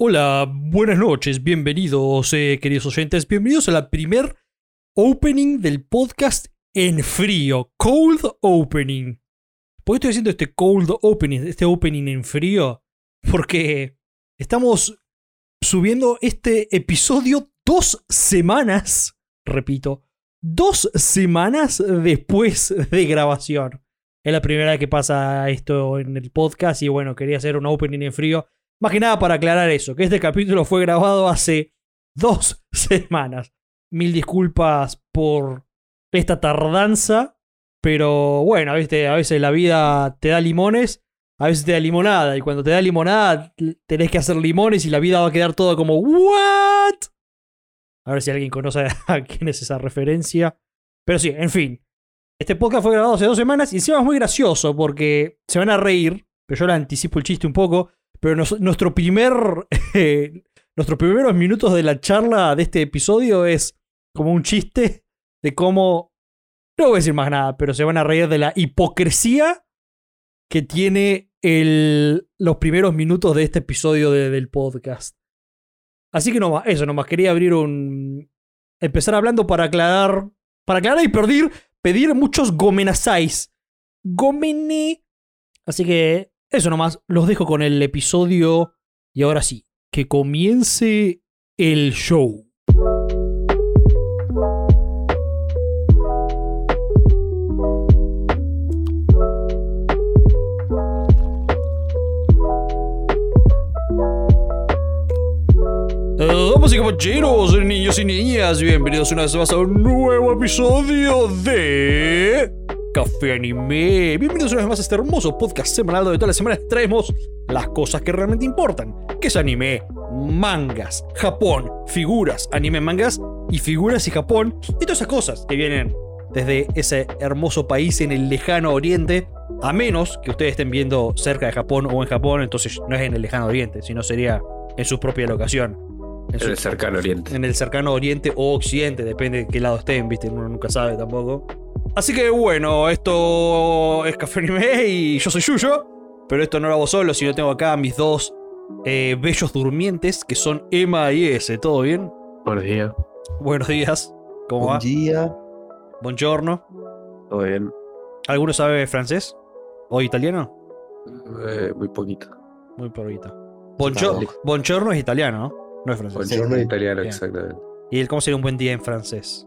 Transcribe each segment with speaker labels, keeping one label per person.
Speaker 1: Hola, buenas noches, bienvenidos, eh, queridos oyentes, bienvenidos a la primer opening del podcast en frío, cold opening. ¿Por qué estoy haciendo este cold opening, este opening en frío? Porque estamos subiendo este episodio dos semanas, repito, dos semanas después de grabación. Es la primera vez que pasa esto en el podcast y bueno, quería hacer un opening en frío. Más que nada para aclarar eso, que este capítulo fue grabado hace dos semanas. Mil disculpas por esta tardanza, pero bueno, ¿viste? a veces la vida te da limones, a veces te da limonada, y cuando te da limonada tenés que hacer limones y la vida va a quedar todo como ¿What? A ver si alguien conoce a quién es esa referencia. Pero sí, en fin. Este podcast fue grabado hace dos semanas y encima es muy gracioso porque se van a reír, pero yo le anticipo el chiste un poco. Pero nos- nuestro primer. eh, nuestros primeros minutos de la charla de este episodio es como un chiste de cómo. No voy a decir más nada, pero se van a reír de la hipocresía que tiene el- los primeros minutos de este episodio de- del podcast. Así que nomás, eso nomás. Quería abrir un. Empezar hablando para aclarar. Para aclarar y pedir, pedir muchos gomenasáis. Gomene. Así que eso nomás. Los dejo con el episodio. Y ahora sí, que comience el show. Eh, Damas y caballeros, niños y niñas, bienvenidos una vez más a un nuevo episodio de Café Anime. Bienvenidos una vez más a este hermoso podcast semanal donde todas las semanas traemos las cosas que realmente importan, que es anime, mangas, Japón, figuras, anime, mangas y figuras y Japón y todas esas cosas que vienen desde ese hermoso país en el lejano oriente, a menos que ustedes estén viendo cerca de Japón o en Japón, entonces no es en el lejano oriente, sino sería en su propia locación. En su-
Speaker 2: En el cercano oriente.
Speaker 1: en el cercano oriente o occidente, depende de qué lado estén, viste, uno nunca sabe tampoco. Así que bueno, esto es Café Anime y yo soy Yuyo, pero esto no lo hago solo, sino tengo acá a mis dos eh, bellos durmientes que son Emma y S. ¿Todo bien?
Speaker 2: Buenos días.
Speaker 1: Buenos días, ¿cómo
Speaker 3: Buen
Speaker 1: va?
Speaker 3: día.
Speaker 1: Buongiorno.
Speaker 2: Todo bien.
Speaker 1: ¿Alguno sabe francés? ¿O italiano?
Speaker 2: Eh, muy poquito.
Speaker 1: Muy porrito. Bonjo-
Speaker 2: Tampoco.
Speaker 1: Buongiorno es italiano, ¿no? No es francés.
Speaker 2: Buongiorno en italiano,
Speaker 1: Bien.
Speaker 2: exactamente.
Speaker 1: ¿Y el- cómo sería un buen día en francés?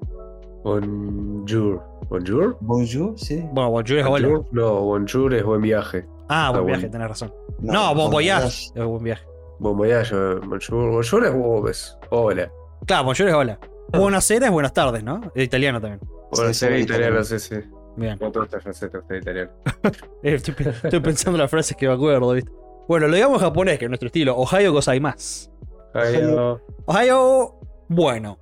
Speaker 2: Bonjour. ¿Bonjour?
Speaker 3: Bonjour, sí.
Speaker 1: Bueno, bonjour es Ah, hola.
Speaker 2: Bonjour. No, bonjour es buen viaje.
Speaker 1: Ah, buen
Speaker 2: Está
Speaker 1: viaje,
Speaker 2: bueno.
Speaker 1: tenés razón. No, bon voyage. Es buen viaje.
Speaker 2: Bon voyage. eh, Bonjour. Bonjour es oh, es Hola.
Speaker 1: Claro, bonjour es hola. Buenas cenas, buenas tardes, ¿no? Es italiano también.
Speaker 2: Bueno,
Speaker 3: Sí,
Speaker 2: ser
Speaker 3: soy
Speaker 2: italiano,
Speaker 3: italiano.
Speaker 2: sí, sí.
Speaker 1: Bien.
Speaker 2: Como todos los franceses, ser italiano.
Speaker 1: Eh, Estoy, pe- estoy pensando en las frases que me acuerdo, ¿viste? Bueno, lo digamos en japonés, que es nuestro estilo. Ohio más.
Speaker 2: Ay, no.
Speaker 1: Ohio. Bueno,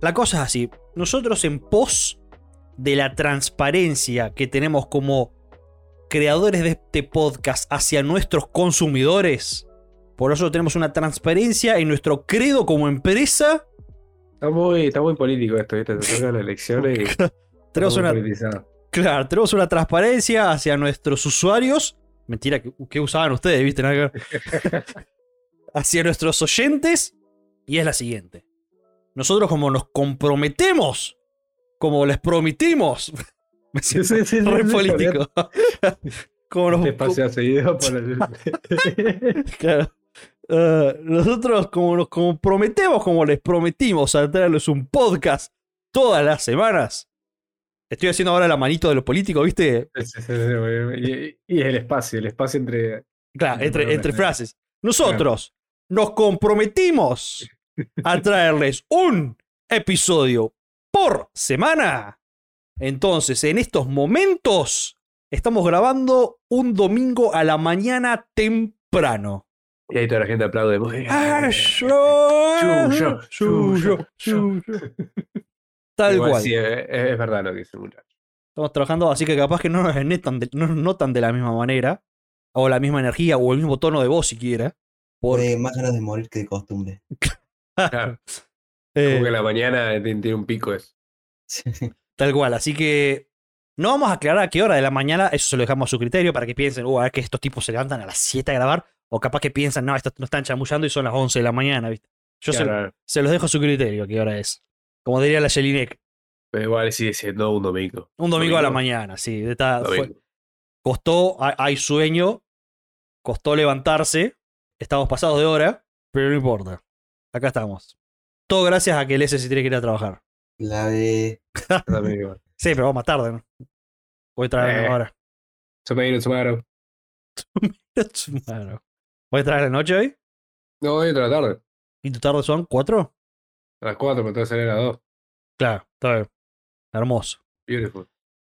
Speaker 1: la cosa es así. Nosotros, en pos de la transparencia que tenemos como creadores de este podcast hacia nuestros consumidores, por eso tenemos una transparencia en nuestro credo como empresa.
Speaker 2: Está muy, está muy político esto, ¿viste? Se acercan las elecciones y. está
Speaker 1: Tenemos
Speaker 2: muy
Speaker 1: una
Speaker 2: politizado.
Speaker 1: Claro, tenemos una transparencia hacia nuestros usuarios. Mentira, que, que usaban ustedes, ¿viste? Nada que ver. hacia nuestros oyentes. Y es la siguiente. Nosotros como nos comprometemos, como les prometimos. Me siento
Speaker 2: sí, sí,
Speaker 1: re
Speaker 2: sí,
Speaker 1: político. como nos,
Speaker 2: Este espacio ha seguido por el.
Speaker 1: Claro. Eh, nosotros, como nos comprometemos, como les prometimos, a traerles un podcast todas las semanas. Estoy haciendo ahora la manito de los políticos, ¿viste?
Speaker 2: Sí, sí, sí, sí, muy bien. y, y el espacio, el espacio entre.
Speaker 1: Claro,
Speaker 2: Entre
Speaker 1: entre,
Speaker 2: palabras,
Speaker 1: entre
Speaker 2: claro.
Speaker 1: frases. Nosotros nos comprometimos a traerles un episodio por semana. Entonces, en estos momentos, estamos grabando un domingo a la mañana temprano.
Speaker 2: Y ahí toda la gente aplaude. muy
Speaker 1: Ah,
Speaker 2: bien.
Speaker 1: Yuyo,
Speaker 2: Yuyo,
Speaker 1: yuyo,
Speaker 2: yuyo,
Speaker 1: yuyo. Tal
Speaker 2: Igual
Speaker 1: cual.
Speaker 2: sí, es, es verdad lo que dice el muchacho.
Speaker 1: Estamos trabajando, así que capaz que no nos, notan de, no nos notan de la misma manera, o la misma energía, o el mismo tono de voz siquiera.
Speaker 3: Por
Speaker 1: Porque,
Speaker 3: más ganas de morir que de costumbre.
Speaker 2: Claro,
Speaker 1: eh,
Speaker 2: como que la mañana tiene tiene un pico eso.
Speaker 3: Sí.
Speaker 1: Tal cual, así que no vamos a aclarar a qué hora de la mañana, eso se lo dejamos a su criterio para que piensen, uh, a ver que estos tipos se levantan a las 7 a grabar, O capaz que piensan, no, estos nos están chamullando y son las 11 de la mañana, ¿viste? Yo se-
Speaker 2: Claro,
Speaker 1: se, los dejo a su criterio, que hora es. Como diría la Jelinek,
Speaker 2: Pero igual sigue siendo un domingo.
Speaker 1: un domingo a la
Speaker 2: Domingo.
Speaker 1: mañana, sí. de esta- fue-
Speaker 2: Domingo.
Speaker 1: costó, hay, hay sueño, costó levantarse, estamos pasados de hora, pero no importa. Acá estamos. Todo gracias a que el S se tiene que ir a trabajar.
Speaker 3: La de.
Speaker 2: Domingo.
Speaker 1: Sí, pero vamos más tarde, ¿no? Voy a traer
Speaker 2: Eh.
Speaker 1: ahora.
Speaker 2: Tomato, tomato.
Speaker 1: Claro. Voy a traer la noche hoy.
Speaker 2: No, hoy otra tarde.
Speaker 1: ¿Y tu tarde son cuatro?
Speaker 2: A las 4, pero tengo que salir a las 2.
Speaker 1: Claro, está bien. Hermoso.
Speaker 2: Beautiful.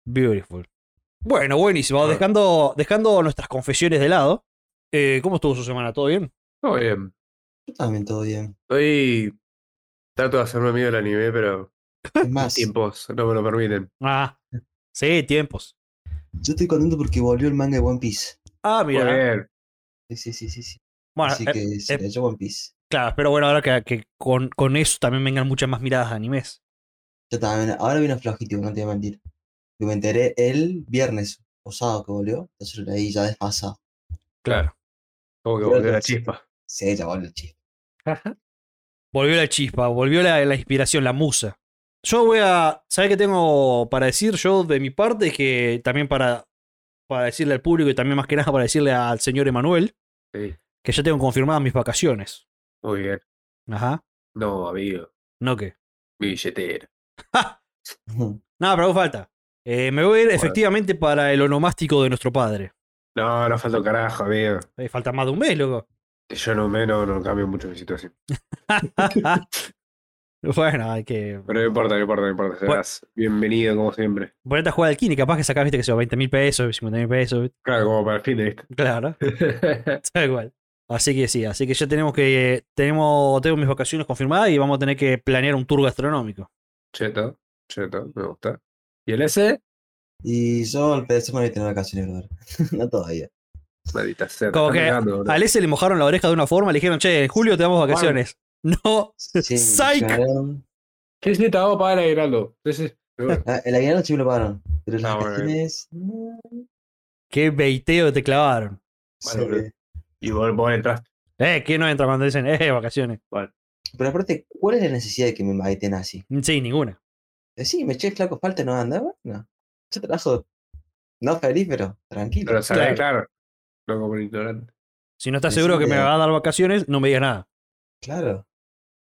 Speaker 1: Beautiful. Bueno, buenísimo.
Speaker 2: Claro.
Speaker 1: Dejando, dejando nuestras confesiones de lado. eh, ¿Cómo estuvo su semana? ¿Todo bien?
Speaker 2: Todo bien.
Speaker 3: Yo también todo bien.
Speaker 2: Hoy trato de hacerme amigo del anime, pero
Speaker 3: Es más,
Speaker 2: tiempos no me lo permiten.
Speaker 1: Ah. Sí, tiempos.
Speaker 3: yo estoy contento porque volvió el manga de One Piece.
Speaker 1: Ah,
Speaker 2: Muy
Speaker 1: mira.
Speaker 2: bien.
Speaker 3: Sí, sí, sí, sí. sí.
Speaker 1: Bueno,
Speaker 3: Así
Speaker 1: eh,
Speaker 3: que se
Speaker 1: eh.
Speaker 3: cayó One Piece.
Speaker 1: Claro, pero bueno, ahora que, que con, con eso también vengan muchas más miradas de animes.
Speaker 3: Yo también. Ahora vino flojito, no te voy a mentir. Yo me enteré el viernes o sábado que volvió. Entonces lo leí ya desfasado.
Speaker 2: Claro. Como que
Speaker 3: Claro,
Speaker 2: volvió la
Speaker 3: sí.
Speaker 2: chispa.
Speaker 3: Sí, ya volvió el chiste.
Speaker 1: Volvió la chispa, volvió la, la inspiración, la musa. Yo voy a. ¿Sabes qué tengo para decir yo de mi parte? Que también para, para decirle al público y también más que nada para decirle al señor Emanuel
Speaker 2: Sí.
Speaker 1: que ya tengo confirmadas mis vacaciones.
Speaker 2: Muy bien.
Speaker 1: Ajá.
Speaker 2: No, amigo.
Speaker 1: ¿No qué?
Speaker 2: Billetera.
Speaker 1: Nada, pero aún falta. Eh, me voy a ir efectivamente para el onomástico de nuestro padre.
Speaker 2: No, no falta un carajo, amigo.
Speaker 1: Eh, falta más de un mes, loco.
Speaker 2: Yo no menos, no cambio mucho mi situación.
Speaker 1: bueno, hay que.
Speaker 2: Pero no importa, no importa, no importa.
Speaker 1: Bueno.
Speaker 2: Serás bienvenido como siempre.
Speaker 1: Ponete a jugar al Kini, capaz que sacás, viste, que sea 20 mil pesos, 50 mil pesos. ¿viste?
Speaker 2: Claro, como para el fin de vista.
Speaker 1: Claro. Tal cual. Así que sí, así que ya tenemos que. Tenemos, tengo mis vacaciones confirmadas y vamos a tener que planear un tour gastronómico.
Speaker 2: cheto, cheto, me gusta. ¿Y el S?
Speaker 3: Y yo al parecer me voy a tener vacaciones, brother. no todavía.
Speaker 2: Maldita sea.
Speaker 1: Como
Speaker 2: estás
Speaker 1: que
Speaker 2: negando, boludo.
Speaker 1: A Ese le mojaron la oreja de una forma, le dijeron, che, en julio te damos vacaciones. No,
Speaker 3: Sí, me
Speaker 1: Psych.
Speaker 3: pagaron-
Speaker 2: Sí, sí, te hago pagar el aguinaldo. Sí, sí. Pero bueno,
Speaker 3: Ah, el aguinaldo sí me lo pagaron. Pero
Speaker 2: Ah,
Speaker 3: las
Speaker 2: bueno, bien.
Speaker 3: vacaciones. no
Speaker 1: qué beiteo te clavaron.
Speaker 3: sé.
Speaker 2: boludo. Y vos, vos entraste.
Speaker 1: Eh, ¿quién no entra cuando dicen, eh, vacaciones?
Speaker 3: Pero aparte, ¿cuál es la necesidad de que me maiten así?
Speaker 1: Sí, ninguna.
Speaker 3: Decime, che, flaco, falta no anda, bueno. Yo trabajo, no feliz, pero tranquilo.
Speaker 2: Pero sabés,
Speaker 1: Claro.
Speaker 2: claro. No como un ignorante.
Speaker 1: Si no estás seguro que me
Speaker 3: Decime.
Speaker 1: va a dar vacaciones, no me digas nada.
Speaker 2: Ah,
Speaker 3: Claro,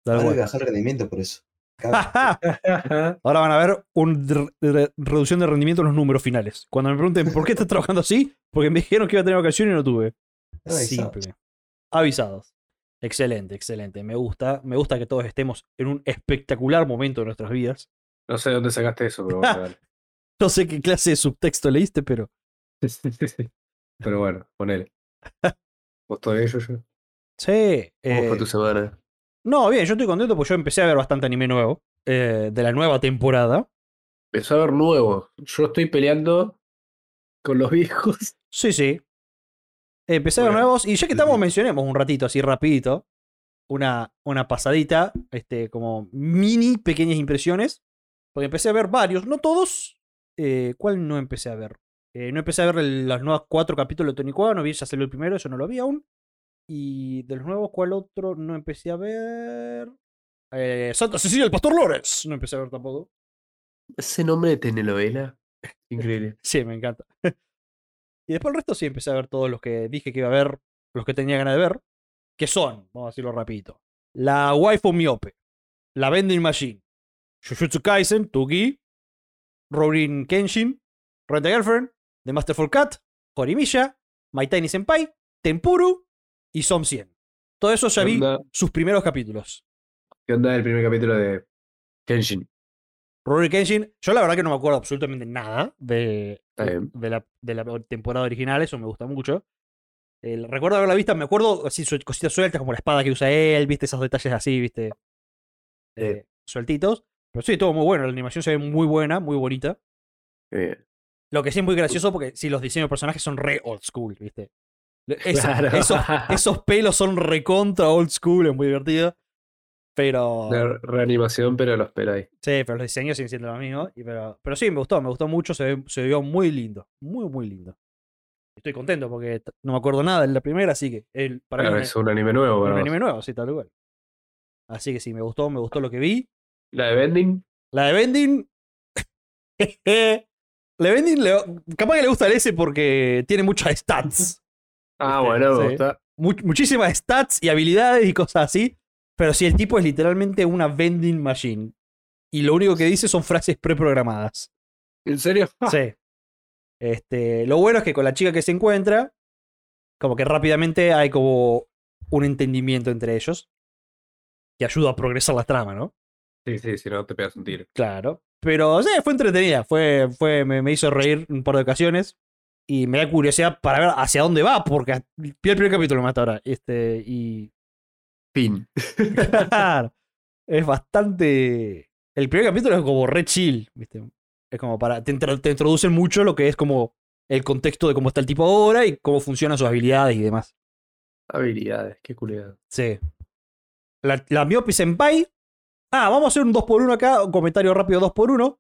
Speaker 1: Tal
Speaker 3: ahora voy
Speaker 1: cual.
Speaker 3: a bajar el rendimiento por eso. Claro,
Speaker 1: Ahora van a ver una reducción de rendimiento en los números finales. Cuando me pregunten por qué estás trabajando así, porque me dijeron que iba a tener vacaciones y no tuve.
Speaker 3: estaba avisado.
Speaker 1: Simple. Avisados. Excelente, excelente. Me gusta, me gusta que todos estemos en un espectacular momento de nuestras vidas.
Speaker 2: No sé de dónde sacaste eso, pero bueno, dale.
Speaker 1: No sé qué clase de subtexto leíste, pero
Speaker 2: Pero bueno, ponele. ¿Vos todavía yo? yo?
Speaker 1: sí.
Speaker 2: ¿Cómo
Speaker 1: eh,
Speaker 2: fue tu semana?
Speaker 1: No, bien, yo estoy contento porque yo empecé a ver bastante anime nuevo eh, de la nueva temporada.
Speaker 2: Empezó a ver nuevo. Yo estoy peleando con los viejos.
Speaker 1: Sí, sí. Empecé a ver
Speaker 2: Bueno.
Speaker 1: nuevos y ya que estamos
Speaker 2: Ujú.
Speaker 1: mencionemos un ratito así rapidito una, una pasadita, este como mini pequeñas impresiones, porque empecé a ver varios, no todos. Eh, ¿Cuál no empecé a ver? Eh, no empecé a ver el- los nuevos cuatro capítulos de Tony Cueva, no vi, ya salió el primero, eso no lo vi aún. Y de los nuevos, ¿cuál otro no empecé a ver? Eh, Santa Cecilia, el Pastor Lores. No empecé a ver tampoco.
Speaker 2: Ese nombre de telenovela. Increíble.
Speaker 1: Sí, me encanta. y después el resto sí empecé a ver todos los que dije que iba a ver, los que tenía ganas de ver, que son, vamos a decirlo rapidito, la Waifu Miope, la Vending Machine, Jujutsu Kaisen, Tugi, Rorin Kenshin, Rent a Girlfriend, The Masterful Cat, Horimiya, My Tiny Senpai, Tempuru y Som 100. Todo eso ya
Speaker 2: ¿Qué
Speaker 1: vi
Speaker 2: onda,
Speaker 1: sus primeros capítulos.
Speaker 2: ¿Qué onda el primer capítulo de Kenshin?
Speaker 1: Rory Kenshin, yo la verdad que no me acuerdo absolutamente nada de,
Speaker 2: Está bien.
Speaker 1: de, la, de la temporada original, eso me gusta mucho. El, recuerdo haberla vista, me acuerdo así su- cositas sueltas como la espada que usa él, viste esos detalles así, viste, eh, sueltitos. Pero sí, todo muy bueno, la animación se ve muy buena, muy bonita.
Speaker 2: Bien.
Speaker 1: Lo que sí es muy gracioso porque sí, los diseños de personajes son re old school, viste. Eso-
Speaker 2: Claro.
Speaker 1: esos, esos pelos son recontra old school, es muy divertido. Pero...
Speaker 2: La re- reanimación, pero los peláis.
Speaker 1: Sí, pero los diseños siguen siendo los mismos. y pero, pero sí, me gustó, me gustó mucho, se, ve- se vio muy lindo, muy, muy lindo. estoy contento porque t- no me acuerdo nada de la primera, así que el, para
Speaker 2: Claro,
Speaker 1: mí
Speaker 2: es un anime nuevo.
Speaker 1: un, un
Speaker 2: para
Speaker 1: anime
Speaker 2: vos.
Speaker 1: nuevo, sí, tal cual. Así que sí, me gustó, me gustó lo que vi.
Speaker 2: La de Bending.
Speaker 1: La de Bending. la de Bending, le- capaz que le gusta el S porque tiene muchas stats.
Speaker 2: Ah,
Speaker 1: Este,
Speaker 2: bueno, me
Speaker 1: sí.
Speaker 2: gusta.
Speaker 1: Much- muchísimas stats y habilidades y cosas así. Pero si el tipo es literalmente una vending machine. Y lo único que dice son frases preprogramadas.
Speaker 2: ¿En serio?
Speaker 1: Sí. Este, lo bueno es que con la chica que se encuentra, como que rápidamente hay como un entendimiento entre ellos. Que ayuda a progresar la trama, ¿no?
Speaker 2: Sí, sí, si no te pegas un tiro.
Speaker 1: Claro. Pero sí, fue entretenida. Fue, fue, me, me hizo reír un par de ocasiones. Y me da curiosidad para ver hacia dónde va, porque hasta- vi el primer capítulo hasta ahora. Este, y
Speaker 2: Fin.
Speaker 1: Claro. Es bastante. El primer capítulo es como re chill, ¿viste? Es como para. Te, introduce introducen mucho lo que es como el contexto de cómo está el tipo ahora y cómo funcionan sus habilidades y demás.
Speaker 2: Habilidades, qué culiado.
Speaker 1: Sí. La, la Miope Senpai. Ah, vamos a hacer un 2x1 acá, un comentario rápido 2x1.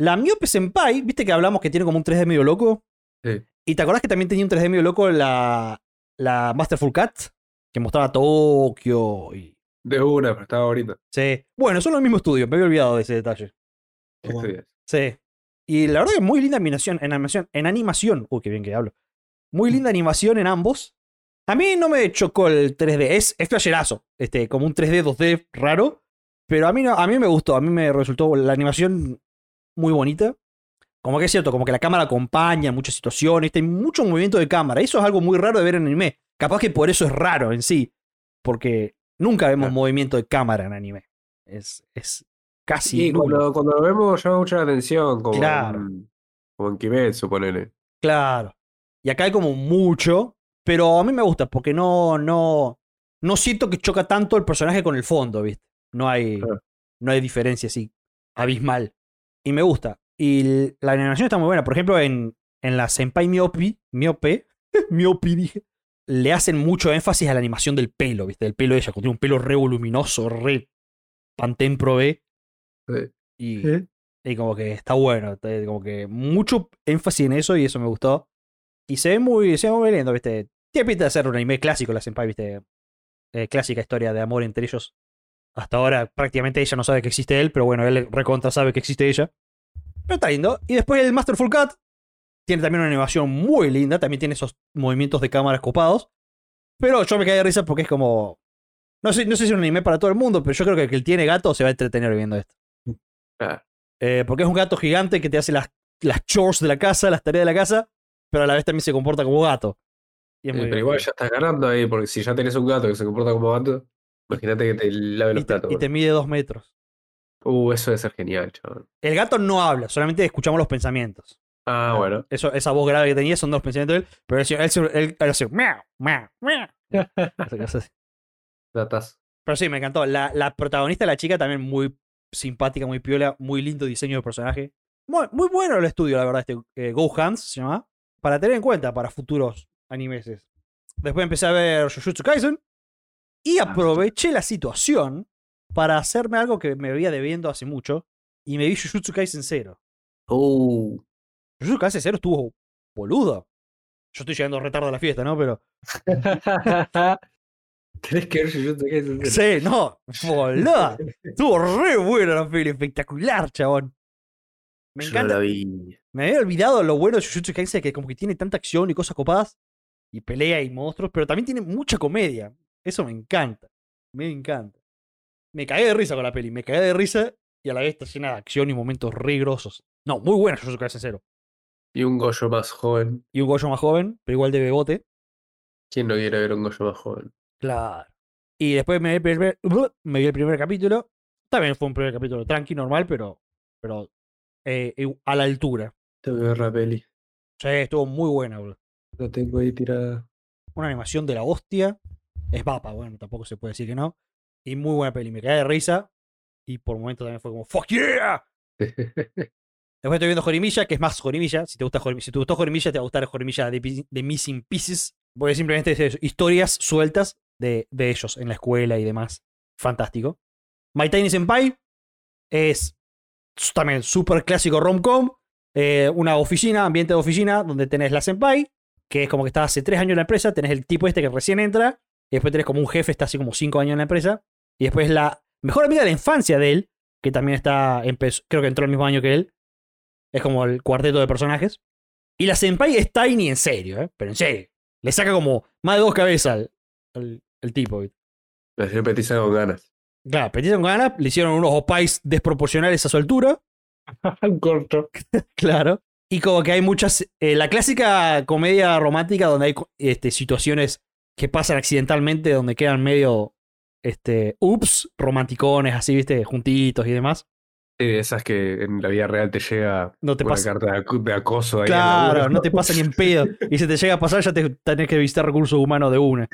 Speaker 1: La Miope Senpai, ¿viste que hablamos que tiene como un 3D medio loco?
Speaker 2: Sí.
Speaker 1: ¿Y te acordás que también tenía un 3D medio loco la, la Masterful Cat? Que mostraba Tokio y
Speaker 2: De una, pero estaba bonito.
Speaker 1: Sí. Bueno, son los mismos estudios, me había olvidado de ese detalle.
Speaker 2: ¿Qué
Speaker 3: Toma.
Speaker 2: estudias?
Speaker 1: Sí. Y la verdad que muy linda animación, en animación, en animación. Uy, qué bien que hablo. Muy
Speaker 2: Mm.
Speaker 1: linda animación en ambos. A mí no me chocó el 3D, es, es flasherazo, este, como un 3D, 2D raro, pero a mí, no, a mí me gustó, a mí me resultó la animación muy bonita. Como que es cierto, como que la cámara acompaña en muchas situaciones, hay mucho movimiento de cámara, eso es algo muy raro de ver en anime. Capaz que por eso es raro en sí, porque nunca vemos
Speaker 2: Claro.
Speaker 1: movimiento de cámara en anime. Es, es casi...
Speaker 2: Sí,
Speaker 1: nulo.
Speaker 2: cuando, cuando lo vemos llama mucho la atención, como,
Speaker 1: Claro.
Speaker 2: en, como en Kimetsu, ponele.
Speaker 1: Claro. Y acá hay como mucho, pero a mí me gusta porque no, no, no siento que choca tanto el personaje con el fondo, ¿viste? No hay,
Speaker 2: Claro.
Speaker 1: no hay diferencia así abismal. Y me gusta. Y l- la animación está muy buena. Por ejemplo, en, en la Senpai Miopi, Miope, Miopi dije, le hacen mucho énfasis a la animación del pelo, ¿viste? Del pelo de ella, cuando tiene un pelo re voluminoso, re Pantene Pro B.
Speaker 2: Sí.
Speaker 1: Y, y como que está bueno, te- como que mucho énfasis en eso y eso me gustó. Y se ve muy, se ve muy lindo, ¿viste? Tiene pinta de ser un anime clásico, la Senpai, ¿viste? Eh, clásica historia de amor entre ellos. Hasta ahora prácticamente ella no sabe que existe él, pero bueno, él recontra sabe que existe ella. Pero está lindo. Y después el Masterful Cat tiene también una animación muy linda, también tiene esos movimientos de cámaras copados. Pero yo me caí de risa porque es como... No sé, no sé si es un anime para todo el mundo, pero yo creo que el que tiene gato se va a entretener viendo esto.
Speaker 2: Ah,
Speaker 1: Eh, porque es un gato gigante que te hace las, las chores de la casa, las tareas de la casa, pero a la vez también se comporta como gato. Y es
Speaker 2: eh,
Speaker 1: muy
Speaker 2: pero igual
Speaker 1: divertido.
Speaker 2: ya estás ganando ahí, porque si ya tenés un gato que se comporta como gato, imagínate que te lave los
Speaker 1: Y te-
Speaker 2: platos.
Speaker 1: y te mide dos metros.
Speaker 2: Uh, eso debe ser genial, chaval.
Speaker 1: El gato no habla, solamente escuchamos los pensamientos.
Speaker 2: Ah, bueno.
Speaker 1: Eso, esa voz grave que tenía son dos pensamientos de él, pero él, él, él, él, hace miau, miau, miau. Hace cosas así.
Speaker 2: Datas.
Speaker 1: Pero sí, me encantó. La, la protagonista, la chica, también muy simpática, muy piola, muy lindo diseño de personaje. Muy, muy bueno el estudio, la verdad, este eh, Go Hands se llama. Para tener en cuenta para futuros animeses. Después empecé a ver Jujutsu Kaisen y aproveché la situación para hacerme algo que me había debiendo hace mucho y me vi Jujutsu Kaisen cero.
Speaker 2: Uh,
Speaker 1: Jujutsu Kaisen cero estuvo boludo. Yo estoy llegando retardo a la fiesta, ¿no? Pero
Speaker 2: Tenés que ver Jujutsu Kaisen. en serio.
Speaker 1: Sí, no, boludo. Estuvo re buena la peli, espectacular, chabón. Me
Speaker 2: Yo no
Speaker 1: encanta.
Speaker 2: la vi.
Speaker 1: Me había olvidado lo bueno de Jujutsu Kaisen, que como que tiene tanta acción y cosas copadas, y pelea y monstruos, pero también tiene mucha comedia. Eso me encanta. Me encanta. Me cagué de risa con la peli, me cagué de risa y a la vez está llena de acción y momentos re grosos. No, muy buena Jujutsu Kaisen cero.
Speaker 2: Y un Goyo más joven.
Speaker 1: Y un Goyo más joven, pero igual de bebote.
Speaker 2: ¿Quién no quiere ver un Goyo más joven?
Speaker 1: Claro. Y después me vi el primer, me vi el primer capítulo. También fue un primer capítulo tranqui, normal, pero, pero eh, eh, a la altura.
Speaker 2: Tengo que ver la peli.
Speaker 1: Sí, estuvo muy buena, boludo.
Speaker 2: La tengo ahí tirada.
Speaker 1: Una animación de la hostia. Es vapa, bueno, tampoco se puede decir que no. Y muy buena peli. Me caí de risa. Y por momentos también fue como, ¡Fuck yeah! Después estoy viendo Jorimilla, que es más Jorimilla. Si te gusta Jorimilla, si te gustó Jorimilla, te va a gustar Jorimilla de, Pi- de Missing Pieces. Porque simplemente es eso, historias sueltas de, de ellos en la escuela y demás. Fantástico. My Tiny Senpai es s- también súper clásico rom-com. Eh, una oficina, ambiente de oficina, donde tenés la Senpai, que es como que estás hace tres años en la empresa, tenés el tipo este que recién entra, y después tenés como un jefe, está así como cinco años en la empresa, y después la mejor amiga de la infancia de él, que también está, empezó- creo que entró el mismo año que él, es como el cuarteto de personajes, y la senpai es tiny en serio, ¿eh? pero en serio, le saca como más de dos cabezas al, al- al tipo. ¿viste?
Speaker 2: La siempre te con ganas.
Speaker 1: Claro, Petition ganas, le hicieron unos opais desproporcionales a su altura,
Speaker 2: Un corto.
Speaker 1: Claro. Y como que hay muchas. eh, la clásica comedia romántica donde hay co- este, situaciones que pasan accidentalmente, donde quedan medio. Este. Ups, romanticones, así, viste, juntitos y demás.
Speaker 2: Sí, de esas que en la vida real te llega
Speaker 1: No te
Speaker 2: una
Speaker 1: pasa.
Speaker 2: carta de, acu- de acoso ahí en la
Speaker 1: Claro,
Speaker 2: URSS.
Speaker 1: no te pasa ni en pedo. Y si te llega a pasar, ya te tenés que visitar recursos humanos de una.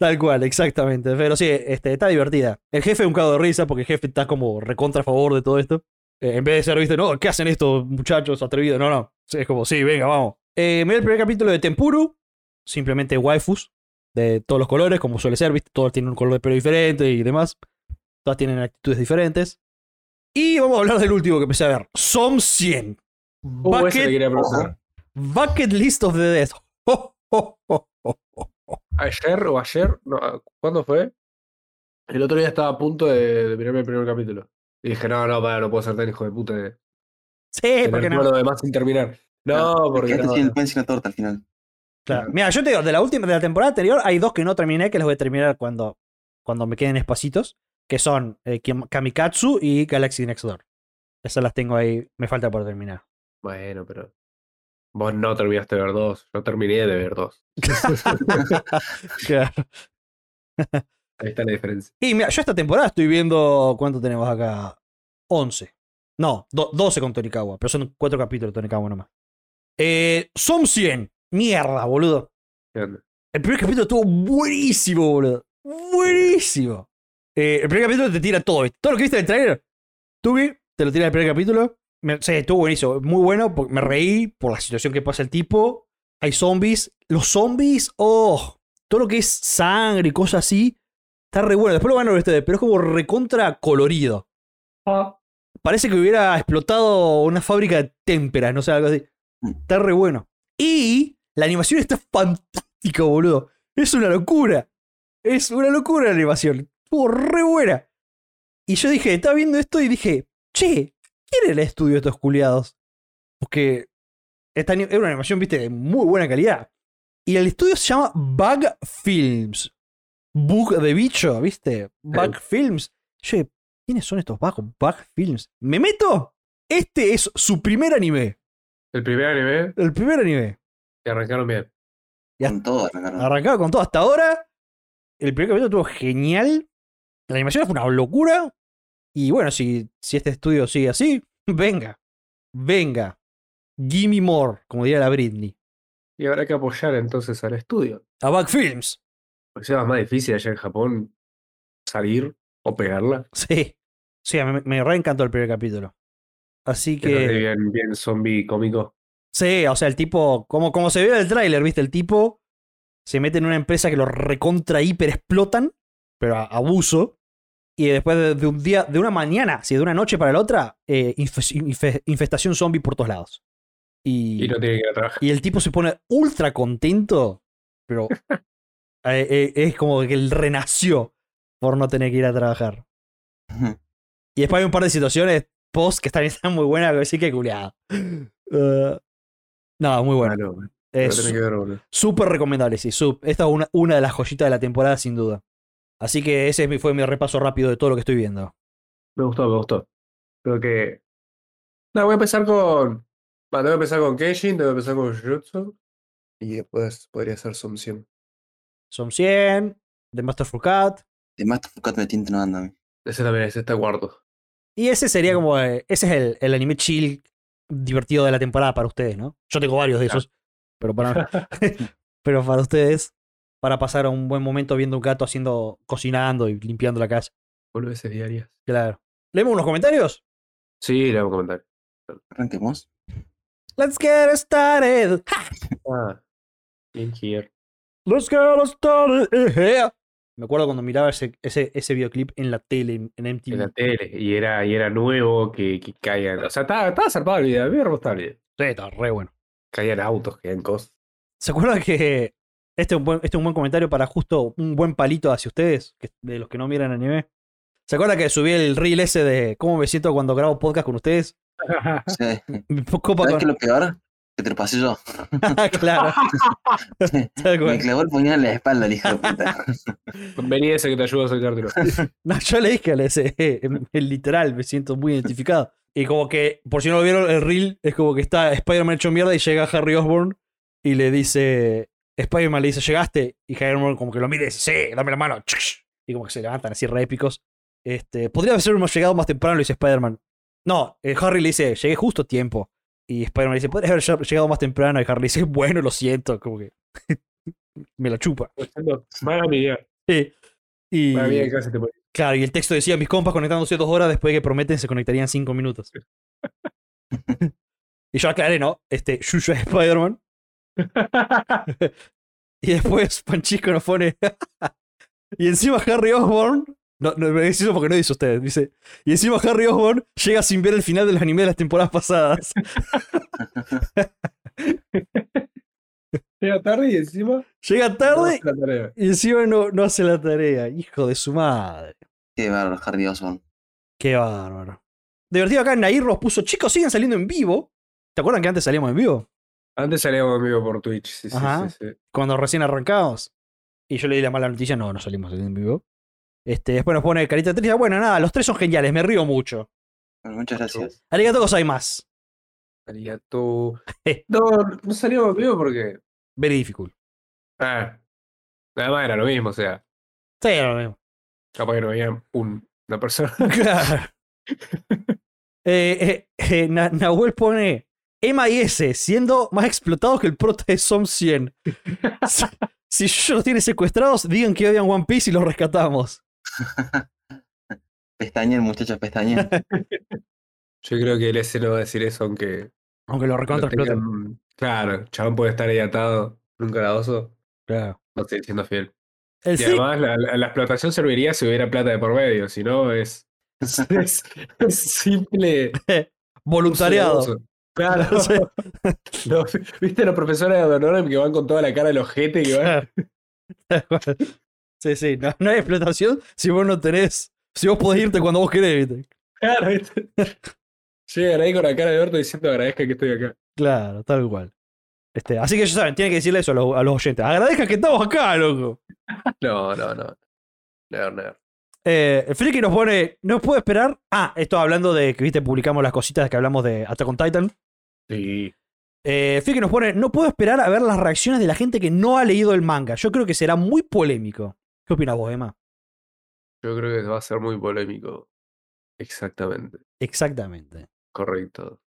Speaker 1: Tal cual, exactamente. Pero sí, este, está divertida. El jefe es un cago de risa porque el jefe está como recontra a favor de todo esto. Eh, en vez de ser, viste, no, ¿qué hacen estos muchachos atrevidos? No, no. Sí, Es como, sí, venga, vamos. Eh, me vi el primer capítulo de Tempuru. Simplemente waifus. De todos los colores, como suele ser, viste. Todos tienen un color de pelo diferente y demás. Todas tienen actitudes diferentes. Y vamos a hablar del último que empecé a ver. Som 100.
Speaker 2: Uh, esa te
Speaker 1: Bucket,
Speaker 2: quería preguntar.
Speaker 1: bucket List of the Dead. Ho, ho, ho, ho.
Speaker 2: Ayer o ayer, no, ah, ¿cuándo fue? El otro día estaba a punto de, de mirarme el primer capítulo. Y dije, no, no, para, no puedo ser tan hijo de puta de
Speaker 1: Sí,
Speaker 2: tener
Speaker 1: porque no.
Speaker 2: todo lo demás sin terminar. No, porque
Speaker 3: Quedaste
Speaker 2: no,
Speaker 3: sin el pan y sin la torta al final.
Speaker 1: Claro. Mira, yo te digo, de la última, de la temporada anterior hay dos que no terminé, que los voy a terminar cuando, cuando me queden espacitos, que son eh, Kim- Kamikatsu y Galaxy Next Door. Esas las tengo ahí, me falta por terminar.
Speaker 2: Bueno, pero vos no terminaste de ver dos, yo terminé de ver dos.
Speaker 1: Claro.
Speaker 2: Ahí está la diferencia.
Speaker 1: Y mira, yo esta temporada estoy viendo, ¿cuánto tenemos acá? 11. No, do- 12 con Tonikawa, pero son cuatro capítulos Tonikawa nomás. Eh, son 100. Mierda, boludo.
Speaker 2: ¿Qué onda?
Speaker 1: El primer capítulo estuvo buenísimo, boludo. Buenísimo. Eh, el primer capítulo te tira todo. ¿viste? Todo lo que viste del trailer, Tuki, te lo tira el primer capítulo. Me- sí, estuvo buenísimo. Muy bueno. porque Me reí por la situación que pasa el tipo. Hay zombies. Los zombies, oh. Todo lo que es sangre y cosas así. Está re bueno. Después lo van a ver ustedes, pero es como recontra colorido. Parece que hubiera explotado una fábrica de témperas, no sé, algo así. Está re bueno. Y la animación está fantástica, boludo. Es una locura. Es una locura la animación. Estuvo re buena. Y yo dije, estaba viendo esto y dije, che, ¿quién era el estudio de estos culiados? Porque esta ani- era una animación, viste, de muy buena calidad. Y el estudio se llama Bug Films. Bug de bicho, viste. Bug Films. Che, ¿quiénes son estos bajos? Bug Films. ¿Me meto? Este es su primer anime.
Speaker 2: El primer anime,
Speaker 1: El primer anime.
Speaker 2: que arrancaron bien.
Speaker 1: Ya-
Speaker 3: Con todo arrancaron.
Speaker 1: Arrancado con todo hasta ahora. El primer capítulo estuvo genial. La animación fue una locura. Y bueno, si, si este estudio sigue así, venga. Venga. Gimme more, como diría la Britney.
Speaker 2: Y habrá que apoyar entonces al estudio.
Speaker 1: A Bug Films.
Speaker 2: Porque sea más difícil allá en Japón salir o pegarla.
Speaker 1: Sí. Sí, a mí me, me reencantó el primer capítulo. Así
Speaker 2: Que es
Speaker 1: que.
Speaker 2: bien, bien zombie cómico.
Speaker 1: Sí, o sea, el tipo, como, como se vio en el tráiler, ¿viste? El tipo se mete en una empresa que lo recontra hiper explotan, pero a- abuso. Y después de, de un día, de una mañana, si de una noche para la otra, eh, infes- infe- infestación zombie por todos lados. Y,
Speaker 2: Y no tiene que ir a trabajar.
Speaker 1: y el tipo se pone ultra contento, pero eh, eh, es como que él renació por no tener que ir a trabajar. Y después hay un par de situaciones post que están, están muy buenas, que sí que culiado. Eh, no, muy bueno.
Speaker 2: Ah, no, no
Speaker 1: Es
Speaker 2: tiene que ver, boludo.
Speaker 1: súper recomendable, sí. sup- Esta es una, una de las joyitas de la temporada, sin duda. Así que ese es mi- fue mi repaso rápido de todo lo que estoy viendo.
Speaker 2: Me gustó, me gustó. Creo que. No, voy a empezar con. Bueno, voy a empezar con Kenshin, voy a empezar con Jujutsu. Y después podría ser Somsión.
Speaker 1: Son 100, The Master of Cat.
Speaker 3: De más Fucat me tienta no anda a mí.
Speaker 2: Ese también es, está cuarto.
Speaker 1: Y ese sería como. eh, Ese es el, el anime chill divertido de la temporada para ustedes, ¿no? Yo tengo varios de
Speaker 2: Claro.
Speaker 1: esos. Pero para, pero para ustedes, para pasar un buen momento viendo un gato haciendo, cocinando y limpiando la casa.
Speaker 2: Volveses diarias.
Speaker 1: Claro. ¿Leemos unos comentarios?
Speaker 2: Sí, le hago un comentario.
Speaker 3: Arranquemos.
Speaker 1: Let's get started.
Speaker 2: Ah. Bien here.
Speaker 1: Let's get started. eh, eh. Me acuerdo cuando miraba ese, ese, ese videoclip en la tele, en en
Speaker 2: En la
Speaker 1: MTV.
Speaker 2: tele. Y era, y era nuevo que, que caigan. O sea, estaba, estaba zarpado el video. A mí me re gustaba el video.
Speaker 1: Sí, está re bueno.
Speaker 2: Caían autos, caían cosas.
Speaker 1: ¿Se acuerdan que este es, un buen, este es un buen comentario para justo un buen palito hacia ustedes, que- de los que no miran anime? ¿Se acuerdan que subí el reel ese de cómo me siento cuando grabo podcast con ustedes?
Speaker 3: Sí. ¿Sabes
Speaker 1: Mi copa
Speaker 3: qué es
Speaker 1: con...
Speaker 3: lo peor? Que te lo pasé yo.
Speaker 1: claro. Tal
Speaker 3: Me
Speaker 1: cual.
Speaker 3: clavó el puñal en la espalda, el hijo de puta.
Speaker 2: Vení ese que te ayuda a sacártelo.
Speaker 1: No, yo le dije a la SE, en- en literal, me siento muy identificado. Y como que, por si no lo vieron, el reel es como que está Spider-Man hecho mierda y llega Harry Osborn y le dice, Spider-Man le dice, llegaste, y Harry Osborn como que lo mira y dice, sí, dame la mano. Y como que se levantan así re épicos. Este, podría habernos llegado más temprano, le dice Spider-Man. No, eh, Harry le dice, llegué justo a tiempo. Y Spider-Man le dice, podrías haber ll- llegado más temprano. Y Harry le dice, bueno, lo siento, como que me la chupa.
Speaker 2: Mala mía.
Speaker 1: Sí. Y...
Speaker 2: Mala mía, casi te morí.
Speaker 1: Claro, y el texto decía, mis compas conectándose dos horas después de que prometen se conectarían cinco minutos. y yo aclaré, ¿no? Este, Yuya es Spider-Man. y después Panchisco nos pone... y encima Harry Osborn... No, no, me dice eso porque no dice usted. Dice, y encima Harry Osborn llega sin ver el final del anime de las temporadas pasadas.
Speaker 2: Llega tarde y encima.
Speaker 1: llega tarde
Speaker 2: no hace la tarea.
Speaker 1: y encima no, no hace la tarea. Hijo de su madre.
Speaker 3: Qué bárbaro, Harry Osborn.
Speaker 1: Qué bárbaro. Divertido acá, Nair nos puso, chicos, siguen saliendo en vivo. ¿Te acuerdan que antes salíamos en vivo?
Speaker 2: Antes salíamos conmigo por Twitch. Sí, sí,
Speaker 1: Ajá.
Speaker 2: sí, sí.
Speaker 1: cuando recién arrancamos. Y yo le di la mala noticia, no, no salimos en vivo. Este, después nos pone carita triste. Bueno, nada, los tres son geniales, me río mucho.
Speaker 3: Bueno, muchas gracias.
Speaker 1: Arigato hay más.
Speaker 2: Salía tú. No, no salíamos conmigo porque.
Speaker 1: Very difficult.
Speaker 2: Ah, nada más era lo mismo, o sea.
Speaker 1: Sí, era lo mismo.
Speaker 2: Capaz que no había un- una persona.
Speaker 1: Claro. Eh, eh, eh, Na- Nahuel pone Emma y S siendo más explotados que el prota de Som 100. Si, si yo los tiene secuestrados, digan que odian One Piece y los rescatamos.
Speaker 3: Pestañen, muchachos, pestañen.
Speaker 2: Yo creo que el S no va a decir eso, aunque.
Speaker 1: Aunque los
Speaker 2: lo
Speaker 1: recontra explotan.
Speaker 2: tengan- Claro, el chabón puede estar ahí atado, nunca lavadoso.
Speaker 1: Claro.
Speaker 2: No estoy siendo fiel.
Speaker 1: El Eh, sí,
Speaker 2: Y además, la, la- la explotación serviría si hubiera plata de por medio, si no, es. Es, es simple.
Speaker 1: voluntariado.
Speaker 2: sedoso. Claro. Lo- ¿Viste los profesores de Honorem que van con toda la cara del ojete que van?
Speaker 1: Claro. Tal cual. Sí, sí, no, no hay explotación si vos no tenés. Si vos podés irte cuando vos querés, ¿viste?
Speaker 2: Claro, ¿viste? Llegan ahí con la cara de orto diciendo agradezca que estoy acá.
Speaker 1: Claro, tal cual. Este, así que ya saben, tienen que decirle eso a los, a los oyentes. Agradezcan que estamos acá, loco.
Speaker 2: No, no, no. Never, never.
Speaker 1: Eh, el Friki nos pone. No puedo esperar. Ah, esto hablando de que, viste, publicamos las cositas que hablamos de Attack on Titan.
Speaker 2: Sí.
Speaker 1: Eh, Friki nos pone. No puedo esperar a ver las reacciones de la gente que no ha leído el manga. Yo creo que será muy polémico. ¿Qué opinas vos, Emma?
Speaker 2: Yo creo que va a ser muy polémico. Exactamente.
Speaker 1: Exactamente.
Speaker 2: Correcto.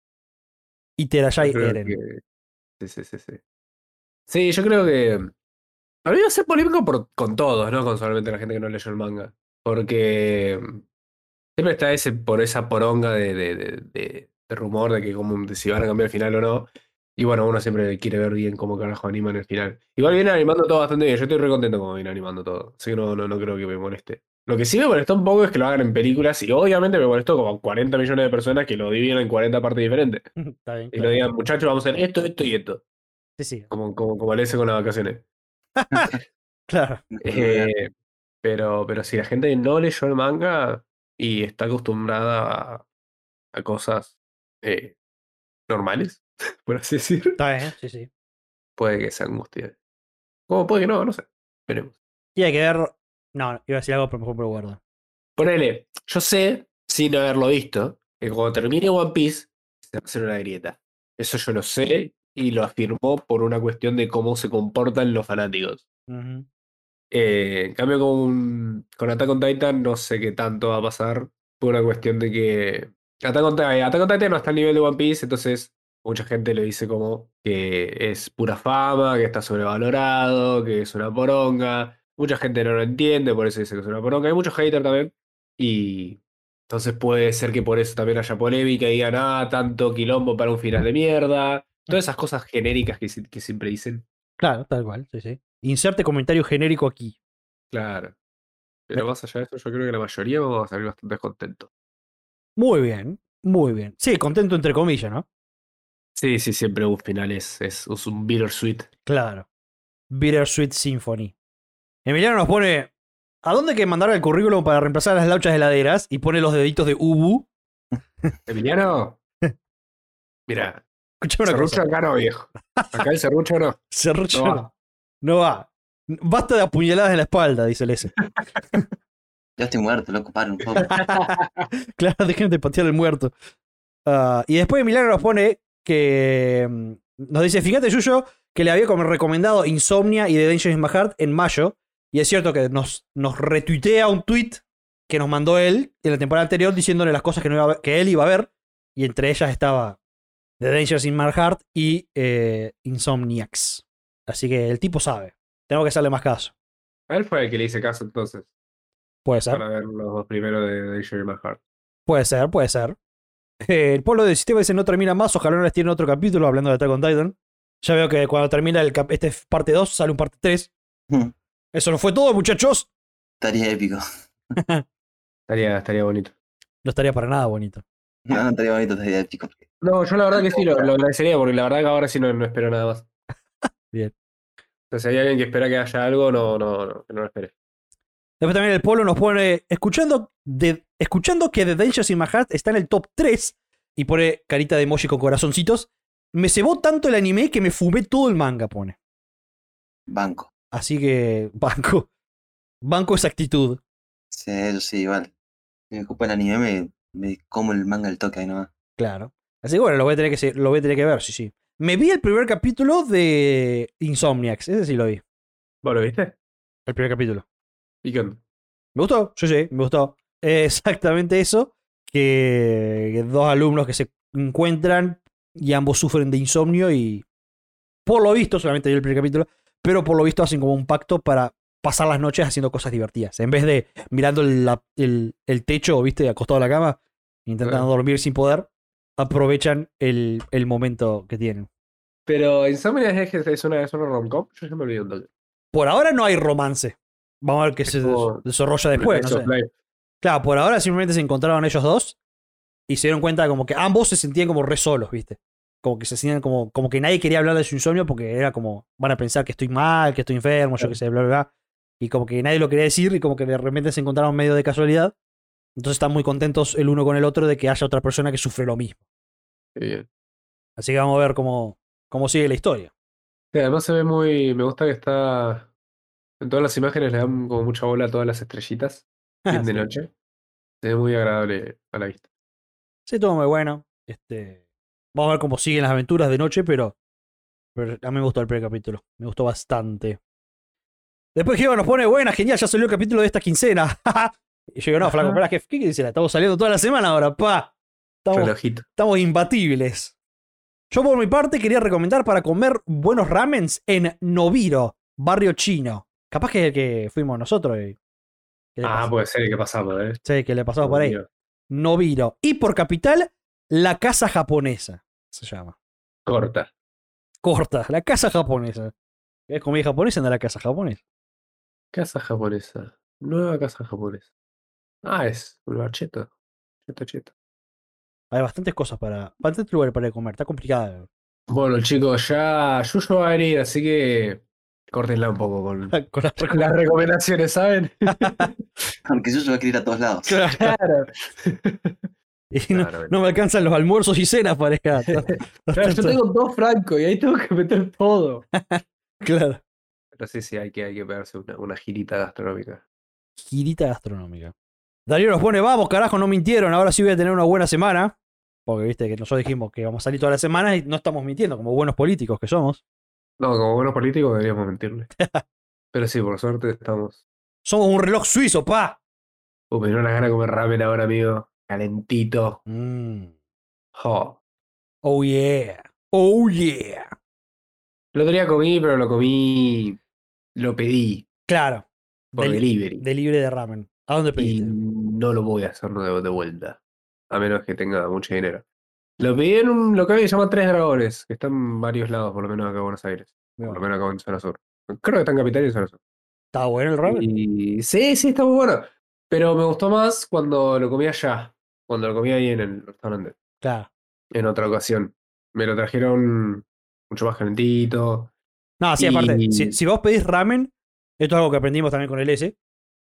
Speaker 1: Y Terayai
Speaker 2: Yo creo
Speaker 1: Eren.
Speaker 2: que- Sí, sí, sí, sí. Sí, yo creo que. A mí va a ser polémico por- con todos, ¿no? Con solamente la gente que no leyó el manga. Porque mm, siempre está ese, por esa poronga de, de- de- de- de rumor de que como de si van a cambiar el final o no. Y bueno, uno siempre quiere ver bien cómo carajo animan el final. Igual viene animando todo bastante bien. Yo estoy re contento como viene animando todo. Así que no, no, no creo que me moleste. Lo que sí me molestó un poco es que lo hagan en películas. Y obviamente me molestó como 40 millones de personas que lo dividen en 40 partes diferentes.
Speaker 1: Está bien,
Speaker 2: Y lo
Speaker 1: claro.
Speaker 2: digan, muchachos, vamos a hacer esto, esto y esto.
Speaker 1: Sí, sí,
Speaker 2: Como, como, como le hice con las vacaciones.
Speaker 1: claro.
Speaker 2: Eh, pero, pero si la gente no leyó el manga y está acostumbrada a, a cosas eh, normales, por así decir,
Speaker 1: Está bien, ¿eh? sí, sí.
Speaker 2: puede que se angustie. Como puede que no, no sé. Veremos.
Speaker 1: Y hay que ver. No, iba a decir algo, pero mejor me lo guardo.
Speaker 2: Ponele, yo sé, sin haberlo visto, que cuando termine One Piece, se va a hacer una grieta. Eso yo lo sé y lo afirmó por una cuestión de cómo se comportan los fanáticos.
Speaker 1: Ujú.
Speaker 2: Eh, en cambio, con, con Attack on Titan no sé qué tanto va a pasar por una cuestión de que Attack on, Ti- Attack on Titan no está al nivel de One Piece, entonces mucha gente le dice como que es pura fama, que está sobrevalorado, que es una poronga. Mucha gente no lo entiende, por eso dice que es una poronga. Hay muchos haters también. Y entonces puede ser que por eso también haya polémica y digan, ah, tanto quilombo para un final de mierda. Todas esas cosas genéricas que, si- que siempre dicen.
Speaker 1: Claro, tal cual, sí, sí. Inserte comentario genérico aquí.
Speaker 2: Claro. Pero más allá de eso, yo creo que la mayoría vamos a salir bastante descontentos.
Speaker 1: Muy bien, muy bien. Sí, contento entre comillas, ¿no?
Speaker 2: Sí, sí, siempre un final es, es, es un bittersweet.
Speaker 1: Claro. Bittersweet Symphony. Emiliano nos pone. ¿A dónde hay que mandar el currículum para reemplazar las lauchas heladeras? Y pone los deditos de Ubu.
Speaker 2: Emiliano. Mira,
Speaker 1: Escuchame una
Speaker 2: serrucho
Speaker 1: cosa.
Speaker 2: acá no, viejo. Acá el serrucho no.
Speaker 1: Serrucho.
Speaker 2: no va.
Speaker 1: No va. Basta de apuñaladas en la espalda, dice el S.
Speaker 3: Yo estoy muerto, lo ocuparon un poco.
Speaker 1: Claro, déjenme de patear el muerto. Ah, y después Milagro nos pone que. mm, Nos dice: Fíjate, Yuyo, que le había como recomendado Insomnia y The Dangerous in My Heart en mayo. Y es cierto que nos, nos retuitea un tweet que nos mandó él en la temporada anterior diciéndole las cosas que, no iba a ver- que él iba a ver. Y entre ellas estaba The Dangerous in My Heart y eh, Insomniacs. Así que el tipo sabe. Tengo que hacerle más caso.
Speaker 2: A él fue el que le hice caso entonces.
Speaker 1: Puede ser.
Speaker 2: Para ver los dos primeros de Danger My Heart.
Speaker 1: Puede ser, puede ser. Eh, el pueblo del sistema dice no termina más, ojalá no les tiren otro capítulo hablando de Attack on Titan. Ya veo que cuando termina el cap este es parte 2, sale un parte 3. Eso no fue todo, muchachos.
Speaker 3: Estaría épico.
Speaker 2: Estaría, estaría bonito.
Speaker 1: No estaría para nada bonito.
Speaker 3: No, no estaría bonito, estaría épico.
Speaker 2: No, yo la verdad que sí, lo, lo agradecería, porque la verdad que ahora sí no, no espero nada más.
Speaker 1: Bien.
Speaker 2: Entonces, si hay alguien que espera que haya algo, no, no, no, que no lo espere.
Speaker 1: Después también el pueblo nos pone escuchando, de, escuchando que The Dangerous in My Heart está en el top 3 y pone carita de emoji con corazoncitos. Me cebó tanto el anime que me fumé todo el manga, pone.
Speaker 3: Banco.
Speaker 1: Así que banco. Banco esa actitud.
Speaker 3: Sí, eso sí, igual. Si me ocupa el anime, me, me como el manga al toque ahí nomás.
Speaker 1: Claro. Así que bueno, lo voy a tener que, se- lo voy a tener que ver, sí, sí. Me vi el primer capítulo de Insomniacs, ese sí lo vi,
Speaker 2: ¿Vos lo viste?
Speaker 1: el primer capítulo.
Speaker 2: ¿Y qué onda?
Speaker 1: ¿Me gustó? Sí, sí, me gustó. Eh, Exactamente eso, que, que dos alumnos que se encuentran y ambos sufren de insomnio y por lo visto, solamente vi el primer capítulo, pero por lo visto hacen como un pacto para pasar las noches haciendo cosas divertidas. En vez de mirando el, la- el- el techo, viste, acostado a la cama, intentando dormir sin poder, aprovechan el, el momento que tienen.
Speaker 2: Pero Insomnia es, que es una, es una rom-com. Yo ya me olvidé un toque.
Speaker 1: Por ahora no hay romance. Vamos a ver qué se
Speaker 2: como-
Speaker 1: des- desarrolla después. no
Speaker 2: Slice of
Speaker 1: sé.
Speaker 2: Life.
Speaker 1: Claro, por ahora simplemente se encontraron ellos dos y se dieron cuenta como que ambos se sentían como re solos, ¿viste? Como que se sentían como, como que nadie quería hablar de su insomnio porque era como, van a pensar que estoy mal, que estoy enfermo, yo qué sé, bla, bla, bla. Y como que nadie lo quería decir y como que de repente se encontraron medio de casualidad. Entonces están muy contentos el uno con el otro de que haya otra persona que sufre lo mismo.
Speaker 2: Qué bien.
Speaker 1: Así que vamos a ver cómo, cómo sigue la historia.
Speaker 2: Sí, además se ve muy. Me gusta que está. En todas las imágenes le dan como mucha bola a todas las estrellitas. Bien de
Speaker 1: Ah, Sí.
Speaker 2: noche. Se ve muy agradable a la vista.
Speaker 1: Sí, todo muy bueno. Este, vamos a ver cómo siguen las aventuras de noche, pero, pero a mí me gustó el primer capítulo. Me gustó bastante. Después Geo nos pone, buena, genial, ya salió el capítulo de esta quincena. y yo digo, no, flaco,
Speaker 2: Ajá.
Speaker 1: pará, ¿qué, qué quincena? Estamos saliendo toda la semana ahora, pa. Estamos,
Speaker 2: Relojito.
Speaker 1: estamos imbatibles. Yo por mi parte quería recomendar para comer buenos ramens en Noviro, barrio chino. Capaz que es el que fuimos nosotros. y- que le
Speaker 2: Ah,
Speaker 1: pas-
Speaker 2: puede ser el que pasamos, ¿eh?
Speaker 1: sí, que le pasamos por ahí.
Speaker 2: Dios.
Speaker 1: Noviro. Y por capital, la casa japonesa. Se llama.
Speaker 2: Corta.
Speaker 1: Corta, la casa japonesa. ¿Querés comida japonesa? Anda a la casa japonesa.
Speaker 2: Casa japonesa. Nueva casa japonesa. Ah, es un lugar cheto. Cheto, cheto.
Speaker 1: Hay bastantes cosas para. Bastantes lugares para comer. Está complicada.
Speaker 2: Bueno, chicos, ya Yuyo va a venir, así que córtenla un poco con
Speaker 1: Con la- con
Speaker 2: las recomendaciones, ¿saben?
Speaker 3: Porque yo, yo voy a querer ir a todos lados.
Speaker 1: la-
Speaker 2: Claro.
Speaker 1: y no,
Speaker 2: Claramente.
Speaker 1: no me alcanzan los almuerzos y cenas, pareja.
Speaker 2: Claro, yo tengo dos francos y ahí tengo que meter todo.
Speaker 1: Claro.
Speaker 2: Pero sí, sí, hay que, hay que pegarse una, una girita gastronómica.
Speaker 1: Girita gastronómica. Darío nos pone, vamos, carajo, no mintieron. Ahora sí voy a tener una buena semana. Porque viste que nosotros dijimos que vamos a salir todas las semanas y no estamos mintiendo, como buenos políticos que somos.
Speaker 2: No, como buenos políticos deberíamos mentirle. Pero sí, por suerte estamos.
Speaker 1: Somos un reloj suizo, pa.
Speaker 2: Uh, me dio una gana de comer ramen ahora, amigo. Calentito.
Speaker 1: Mm.
Speaker 2: Jo.
Speaker 1: Oh yeah. Oh yeah.
Speaker 2: El otro día comí, pero lo comí. Lo pedí
Speaker 1: Claro.
Speaker 2: por
Speaker 1: Del-
Speaker 2: delivery.
Speaker 1: De libre de ramen. ¿A dónde
Speaker 2: Y
Speaker 1: pediste?
Speaker 2: no lo voy a hacer de, de vuelta. A menos que tenga mucho dinero. Lo pedí en un local que se llama Tres Dragones, que están en varios lados, por lo menos acá en Buenos Aires.
Speaker 1: Mirá,
Speaker 2: Por lo menos acá en Zona Sur. Creo que está en Capital y en Zona Sur.
Speaker 1: ¿Está bueno el ramen?
Speaker 2: Y sí, sí, está muy bueno. Pero me gustó más cuando lo comí allá. Cuando lo comí ahí en el restaurante.
Speaker 1: Claro.
Speaker 2: En otra ocasión. me lo trajeron mucho más calentito.
Speaker 1: No, sí, aparte,
Speaker 2: Y- mm.
Speaker 1: si, si vos pedís ramen, esto es algo que aprendimos también con el S.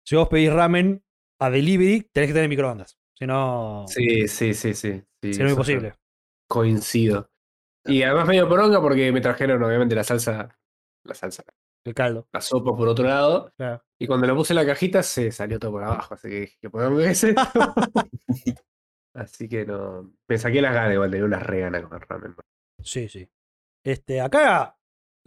Speaker 1: Si vos pedís ramen a delivery, tenés que tener microondas. Si no,
Speaker 2: Sí, sí, sí, sí. sí
Speaker 1: si no es
Speaker 2: eso
Speaker 1: imposible.
Speaker 2: Coincido. Y además medio poronga porque me trajeron obviamente la salsa, la salsa,
Speaker 1: El caldo.
Speaker 2: la sopa por otro lado.
Speaker 1: Claro.
Speaker 2: Y cuando lo puse en la cajita se salió todo por abajo, así que dije, "¿Qué poronga es esto?". Así que no. Me saqué las ganas igual, tenía unas re ganas con el ramen.
Speaker 1: Sí, sí. Este, acá,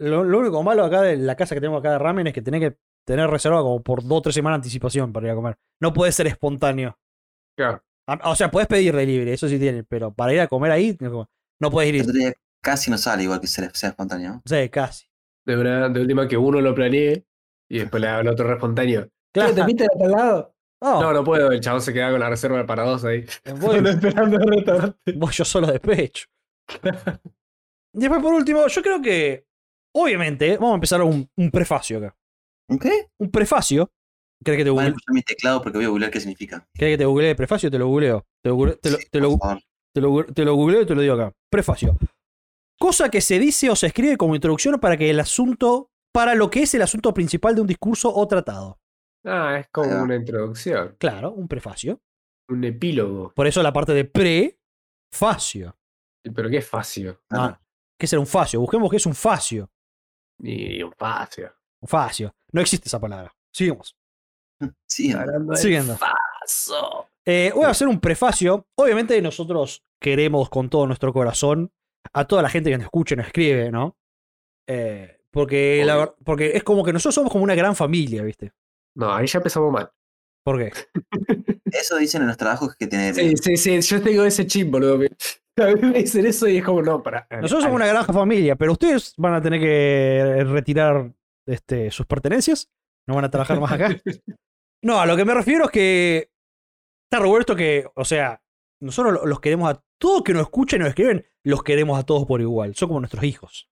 Speaker 1: lo, lo único malo acá de la casa que tenemos acá de ramen es que tenés que tener reserva como por dos o tres semanas de anticipación para ir a comer. No puede ser espontáneo.
Speaker 2: Claro,
Speaker 1: A- Ah, O sea, puedes pedir delivery, eso sí tiene, pero para ir a comer ahí, no no puedes ir.
Speaker 3: Otro día Casi no sale igual que sea, sea espontáneo. ¿no?
Speaker 1: Sí, casi.
Speaker 2: de, una- de última que uno lo planeé y después le hago el otro re espontáneo.
Speaker 1: Claro.
Speaker 2: "Che, ¿Te pinta de tal lado?
Speaker 1: Oh,
Speaker 2: No, no puedo. El chabón se queda con la reserva para dos ahí.
Speaker 1: voy-
Speaker 2: esperando el restaurante.
Speaker 1: Voy yo solo de pecho. Después, por último, yo creo que. Obviamente, vamos a empezar un, un prefacio acá.
Speaker 3: ¿Un ¿Qué?
Speaker 1: Un prefacio. ¿Crees que te
Speaker 3: Voy a
Speaker 1: google,
Speaker 3: escuchar mi teclado porque voy a googlear qué significa.
Speaker 1: ¿crees que te googleé el prefacio? Te lo googleo. Te, lo google- te lo,
Speaker 3: Sí,
Speaker 1: te, lo,
Speaker 3: por favor.
Speaker 1: te lo gu- te lo googleo y te lo digo acá. Prefacio. Cosa que se dice o se escribe como introducción para que el asunto. para lo que es el asunto principal de un discurso o tratado.
Speaker 2: Ah, es
Speaker 3: Ahí
Speaker 2: como
Speaker 3: va.
Speaker 2: una introducción,
Speaker 1: Claro, un prefacio.
Speaker 2: un epílogo.
Speaker 1: Por eso la parte de prefacio.
Speaker 2: Pero qué facio.
Speaker 1: Ah, ¿Qué será un facio? Busquemos qué es un facio.
Speaker 2: Ni un facio.
Speaker 1: Un facio. No existe esa palabra. Sigamos.
Speaker 3: Sí,
Speaker 2: Hablando del
Speaker 1: Siguiendo.
Speaker 2: faso.
Speaker 1: Eh, voy a hacer un prefacio. Obviamente nosotros queremos con todo nuestro corazón a toda la gente que nos escucha y nos escribe, ¿no? Eh, porque, la
Speaker 2: Obvio.
Speaker 1: ver- porque es como que nosotros somos como una gran familia, ¿viste?
Speaker 2: No, ahí ya empezamos mal.
Speaker 1: ¿Por qué?
Speaker 3: eso dicen en los trabajos que tener.
Speaker 2: Sí, sí, sí. Yo tengo ese chip, boludo. que- A mí me dicen eso y es como, no, para.
Speaker 1: Nosotros somos una gran familia, pero ustedes van a tener que retirar este, sus pertenencias. No van a trabajar más acá. No, a lo que me refiero es que está Roberto que, o sea, nosotros lo- los queremos a todos que nos escuchan y nos escriben, los queremos a todos por igual. Son como nuestros hijos.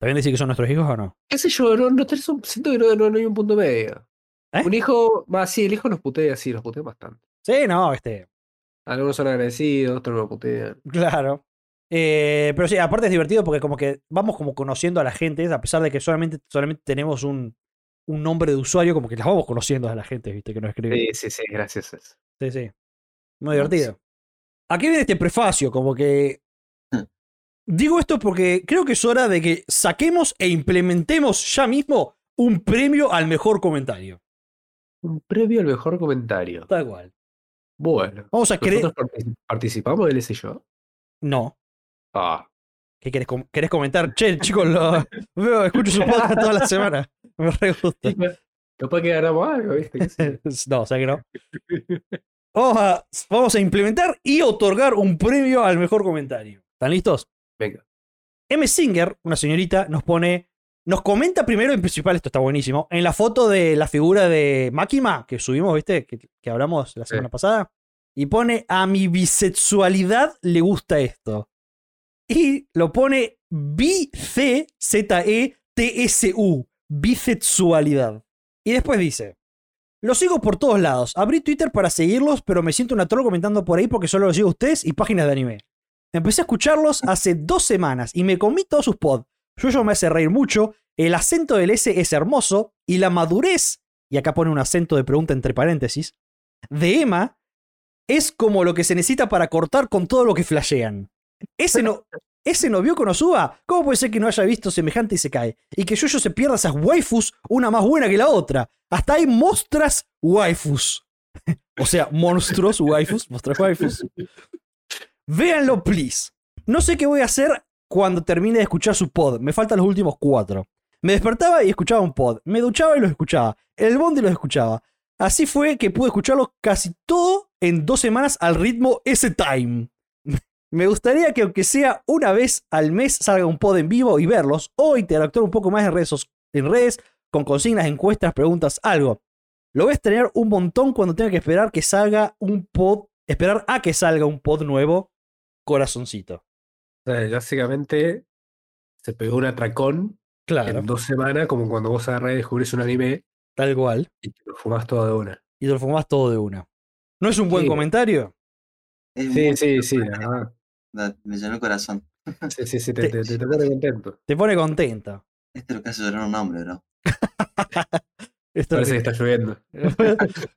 Speaker 1: ¿También decir que son nuestros hijos o no?
Speaker 2: ¿Qué sé yo? No, no, tenés un- siento que no, no- no hay un punto medio.
Speaker 1: ¿Eh?
Speaker 2: Un hijo, va, sí, el hijo nos putea, sí, nos putea bastante.
Speaker 1: Sí, no, este,
Speaker 2: Algunos son agradecidos, otros no putean.
Speaker 1: claro. Eh, pero sí, aparte es divertido porque como que vamos como conociendo a la gente, a pesar de que solamente, solamente tenemos un, un nombre de usuario, como que las vamos conociendo a la gente, ¿viste? Que nos escribe.
Speaker 2: Sí, sí, sí, gracias a eso.
Speaker 1: Sí, sí. Muy
Speaker 3: Vamos.
Speaker 1: divertido. Aquí viene este prefacio, como que.
Speaker 3: Hmm.
Speaker 1: Digo esto porque creo que es hora de que saquemos e implementemos ya mismo un premio al mejor comentario.
Speaker 2: Un previo al mejor comentario.
Speaker 1: Tal cual.
Speaker 2: Bueno.
Speaker 1: Vamos a creer.
Speaker 2: ¿Nosotros partic- participamos del ese yo?
Speaker 1: No.
Speaker 2: Ah.
Speaker 1: ¿Qué querés, com- querés comentar? Che, chicos, lo... veo, escucho su podcast toda la semana. Me re gusta.
Speaker 2: Capaz que ganamos algo, ¿viste? Qué sé
Speaker 1: No, o sea que no.
Speaker 2: yo.
Speaker 1: Vamos a, vamos a implementar y otorgar un premio al mejor comentario. ¿Están listos?
Speaker 2: Venga.
Speaker 1: M. Singer, una señorita, nos pone. Nos comenta primero, en principal, esto está buenísimo, en la foto de la figura de Máquima que subimos, ¿viste? Que, que hablamos la semana pasada. Y pone: A mi bisexualidad le gusta esto. Y lo pone E, B-C-Z-E-T-S-U. Bisexualidad. Y después dice: Los sigo por todos lados. Abrí Twitter para seguirlos, pero me siento una troll comentando por ahí porque solo los sigo a ustedes y páginas de anime. Empecé a escucharlos hace dos semanas y me comí todos sus pods. Yuyo me hace reír mucho, el acento del S es hermoso y la madurez, y acá pone un acento de pregunta entre paréntesis, de Emma es como lo que se necesita para cortar con todo lo que flashean. Ese no... Ese novio con Osuba, ¿cómo puede ser que no haya visto semejante y se cae? Y que Yuyo se pierda esas waifus, una más buena que la otra. Hasta hay monstras waifus. o sea, monstruos waifus, monstras waifus. Véanlo, please. No sé qué voy a hacer cuando termine de escuchar su pod. Me faltan los últimos cuatro. Me despertaba y escuchaba un pod. Me duchaba y los escuchaba. El bondi los escuchaba. Así fue que pude escucharlo casi todo en dos semanas al ritmo ese time. Me gustaría que aunque sea una vez al mes salga un pod en vivo y verlos o interactuar un poco más en redes, soc- en redes con consignas, encuestas, preguntas, algo. Lo voy a extrañar un montón cuando tenga que esperar que salga un pod, esperar a que salga un pod nuevo, corazoncito.
Speaker 2: O sea, básicamente se pegó un atracón en dos semanas, como cuando vos agarrás y descubrís un anime
Speaker 1: Tal cual.
Speaker 2: y te lo fumás todo de una.
Speaker 1: Y te lo fumás todo de una. ¿No es un buen
Speaker 2: Sí.
Speaker 1: comentario?
Speaker 3: Es
Speaker 2: Sí,
Speaker 3: muy-
Speaker 2: sí, sí, la verdad.
Speaker 3: Me llenó el corazón.
Speaker 2: Sí, sí, sí, te, te, te- te pone contento.
Speaker 1: Te pone contenta.
Speaker 3: Esto es Este lo que hace llorar un hombre, bro.
Speaker 1: Esto
Speaker 2: Parece que
Speaker 1: es
Speaker 2: está lloviendo.
Speaker 1: lo que-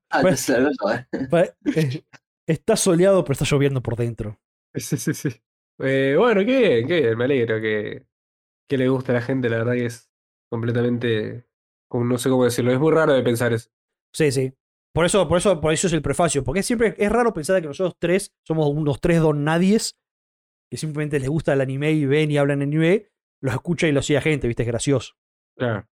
Speaker 3: Ah,
Speaker 1: Bueno.
Speaker 3: ya se la veo, eh.
Speaker 1: Pa- eh, Está soleado, pero está lloviendo por dentro.
Speaker 2: Sí, sí, sí. Eh, bueno, qué bien, qué bien, me alegro que, que le gusta a la gente, la verdad que es completamente, como- no sé cómo decirlo, es muy raro de pensar eso.
Speaker 1: Sí, sí. Por eso, por eso, por eso es el prefacio. Porque siempre es raro pensar que nosotros tres somos unos tres don nadies que simplemente les gusta el anime y ven y hablan anime, los escucha y los sigue gente, viste, es gracioso.
Speaker 2: Claro.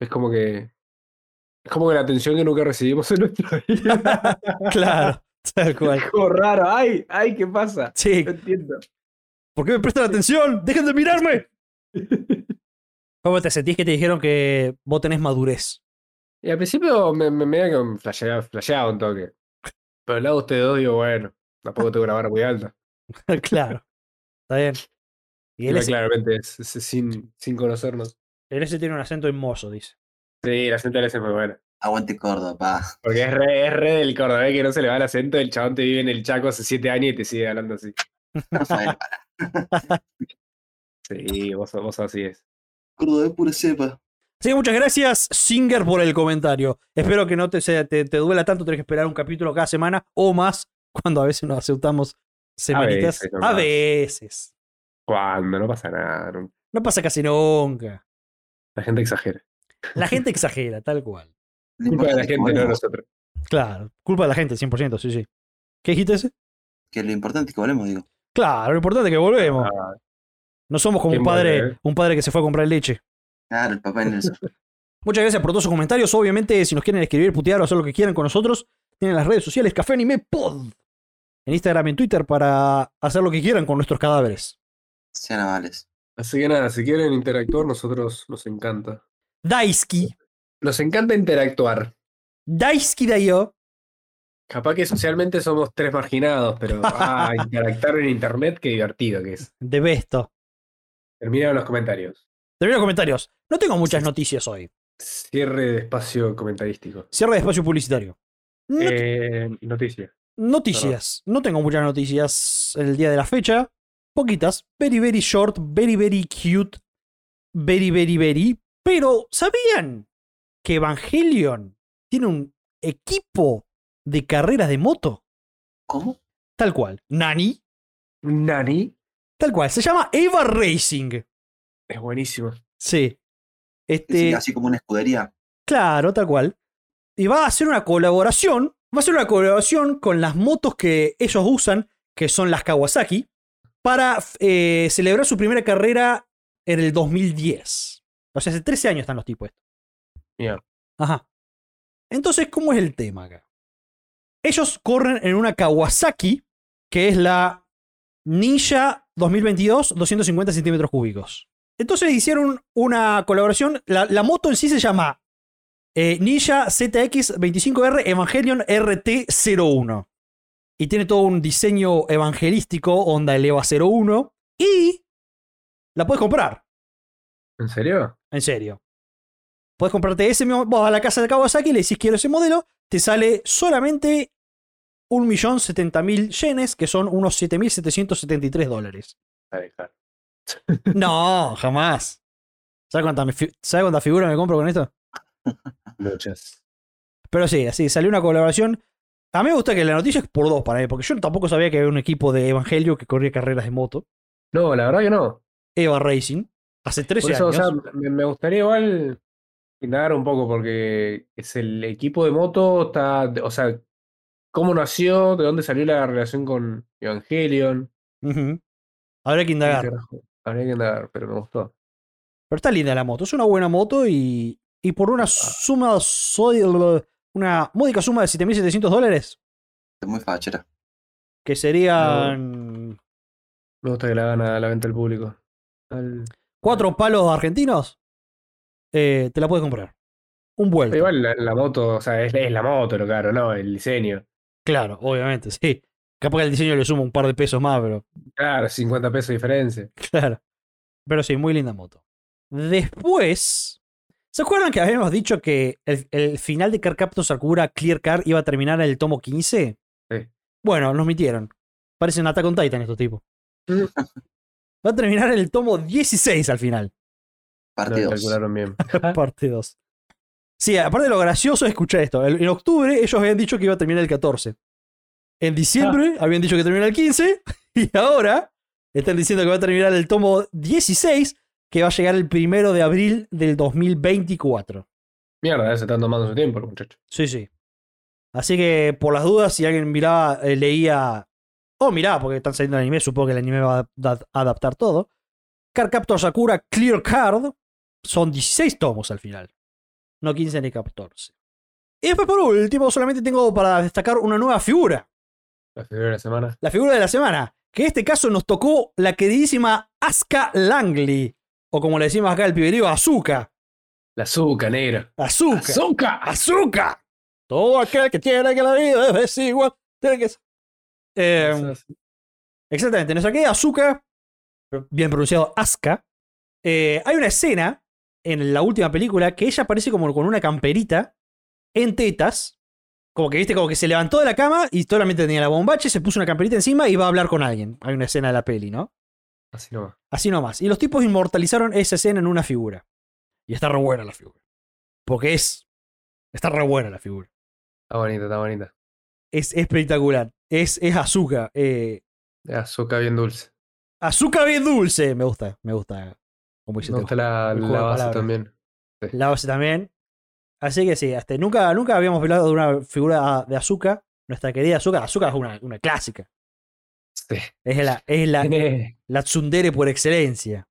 Speaker 2: Es como que, es como que la atención que nunca recibimos en nuestra vida.
Speaker 1: Claro, tal cual.
Speaker 2: Es como raro, ay, ay, ¿qué pasa?
Speaker 1: Sí,
Speaker 2: No entiendo.
Speaker 1: ¿por qué me prestan atención? ¡Dejen de mirarme! ¿Cómo te sentís que te dijeron que vos tenés madurez?
Speaker 2: Y al principio me, me, medio que flasheaba, flasheaba un toque. Pero al lado de ustedes dos digo, bueno, tampoco tengo una vara muy alta.
Speaker 1: claro. Está bien. Y él,
Speaker 2: Igual
Speaker 1: ese-
Speaker 2: claramente es, es- es sin, sin conocernos.
Speaker 1: él ese tiene un acento hermoso, dice.
Speaker 2: Sí, la gente es muy buena.
Speaker 3: Aguante Córdoba, pa.
Speaker 2: Porque es re, es re del cordobés que no se le va el acento, el chabón te vive en el Chaco hace siete años y te sigue hablando así.
Speaker 3: Rafael, pa.
Speaker 2: Sí, vos, vos así es.
Speaker 3: Córdoba es pura cepa.
Speaker 1: Así que muchas gracias, Singer, por el comentario. Espero que no te, sea- te, te duela tanto tener que esperar un capítulo cada semana o más, cuando a veces nos aceptamos semanitas.
Speaker 2: veces
Speaker 1: A
Speaker 2: nomás.
Speaker 1: veces.
Speaker 2: Cuando, no pasa nada. no-
Speaker 1: No pasa casi nunca.
Speaker 2: La gente exagera.
Speaker 1: La gente exagera, tal cual.
Speaker 3: No
Speaker 2: Culpa de
Speaker 3: importa
Speaker 2: la
Speaker 3: que
Speaker 2: gente, no de
Speaker 3: volemos,
Speaker 2: nosotros.
Speaker 1: Claro, culpa de la gente, 100%, sí, sí. ¿Qué dijiste ese?
Speaker 3: Que lo importante es que volvemos, digo.
Speaker 1: Claro, lo importante es que volvemos.
Speaker 2: Ah,
Speaker 1: No somos como
Speaker 2: qué
Speaker 1: un padre,
Speaker 2: madre, ¿eh?
Speaker 1: un padre que se fue a comprar leche.
Speaker 3: Claro, el papá en el sofá.
Speaker 1: Muchas gracias por todos sus comentarios. Obviamente, si nos quieren escribir, putear o hacer lo que quieran con nosotros, tienen las redes sociales Café Anime Pod. En Instagram y en Twitter para hacer lo que quieran con nuestros cadáveres.
Speaker 3: Sean avales.
Speaker 2: Así que nada, si quieren interactuar, nosotros nos encanta.
Speaker 1: Daisuke,
Speaker 2: Nos encanta interactuar.
Speaker 1: Daisuke Dayo.
Speaker 2: Capaz que socialmente somos tres marginados, pero ah, interactar en internet, qué divertido que es.
Speaker 1: De Besto.
Speaker 2: Terminan los comentarios.
Speaker 1: Termino los comentarios. No tengo muchas noticias hoy.
Speaker 2: Cierre de espacio comentarístico.
Speaker 1: Cierre de espacio publicitario. No-
Speaker 2: Eh, noticias.
Speaker 1: noticias. No tengo muchas noticias el día de la fecha. Poquitas. Very, very short. Very, very cute. Very, very, very. Pero, ¿sabían que Evangelion tiene un equipo de carreras de moto?
Speaker 3: ¿Cómo?
Speaker 1: Tal cual. Nani.
Speaker 2: Nani
Speaker 1: Tal cual. Se llama Eva Racing.
Speaker 2: es buenísimo.
Speaker 1: Sí.
Speaker 3: Es decir,
Speaker 1: Este.
Speaker 3: Así como una escudería.
Speaker 1: Claro, tal cual. Y va a hacer una colaboración. Va a hacer una colaboración con las motos que ellos usan, que son las Kawasaki, para eh, celebrar su primera carrera en el 2010. O sea, hace 13 años están los tipos estos.
Speaker 2: Mira.
Speaker 1: Ajá. Entonces, ¿cómo es el tema acá? Ellos corren en una Kawasaki, que es la Ninja 2022, 250 centímetros cúbicos. Entonces hicieron una colaboración. La, la moto en sí se llama eh, Ninja ZX25R Evangelion RT01. Y tiene todo un diseño evangelístico, onda Eleva 01. Y la puedes comprar,
Speaker 2: ¿En serio?
Speaker 1: en serio. Puedes comprarte ese mismo. Vos a la casa de Kawasaki le decís quiero ese modelo. Te sale solamente 1.070.000 yenes, que son unos 7.773 dólares.
Speaker 2: Dale, claro.
Speaker 1: No, jamás. ¿Sabes cuánta, mi fi- sabe cuánta figura me compro con esto?
Speaker 2: Muchas.
Speaker 1: Pero sí, así, salió una colaboración. A mí me gusta que la noticia es por dos para mí, porque yo tampoco sabía que había un equipo de Evangelio que corría carreras de moto.
Speaker 2: No, la verdad que no.
Speaker 1: Eva Racing. Hace
Speaker 2: Por
Speaker 1: 13
Speaker 2: eso, o
Speaker 1: años.
Speaker 2: sea, me, me gustaría igual indagar un poco porque es el equipo de moto, está, o sea, cómo nació, de dónde salió la relación con Evangelion.
Speaker 1: Ujú. Habrá que
Speaker 2: qué
Speaker 1: indagar.
Speaker 2: carajo. Habría que indagar, pero me gustó.
Speaker 1: Pero está linda la moto. Es una buena moto y, y por una suma, sodi- una módica suma de 7.700 dólares,
Speaker 3: Es muy fachera.
Speaker 1: que serían
Speaker 2: Me gusta que la hagan a la venta al público. Al-
Speaker 1: cuatro palos argentinos, eh, te la puedes comprar. Un vuelto.
Speaker 2: Igual la, la moto, o sea, es, es la moto lo caro, ¿no? El diseño.
Speaker 1: Claro, obviamente, sí. Capaz que el diseño le suma un par de pesos más, pero
Speaker 2: Claro, 50 pesos de diferencia.
Speaker 1: claro. Pero sí, muy linda moto. Después, ¿se acuerdan que habíamos dicho que el, el final de Carcaptor Sakura Clear Car iba a terminar en el tomo 15?
Speaker 2: Sí.
Speaker 1: Bueno, nos mintieron. Parecen Attack on Titan estos tipos. Va a terminar en el tomo 16 al final,
Speaker 2: No
Speaker 3: Parte
Speaker 2: lo
Speaker 3: 2.
Speaker 2: calcularon bien.
Speaker 1: parte 2. Sí, aparte lo gracioso es escuchar esto. El- En octubre ellos habían dicho que iba a terminar el 14. En diciembre habían dicho que terminaba el 15. Y ahora están diciendo que va a terminar el tomo 16, que va a llegar el primero de abril del 2024.
Speaker 2: Mierda, eh, se están tomando su tiempo, los muchachos.
Speaker 1: Sí, sí. Así que por las dudas, si alguien miraba, eh, leía. Oh, mirá, porque están saliendo el anime, supongo que el anime va a da- adaptar todo. Card Captor Sakura Clear Card son 16 tomos al final. No 15 ni 14. Y después, por último, solamente tengo para destacar una nueva figura.
Speaker 2: La figura de la semana.
Speaker 1: La figura de la semana. Que en este caso nos tocó la queridísima Asuka Langley. O como le decimos acá el piberío, Azuka.
Speaker 2: La azúcar negra.
Speaker 1: Azuka.
Speaker 2: ¡Azúcar!
Speaker 1: ¡Azúcar! Todo aquel que tiene que la vida es igual, tiene que ser. Eh, exactamente, nos saqué azúcar, bien pronunciado Aska. hay una escena en la última película que ella aparece como con una camperita en tetas. Como que, viste, como que se levantó de la cama y solamente tenía la bombache, se puso una camperita encima y va a hablar con alguien. Hay una escena de la peli, ¿no?
Speaker 2: Así nomás.
Speaker 1: Así nomás. Y los tipos inmortalizaron esa escena en una figura. Y está re buena la figura. Porque es. Está re buena la figura.
Speaker 2: Está bonita, está bonita.
Speaker 1: Es espectacular. Es, es azúcar. Eh,
Speaker 2: Azúcar bien dulce.
Speaker 1: azúcar bien dulce. Me gusta, me gusta. Como dice
Speaker 2: Me gusta la,
Speaker 1: el
Speaker 2: la
Speaker 1: juego de
Speaker 2: base
Speaker 1: palabras.
Speaker 2: también.
Speaker 1: La base también. Así que sí, hasta nunca, nunca habíamos hablado de una figura de azúcar. Nuestra querida azúcar. Azúcar es una, una clásica.
Speaker 2: Sí.
Speaker 1: Es la, es la,
Speaker 2: Tiene
Speaker 1: la tsundere por excelencia.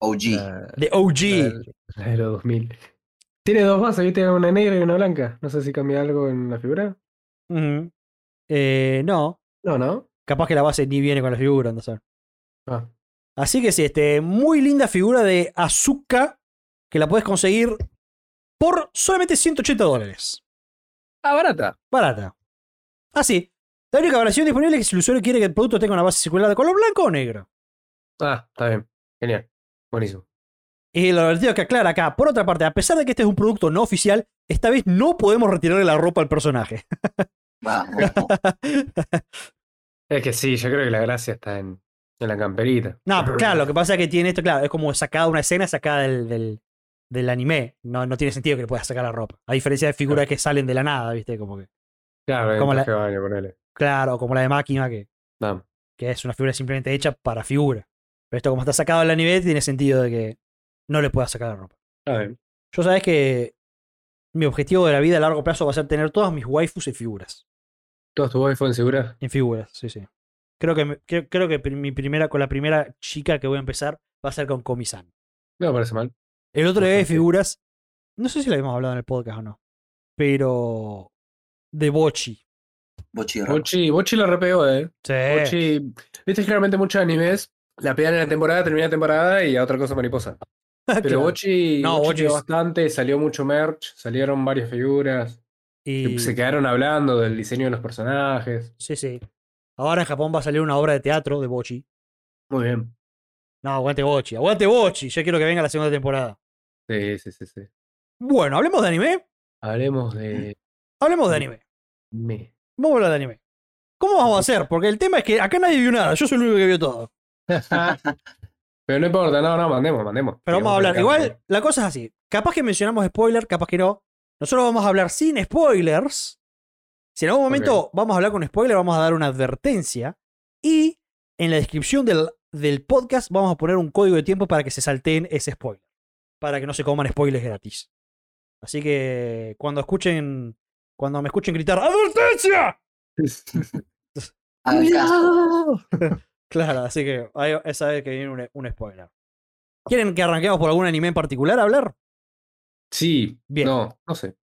Speaker 3: OG.
Speaker 2: la-
Speaker 1: De OG.
Speaker 2: la- la de los 2000. Tiene dos bases, ¿viste? Una negra y una blanca. No sé si cambia algo en la figura.
Speaker 1: Ujú. Eh, no.
Speaker 2: No, no.
Speaker 1: Capaz que la base ni viene con la figura, no sé.
Speaker 2: Ah,
Speaker 1: Así que sí, este, muy linda figura de Azuka que la puedes conseguir por solamente 180 dólares.
Speaker 2: Ah, barata.
Speaker 1: Barata. Ah, sí. La única variación disponible es que si el usuario quiere que el producto tenga una base circular de color blanco o negro.
Speaker 2: Ah, está bien. Genial. Buenísimo.
Speaker 1: Y lo divertido que aclara acá, por otra parte, a pesar de que este es un producto no oficial, esta vez no podemos retirarle la ropa al personaje.
Speaker 3: Vamos.
Speaker 2: Es que sí, yo creo que la gracia está en, en la camperita.
Speaker 1: No, pero claro, lo que pasa es que tiene esto, claro, es como sacada una escena sacada del, del, del anime. No, no tiene sentido que le puedas sacar la ropa. A diferencia de figuras que salen de la nada, ¿viste? Como que.
Speaker 2: Claro,
Speaker 1: como
Speaker 2: como
Speaker 1: la-
Speaker 2: la... baño, ponele.
Speaker 1: Claro, como la de máquina que.
Speaker 2: No.
Speaker 1: que es una figura simplemente hecha para figura. Pero esto, como está sacado la nivel, tiene sentido de que no le puedas sacar la ropa.
Speaker 2: Está bien.
Speaker 1: Yo sabes que mi objetivo de la vida a largo plazo va a ser tener todas mis waifus en figuras.
Speaker 2: ¿Todos tus iPhone seguras?
Speaker 1: En figuras, sí, sí. Creo que, me- creo, creo que pri- mi primera, con la primera chica que voy a empezar va a ser con Komi-san.
Speaker 2: No me parece mal.
Speaker 1: El otro día de
Speaker 2: Bastante.
Speaker 1: figuras, no sé si lo habíamos hablado en el podcast o no, pero de Bochi.
Speaker 3: Bochi Rock.
Speaker 2: Bochi, Bochi la repegó, eh.
Speaker 1: Sí.
Speaker 2: Bochi. Viste claramente muchos animes. La pegan en la temporada, termina la temporada y a otra cosa mariposa.
Speaker 1: Ah, Claro.
Speaker 2: Pero Bochi,
Speaker 1: No,
Speaker 2: Bochi
Speaker 1: Bochi
Speaker 2: pegó
Speaker 1: es-
Speaker 2: bastante, salió mucho merch, salieron varias figuras. que
Speaker 1: Y-
Speaker 2: Se quedaron hablando del diseño de los personajes.
Speaker 1: sí, sí. Ahora en Japón va a salir una obra de teatro de Bochi.
Speaker 2: Muy bien.
Speaker 1: No, aguante Bochi, aguante Bochi. Yo quiero que venga la segunda temporada.
Speaker 2: Sí, sí, sí, sí.
Speaker 1: Bueno, hablemos de anime.
Speaker 2: Hablemos de
Speaker 1: Hablemos
Speaker 2: Mm.
Speaker 1: de anime.
Speaker 2: me.
Speaker 1: Vamos a hablar de anime. ¿Cómo vamos a hacer? Porque el tema es que acá nadie vio nada. Yo soy el único que vio todo.
Speaker 2: Pero no importa, no, no, mandemos, mandemos.
Speaker 1: Pero vamos a hablar.
Speaker 2: Sigamos
Speaker 1: Igual, la cosa es así. Capaz que mencionamos spoiler, capaz que no. Nosotros vamos a hablar sin spoilers. Si en algún momento vamos a hablar con spoiler, vamos a dar una advertencia. Y en la descripción del, del podcast vamos a poner un código de tiempo para que se salteen ese spoiler. Para que no se coman spoilers gratis. Así que cuando escuchen, cuando me escuchen gritar ¡Advertencia!
Speaker 2: arrancando.
Speaker 3: Hagan caso.
Speaker 1: Claro, así que ahí esa vez que viene un, un spoiler. ¿Quieren que arranquemos por algún anime en particular a hablar?
Speaker 2: Sí,
Speaker 1: Bien.
Speaker 2: no, no sé.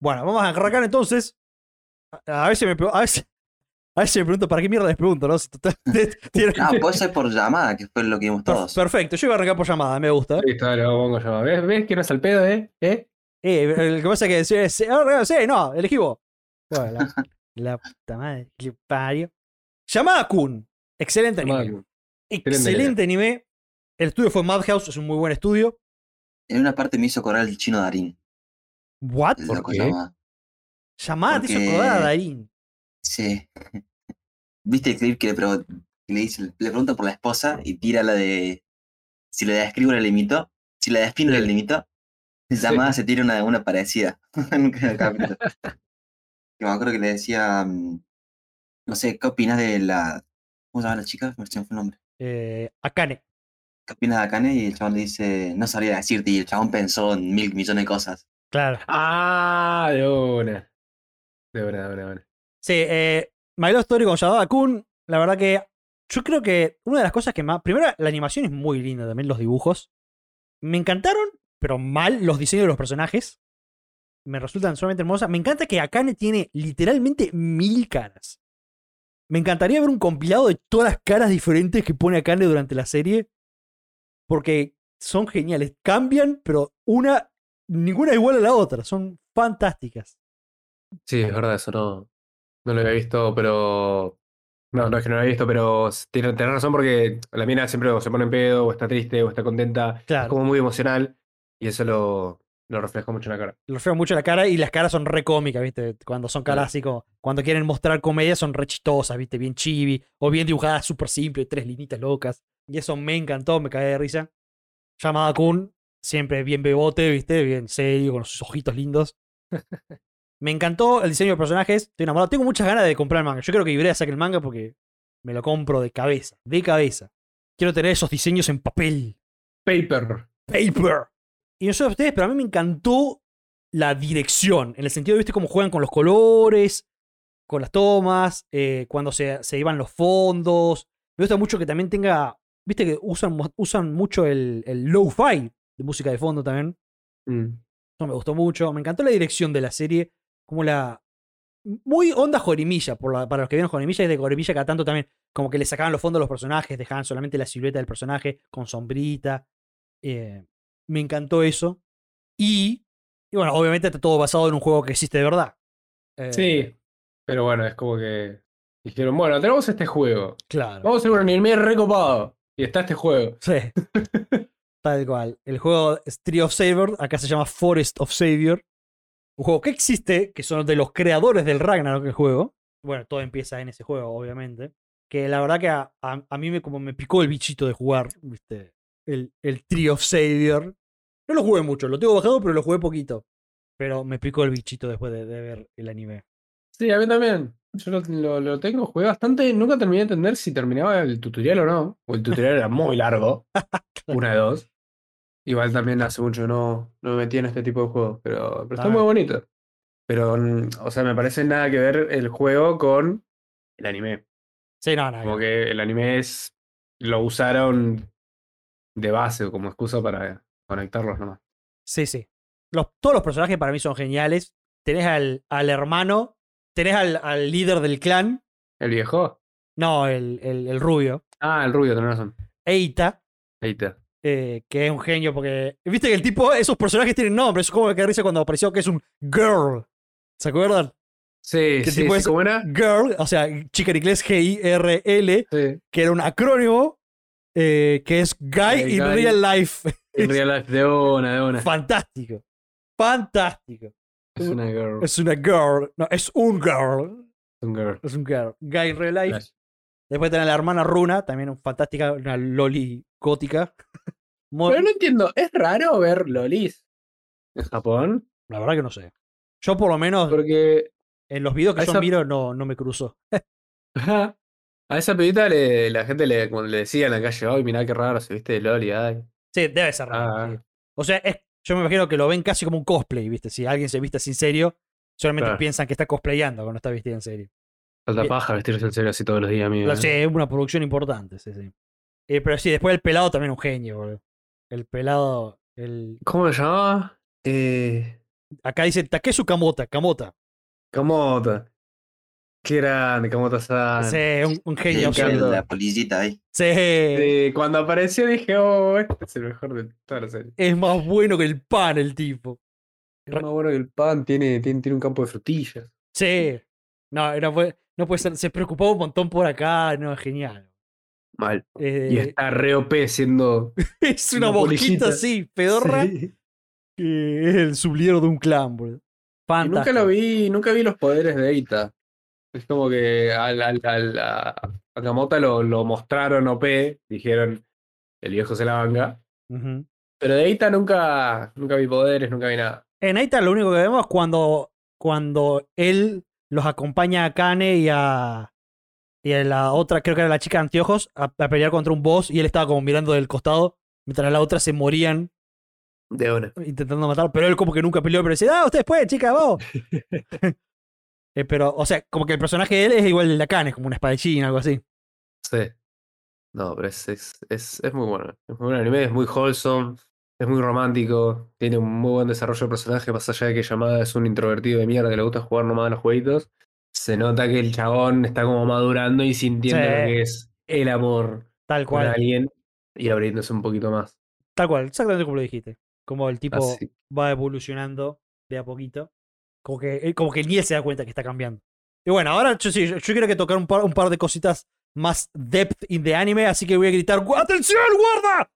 Speaker 1: Bueno, vamos a arrancar entonces. A, a veces me pre- a veces, a veces me pregunto para qué mierda les pregunto, ¿no? Si total- tiene-
Speaker 3: No, puede ser por llamada, que fue lo que vimos
Speaker 1: Per-
Speaker 3: todos.
Speaker 1: Perfecto, yo iba a arrancar por llamada, me gusta.
Speaker 2: Listo, dale, vamos con llamada. ¿Ves? ¿Ves que no es al pedo, eh? ¿Eh?
Speaker 1: Eh, el que pasa es que decir es, "Ah, no, sí, no, elegí vos. Bueno, la, la puta madre, que parió. Yamada Kun, excelente anime.
Speaker 2: Llamada.
Speaker 1: Excelente anime. El estudio fue Madhouse, es un muy buen estudio.
Speaker 3: En una parte me hizo correr el chino Darín.
Speaker 1: ¿What?
Speaker 3: El
Speaker 2: ¿Por
Speaker 3: loco
Speaker 2: qué?
Speaker 3: llamada.
Speaker 1: Yamada te hizo
Speaker 3: Porque-
Speaker 1: acordar a Darín.
Speaker 3: Sí. ¿Viste el clip que le, pregun- que le, dice, le pregunta por la esposa y tira la de. Si la describo, la limito. Si la despino, la limito. Y llamada se tira una, una parecida. en cada capítulo. que me acuerdo que le decía. mm, No sé, ¿qué opinas de la. ¿Cómo se llama la chica? Me se me fue el nombre.
Speaker 1: Eh, Akane.
Speaker 3: ¿qué opinas de Akane? Y el chabón le dice, no sabría decirte, y el chabón pensó en mil millones de cosas.
Speaker 1: Claro.
Speaker 2: Ah, de una. De una, de una, de una.
Speaker 1: Sí, eh, My Love Story con Yadaba Kun, la verdad que yo creo que una de las cosas que más... Primero, la animación es muy linda también, los dibujos. Me encantaron, pero mal, los diseños de los personajes. Me resultan solamente hermosas. Me encanta que Akane tiene literalmente mil caras. Me encantaría ver un compilado de todas las caras diferentes que pone Akane durante la serie. Porque son geniales. Cambian, pero una... Ninguna igual a la otra. Son fantásticas.
Speaker 2: Sí, es verdad, eso no, no lo había visto, pero. No, no es que no lo había visto, pero s- tiene, tenés razón porque la mina siempre o se pone en pedo, o está triste, o está contenta, es
Speaker 1: Claro.
Speaker 2: como muy emocional, y eso lo, lo refleja mucho en la cara.
Speaker 1: lo refiero mucho a la cara y las caras son re cómicas, ¿viste? Cuando son caras así como, cuando quieren mostrar comedia son re chistosas, ¿viste? Bien chibi o bien dibujadas súper simple, tres linitas locas. Y eso me encantó, me caí de risa. Llamada Kun, siempre bien bebote, ¿viste? Bien serio, con sus ojitos lindos. me encantó el diseño de personajes, estoy enamorado. Tengo muchas ganas de comprar el manga. Yo creo que Ibrea saque el manga porque me lo compro de cabeza, de cabeza. Quiero tener esos diseños en papel
Speaker 2: Paper.
Speaker 1: paper. Y no sé a ustedes, pero a mí me encantó la dirección, en el sentido de, viste, cómo juegan con los colores, con las tomas, eh, cuando se, se iban los fondos. Me gusta mucho que también tenga, viste, que usan, mo- usan mucho el, el low-fi de música de fondo también.
Speaker 2: Mm.
Speaker 1: Eso me gustó mucho. Me encantó la dirección de la serie, como la... Muy onda Jorimilla, por la- para los que vieron Jorimilla, es de Jorimilla cada tanto también, como que le sacaban los fondos a los personajes, dejaban solamente la silueta del personaje con sombrita. Eh, me encantó eso. Y, y bueno, obviamente está todo basado en un juego que existe de verdad. Eh,
Speaker 2: Sí, pero bueno, es como que dijeron, bueno, tenemos este juego,
Speaker 1: Claro.
Speaker 2: vamos a hacer un anime recopado, y está este juego.
Speaker 1: Sí. Tal cual. El juego es Tree of Savior, acá se llama Forest of Savior. Un juego que existe, que son de los creadores del Ragnarok el juego. Bueno, todo empieza en ese juego, obviamente. Que la verdad que a, a- a mí me, como me picó el bichito de jugar, ¿viste? El, el Tree of Savior. No lo jugué mucho, lo tengo bajado, pero lo jugué poquito. Pero me picó el bichito después de, de ver el anime.
Speaker 2: Sí, a mí también. Yo lo, lo- lo tengo, jugué bastante, nunca terminé de entender si terminaba el tutorial o no, o el tutorial era muy largo, una de dos. Igual también hace mucho no, no me metí en este tipo de juegos, pero, pero está
Speaker 1: Ah.
Speaker 2: muy bonito. Pero, mm, o sea, me parece nada que ver el juego con el anime.
Speaker 1: Sí, no, no.
Speaker 2: Como que el anime es, lo usaron de base, como excusa para conectarlos nomás.
Speaker 1: Sí, sí. Los- todos los personajes para mí son geniales. Tenés al, al hermano, tenés al, al líder del clan,
Speaker 2: ¿El viejo?
Speaker 1: no, el, el- el rubio,
Speaker 2: Ah, el rubio, tenés razón.
Speaker 1: Eita,
Speaker 2: Ahí está.
Speaker 1: eh, que es un genio porque. Viste que el tipo, esos personajes tienen nombres, es como que risa cuando apareció que es un girl. ¿Se acuerdan?
Speaker 2: Sí,
Speaker 1: ¿Qué
Speaker 2: sí,
Speaker 1: tipo
Speaker 2: sí,
Speaker 1: es? Mm.
Speaker 2: ¿cómo era?
Speaker 1: Girl, o sea, chica en inglés G-I-R-L,
Speaker 2: Sí.
Speaker 1: que era un acrónimo, eh, que es Guy
Speaker 2: Eh,
Speaker 1: in
Speaker 2: guy.
Speaker 1: Real Life.
Speaker 2: En real life, de una, de una.
Speaker 1: Fantástico. Fantástico.
Speaker 2: Es una girl.
Speaker 1: Es una girl. No, es un girl.
Speaker 2: un girl.
Speaker 1: Es un girl. Guy Real Life.
Speaker 2: Flash.
Speaker 1: Después tenés a la hermana Runa, también un fantástica, una loli gótica. Muy-
Speaker 2: Pero no entiendo, ¿es raro ver lolis en Japón?
Speaker 1: La verdad que no sé. Yo por lo menos
Speaker 2: Porque
Speaker 1: en los videos que
Speaker 2: a
Speaker 1: yo
Speaker 2: esa-
Speaker 1: miro no, no me cruzo.
Speaker 2: ajá, a esa pibita le- la gente le, cuando le decía en la calle, ay, mirá qué raro, se viste de loli, ay.
Speaker 1: Sí, debe ser raro.
Speaker 2: Ah.
Speaker 1: sí. O sea, es- yo me imagino que lo ven casi como un cosplay, ¿viste? Si alguien se viste sin serio, solamente
Speaker 2: Claro.
Speaker 1: piensan que está cosplayando cuando está vestido en serio.
Speaker 2: Falta
Speaker 1: Bien.
Speaker 2: paja vestirse en serio así todos los días, amigo.
Speaker 1: Pero
Speaker 2: ¿eh?
Speaker 1: sí, es una producción importante, sí, sí. Eh, pero sí, después el pelado también un genio, boludo. El pelado, el...
Speaker 2: ¿Cómo se llamaba? Eh,
Speaker 1: Acá dice Takesu Kamota, Kamota.
Speaker 2: Kamota. Qué grande, Kamota-san.
Speaker 1: Sí, un, un
Speaker 3: Y
Speaker 1: genio.
Speaker 3: el-
Speaker 1: absoluto.
Speaker 2: Ah, encanta.
Speaker 3: la polillita ahí.
Speaker 1: Sí.
Speaker 2: Sí, cuando apareció dije, oh, este es el mejor de toda la serie.
Speaker 1: es más bueno que el pan el tipo.
Speaker 2: Es más bueno que el pan, tiene, tiene, tiene un campo de frutillas.
Speaker 1: Sí. No, no puede, no puede ser. Se preocupaba un montón por acá. No, es genial.
Speaker 2: Mal. Y
Speaker 1: Eh,
Speaker 2: está re OP siendo...
Speaker 1: es una
Speaker 2: una
Speaker 1: mosquita
Speaker 2: polillita.
Speaker 1: así, pedorra,
Speaker 2: Sí.
Speaker 1: que es el sublíder de un clan, boludo.
Speaker 2: Y nunca lo
Speaker 1: Fantástico.
Speaker 2: vi, nunca vi los poderes de Eita. Es como que al, al, al- a- Akamoto lo, lo mostraron OP, dijeron, el viejo se la banca.
Speaker 1: Ujú.
Speaker 2: Pero de Eita nunca, nunca vi poderes, nunca vi nada.
Speaker 1: En Aita lo único que vemos es cuando, cuando él los acompaña a Kane y a, y a la otra, creo que era la chica de anteojos, a, a pelear contra un boss y él estaba como mirando del costado, mientras la otra se morían
Speaker 2: De una.
Speaker 1: intentando matar, pero él como que nunca peleó, pero dice, ah, ustedes pueden, chica, vos. Eh, pero, o sea, como que el personaje de él es igual del de Kane, es como un espadachín, algo así.
Speaker 2: Sí. No, pero es, es, es, es muy bueno. Es muy buen anime, es muy wholesome, es muy romántico, tiene un muy buen desarrollo de personaje, más allá de que Yamada es un introvertido de mierda que le gusta jugar nomás a los jueguitos. Se nota que el chabón está como madurando y sintiendo lo
Speaker 1: Sí.
Speaker 2: que es el amor
Speaker 1: Tal
Speaker 2: con
Speaker 1: cual,
Speaker 2: alguien y abriéndose un poquito más.
Speaker 1: tal cual, exactamente como lo dijiste. Como el tipo
Speaker 2: Así-
Speaker 1: va evolucionando de a poquito. Como que, eh, como que ni él se da cuenta que está cambiando. Y bueno, ahora yo, sí, yo yo quiero que tocar un par, un par de cositas más depth in the anime, así que voy a gritar "¡Gu- ¡Atención, guarda!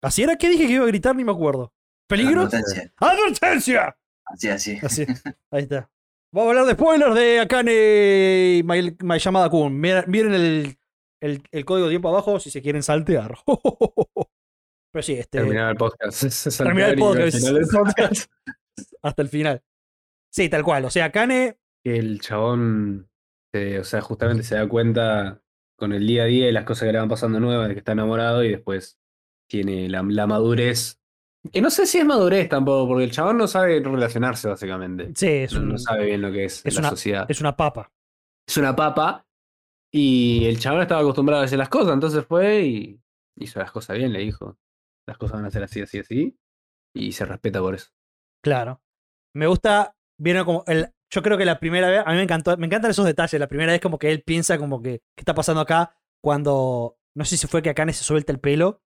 Speaker 1: Así era que dije que iba a gritar, ni me acuerdo. ¿Peligro?
Speaker 3: Advertencia.
Speaker 1: ¡Advertencia!
Speaker 3: Así, así.
Speaker 1: Así, ahí está. Vamos a hablar de spoilers de Akane y My, My Llamada Kun. Mira- Miren el, el, el código de tiempo abajo si se quieren saltear. Pero sí, este,
Speaker 2: Terminar el podcast. Es
Speaker 1: Terminar el
Speaker 2: saltar y ver
Speaker 1: podcast.
Speaker 2: final del podcast.
Speaker 1: hasta el final. Sí, tal cual. O sea, Akane
Speaker 2: que el chabón, eh, o sea, justamente se da cuenta con el día a día y las cosas que le van pasando nuevas, de que está enamorado y después tiene la, la madurez. Que no sé si es madurez tampoco, porque el chabón no sabe relacionarse básicamente.
Speaker 1: Sí, es,
Speaker 2: no,
Speaker 1: un-
Speaker 2: no sabe bien lo que Mm. es,
Speaker 1: es
Speaker 2: la
Speaker 1: una-
Speaker 2: sociedad.
Speaker 1: es una papa.
Speaker 2: Es una papa y el chabón estaba acostumbrado a hacer las cosas, entonces fue y hizo las cosas bien, le dijo. Las cosas van a ser así, así, así. Y se respeta por eso.
Speaker 1: Claro. Me gusta, vieron como el, yo creo que la primera vez, a mí me encantó, me encantan esos detalles. La primera vez como que él piensa como que, ¿qué está pasando acá? Cuando, no sé si fue que Akane se suelta el pelo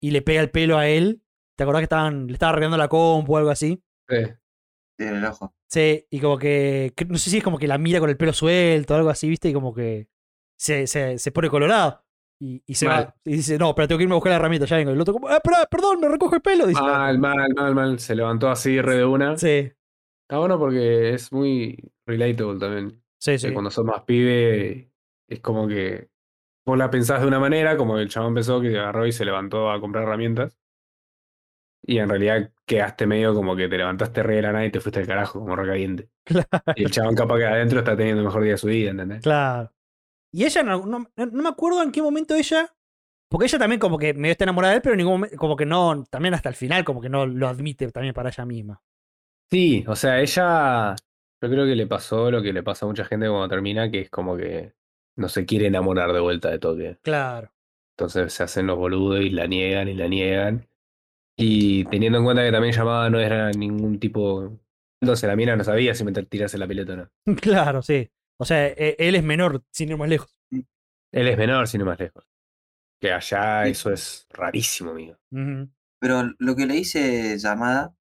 Speaker 1: y le pega el pelo a él. ¿Te acordás que estaban, le estaba arreglando la compu o algo así?
Speaker 3: Tiene el ojo.
Speaker 1: Sí, y como que, que- no sé si es como que la mira con el pelo suelto o algo así, ¿viste? Y como que se, se, se pone colorado. Y, y se
Speaker 2: Mal.
Speaker 1: va. Y dice, no, pero tengo que irme a buscar la herramienta, ya vengo. Y el otro como, ah, pará, perdón, me recojo el pelo. Dice,
Speaker 2: Mal, mal, mal, mal. Se levantó así, re de una.
Speaker 1: sí,
Speaker 2: Está bueno porque es muy relatable también.
Speaker 1: sí,
Speaker 2: que
Speaker 1: sí.
Speaker 2: Cuando sos más pibe, es como que vos la pensás de una manera, como el chabón pensó que agarró y se levantó a comprar herramientas. Y en realidad quedaste medio como que te levantaste re de la nada y te fuiste al carajo, como recaliente. Y el chabón capaz que adentro está teniendo el mejor día de su vida, ¿entendés?
Speaker 1: Claro. Y ella, no, no, no me acuerdo en qué momento ella. Porque ella también, como que medio está enamorada de él, pero en ningún momento, como que no, también hasta el final, como que no lo admite también para ella misma.
Speaker 2: Sí, o sea, ella, yo creo que le pasó lo que le pasa a mucha gente cuando termina, que es como que no se quiere enamorar de vuelta de toque.
Speaker 1: Claro.
Speaker 2: Entonces se hacen los boludos y la niegan y la niegan. Y teniendo en cuenta que también llamada no era ningún tipo. Entonces la mina no sabía si meter tirarse la pelota o no.
Speaker 1: Claro, sí. O sea, e- él es menor, sin ir más lejos.
Speaker 2: Él es menor, sino más lejos. Que allá eso es rarísimo, amigo.
Speaker 1: Ujú.
Speaker 3: Pero lo que le hice llamada,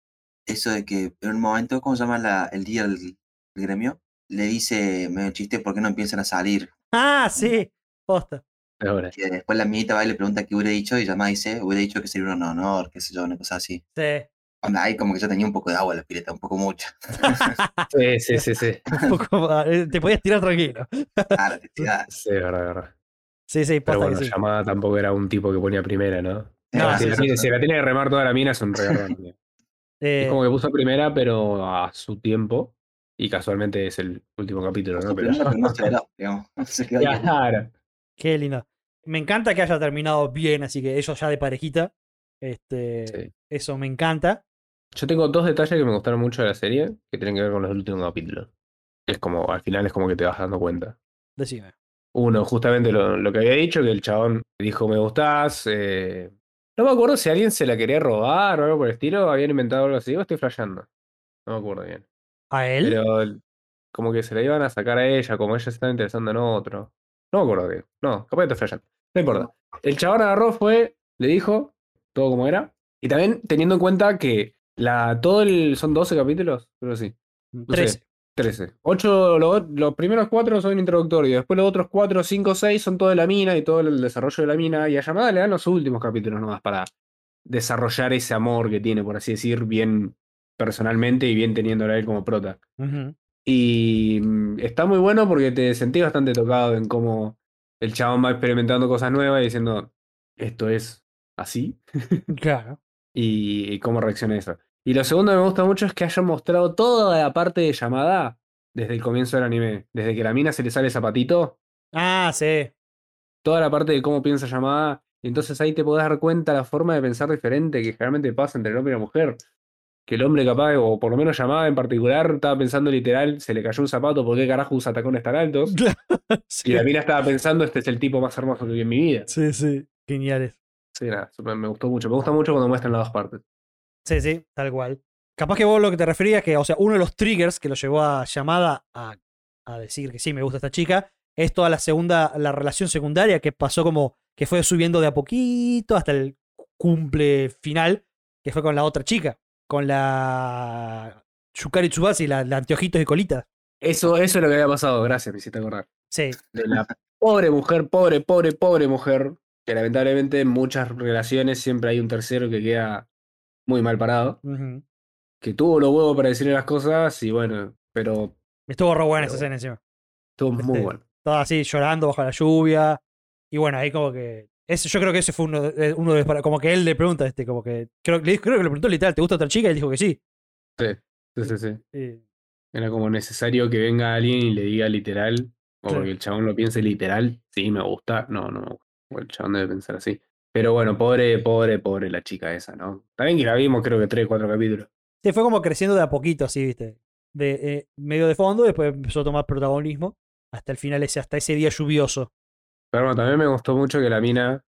Speaker 3: eso de que en un momento, ¿cómo se llama la, el día del del gremio? Le dice medio chiste, ¿por qué no empiezan a salir?
Speaker 1: Ah, sí. Posta.
Speaker 2: Ahora,
Speaker 3: Que después la amiguita va y le pregunta qué hubiera dicho y llamada dice, hubiera dicho que sería un honor, qué sé yo, una cosa así.
Speaker 1: Sí.
Speaker 3: Onda, ahí como que ya tenía un poco de agua en la pileta, un poco mucha.
Speaker 1: Ah.
Speaker 2: sí, sí, sí, sí.
Speaker 1: Un poco más, eh, te podías tirar tranquilo.
Speaker 3: Claro, que te da-
Speaker 2: Sí, es verdad, es verdad.
Speaker 1: Sí, sí, posta
Speaker 2: Pero bueno,
Speaker 1: que sí.
Speaker 2: llamada tampoco era un tipo que ponía primera, ¿no?
Speaker 3: te
Speaker 1: No,
Speaker 3: da
Speaker 2: si,
Speaker 1: sí,
Speaker 2: la,
Speaker 3: eso,
Speaker 2: tiene-
Speaker 3: eso.
Speaker 2: si la tiene que remar toda la mina es un regarrón, amigo.
Speaker 1: Eh,
Speaker 2: Es como que puso primera, pero a su tiempo. Y casualmente es el último capítulo, ¿no? Pero.
Speaker 3: Primero, pero no se veló, digamos. Se quedó ahí.
Speaker 2: Claro.
Speaker 1: Qué lindo. Me encanta que haya terminado bien, así que ellos ya de parejita. Este,
Speaker 2: Sí.
Speaker 1: Eso me encanta.
Speaker 2: Yo tengo dos detalles que me gustaron mucho de la serie que tienen que ver con los últimos capítulos. Es como, al final es como que te vas dando cuenta.
Speaker 1: Decime.
Speaker 2: Uno, justamente lo, lo que había dicho, que el chabón dijo me gustás. eh, No me acuerdo si alguien se la quería robar o algo por el estilo, habían inventado algo así, o estoy flasheando. No me acuerdo bien.
Speaker 1: ¿A él?
Speaker 2: Pero el- como que se la iban a sacar a ella, como ella se estaba interesando en otro. No me acuerdo bien. No, capaz que estoy flasheando. No importa. El chabón agarró, fue, le dijo todo como era. Y también teniendo en cuenta que la, todo el, son 12 capítulos, pero sí. sé.
Speaker 1: 13.
Speaker 2: 13. Ocho, lo- los primeros cuatro son introductorios, después los otros cuatro, cinco, seis son todo de la mina y todo el desarrollo de la mina. Y a llamada le dan los últimos capítulos nomás para desarrollar ese amor que tiene, por así decir, bien personalmente y bien teniéndola a él como prota.
Speaker 1: Ujú.
Speaker 2: Y mm, está muy bueno porque te sentí bastante tocado en cómo el chabón va experimentando cosas nuevas y diciendo, esto es así,
Speaker 1: Claro.
Speaker 2: y, y cómo reacciona eso. Y lo segundo que me gusta mucho es que hayan mostrado toda la parte de llamada desde el comienzo del anime. Desde que la mina se le sale el zapatito,
Speaker 1: Ah, sí.
Speaker 2: toda la parte de cómo piensa llamada. Y entonces ahí te podés dar cuenta la forma de pensar diferente que generalmente pasa entre el hombre y la mujer. Que el hombre capaz, o por lo menos llamada en particular, estaba pensando literal, se le cayó un zapato, ¿por qué carajo usa tacones tan altos?
Speaker 1: Sí,
Speaker 2: Y la mina estaba pensando, este es el tipo más hermoso que vi en mi vida.
Speaker 1: sí, sí. Geniales.
Speaker 2: Sí, nada, eso me me gustó mucho. Me gusta mucho cuando muestran las dos partes.
Speaker 1: Sí, sí, tal cual. Capaz que vos lo que te referías, que, o sea, uno de los triggers que lo llevó a llamada a, a decir que sí, me gusta esta chica, es toda la segunda, la relación secundaria que pasó como que fue subiendo de a poquito hasta el cumple final, que fue con la otra chica, con la Yukari Tsubasi, la, la anteojitos y colitas.
Speaker 2: Eso, eso es lo que había pasado, gracias, me hiciste acordar.
Speaker 1: Sí,
Speaker 2: de la pobre mujer, pobre, pobre, pobre mujer, que lamentablemente en muchas relaciones siempre hay un tercero que queda muy mal parado,
Speaker 1: ujú.
Speaker 2: que tuvo los huevos para decirle las cosas y bueno, pero
Speaker 1: estuvo re buena esa
Speaker 2: Pero-
Speaker 1: escena encima.
Speaker 2: estuvo muy
Speaker 1: Este,
Speaker 2: bueno.
Speaker 1: Estaba así llorando bajo la lluvia. Y bueno, ahí como que. Ese, yo creo que ese fue uno de, uno de los- Como que él le pregunta, este, como que. Creo, le- creo que le preguntó literal, ¿te gusta otra chica? Y él dijo que sí.
Speaker 2: Sí, sí, sí.
Speaker 1: Y-
Speaker 2: Era como necesario que venga alguien y le diga literal, o
Speaker 1: Claro.
Speaker 2: que el chabón lo piense literal, sí, me gusta, no, no me gusta. O el chabón debe pensar así. Pero bueno, pobre, pobre, pobre la chica esa, ¿no? También que la vimos creo que tres, cuatro capítulos.
Speaker 1: Sí, fue como creciendo de a poquito, así, viste. De eh, medio de fondo, después empezó a tomar protagonismo. Hasta el final, ese, hasta ese día lluvioso.
Speaker 2: Pero bueno, también me gustó mucho que la mina,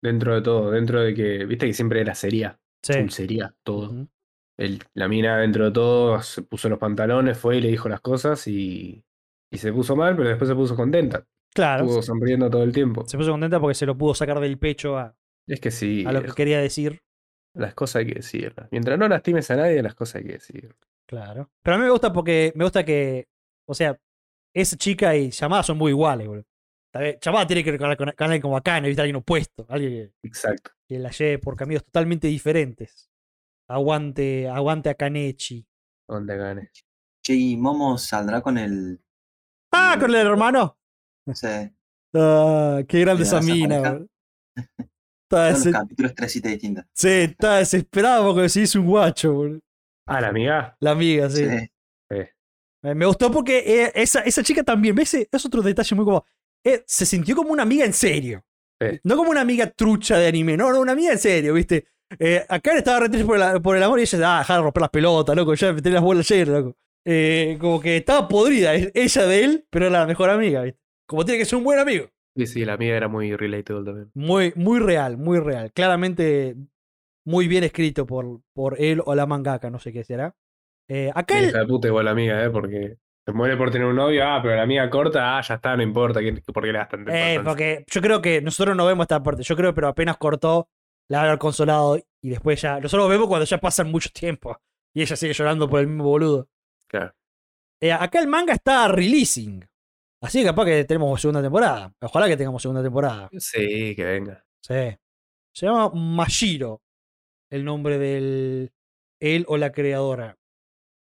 Speaker 2: dentro de todo, dentro de que, viste que siempre era seria,
Speaker 1: Sí.
Speaker 2: dulcería, todo.
Speaker 1: Ujú.
Speaker 2: El- la mina, dentro de todo, se puso los pantalones, fue y le dijo las cosas y, y se puso mal, pero después se puso contenta.
Speaker 1: Claro.
Speaker 2: Estuvo sonriendo todo el tiempo.
Speaker 1: Se puso contenta porque se lo pudo sacar del pecho a,
Speaker 2: Es que sí,
Speaker 1: a lo que
Speaker 2: viejo,
Speaker 1: quería decir.
Speaker 2: las cosas hay que decirlas. Mientras no lastimes a nadie, las cosas hay que decir.
Speaker 1: Claro. Pero a mí me gusta porque me gusta que, o sea, esa chica y Yamada son muy iguales, boludo. Tal vez Yamada tiene que ir con, con- con alguien como acá, necesita alguien opuesto, alguien que,
Speaker 2: Exacto.
Speaker 1: que la lleve por caminos totalmente diferentes. Aguante, aguante a Kanechi.
Speaker 2: Donde gane.
Speaker 3: Che, ¿y Momo saldrá con el.
Speaker 1: ¡Ah, con el hermano!
Speaker 3: No sé,
Speaker 1: Ah, ¡Qué grande
Speaker 3: Mira,
Speaker 1: esa
Speaker 3: esa
Speaker 1: mina,
Speaker 3: pareja.
Speaker 1: boludo! Está,
Speaker 3: todos
Speaker 1: dese-
Speaker 3: los capítulos tres citas distintas.
Speaker 1: sí, está desesperado porque se hizo un guacho, boludo.
Speaker 2: Ah, la amiga.
Speaker 1: La amiga, sí.
Speaker 3: Sí.
Speaker 1: Eh, Me gustó porque eh, esa, esa chica también, ¿ves? Eh, Es otro detalle muy como. eh, se sintió como una amiga en serio.
Speaker 2: Sí.
Speaker 1: No como una amiga trucha de anime, no, no, una amiga en serio, ¿viste? Eh, acá estaba re triste por, el- por el amor y ella, ah, dejá de romper las pelotas, loco, ya me tenés las bolas llenas, loco. Eh, como que estaba podrida eh, ella de él, pero era la mejor amiga, ¿viste? Como tiene que ser un buen amigo.
Speaker 2: Sí, sí, la amiga era muy relatable también.
Speaker 1: Muy, muy real, muy real. Claramente muy bien escrito por, por él o la mangaka, no sé qué será. Eh, acá el,
Speaker 2: Hija de puta igual la amiga, ¿eh? Porque se muere por tener un novio, ah, pero la amiga corta, ah, ya está, no importa, ¿quién- ¿por qué le das tanta
Speaker 1: Eh,
Speaker 2: importancia?
Speaker 1: porque yo creo que nosotros no vemos esta parte. Yo creo, pero apenas cortó, la habrá consolado y después ya. Nosotros vemos cuando ya pasan mucho tiempo y ella sigue llorando por el mismo boludo.
Speaker 2: Claro.
Speaker 1: Eh, acá el manga está releasing. Así que capaz que tenemos segunda temporada. Ojalá que tengamos segunda temporada.
Speaker 2: Sí, que venga.
Speaker 1: Sí. Se llama Mashiro, el nombre del. él o la creadora.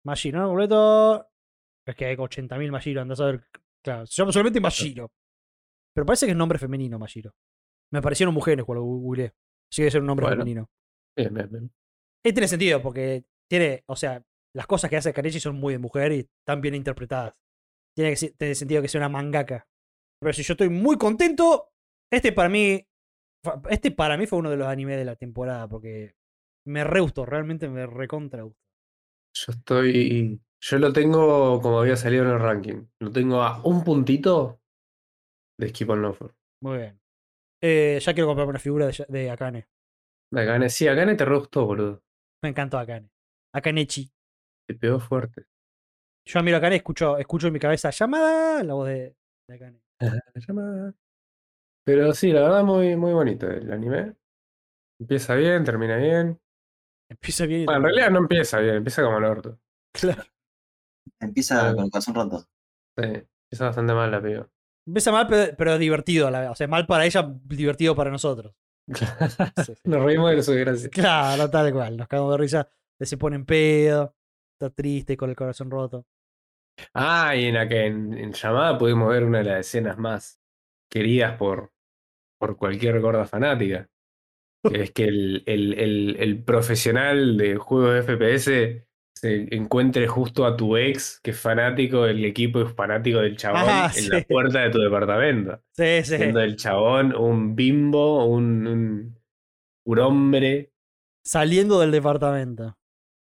Speaker 1: Mashiro, ¿no? Completo. Es que hay 80.000 Mashiro, andás a ver. Claro, se llama solamente Mashiro. Pero parece que es nombre femenino, Mashiro. Me aparecieron mujeres cuando gu- googleé. Así que debe ser un nombre
Speaker 2: Bueno.
Speaker 1: femenino.
Speaker 2: Bien, bien, bien.
Speaker 1: Eh, tiene sentido, porque tiene. O sea, las cosas que hace Kanechi son muy de mujer y están bien interpretadas. Tiene, que, se- tiene sentido que sea una mangaka. Pero si yo estoy muy contento, este para mí. fa- Este para mí fue uno de los animes de la temporada, porque me re gustó, realmente me recontra gustó.
Speaker 2: Yo estoy. Yo lo tengo como había salido en el ranking. Lo tengo a un puntito de Skip on Offer.
Speaker 1: Muy bien. Eh, ya quiero comprarme una figura de, Ya- de Akane.
Speaker 2: Akane, sí, Akane te re gustó, boludo.
Speaker 1: Me encantó Akane. Akanechi.
Speaker 2: Te pegó fuerte.
Speaker 1: Yo miro a Akane, escucho, escucho en mi cabeza llamada la voz de, de Akane.
Speaker 2: La llamada. Pero sí, la verdad, muy, muy bonito el anime. Empieza bien, termina bien.
Speaker 1: Empieza bien. y
Speaker 2: Bueno, en
Speaker 1: termina
Speaker 2: realidad no empieza bien, empieza como el orto.
Speaker 1: bien. Claro.
Speaker 3: Empieza
Speaker 2: Ah.
Speaker 3: con el corazón roto.
Speaker 2: Sí, empieza bastante mal la piba.
Speaker 1: Empieza mal, pero, pero divertido a la vez. O sea, mal para ella, divertido para nosotros. Sí, sí.
Speaker 2: Nos reímos de su desgracia.
Speaker 1: Claro, tal cual. Nos cagamos de risa. de Se pone en pedo. Está triste con el corazón roto.
Speaker 2: Ah, y en la que en, en llamada pudimos ver una de las escenas más queridas por, por cualquier gorda fanática. que es que el, el- el- el profesional de juegos de FPS se encuentre justo a tu ex, que es fanático del equipo y fanático del chabón,
Speaker 1: Ah,
Speaker 2: en
Speaker 1: sí.
Speaker 2: la puerta de tu departamento.
Speaker 1: Sí, sí.
Speaker 2: Siendo el chabón un bimbo, un, un, un hombre.
Speaker 1: Saliendo del departamento.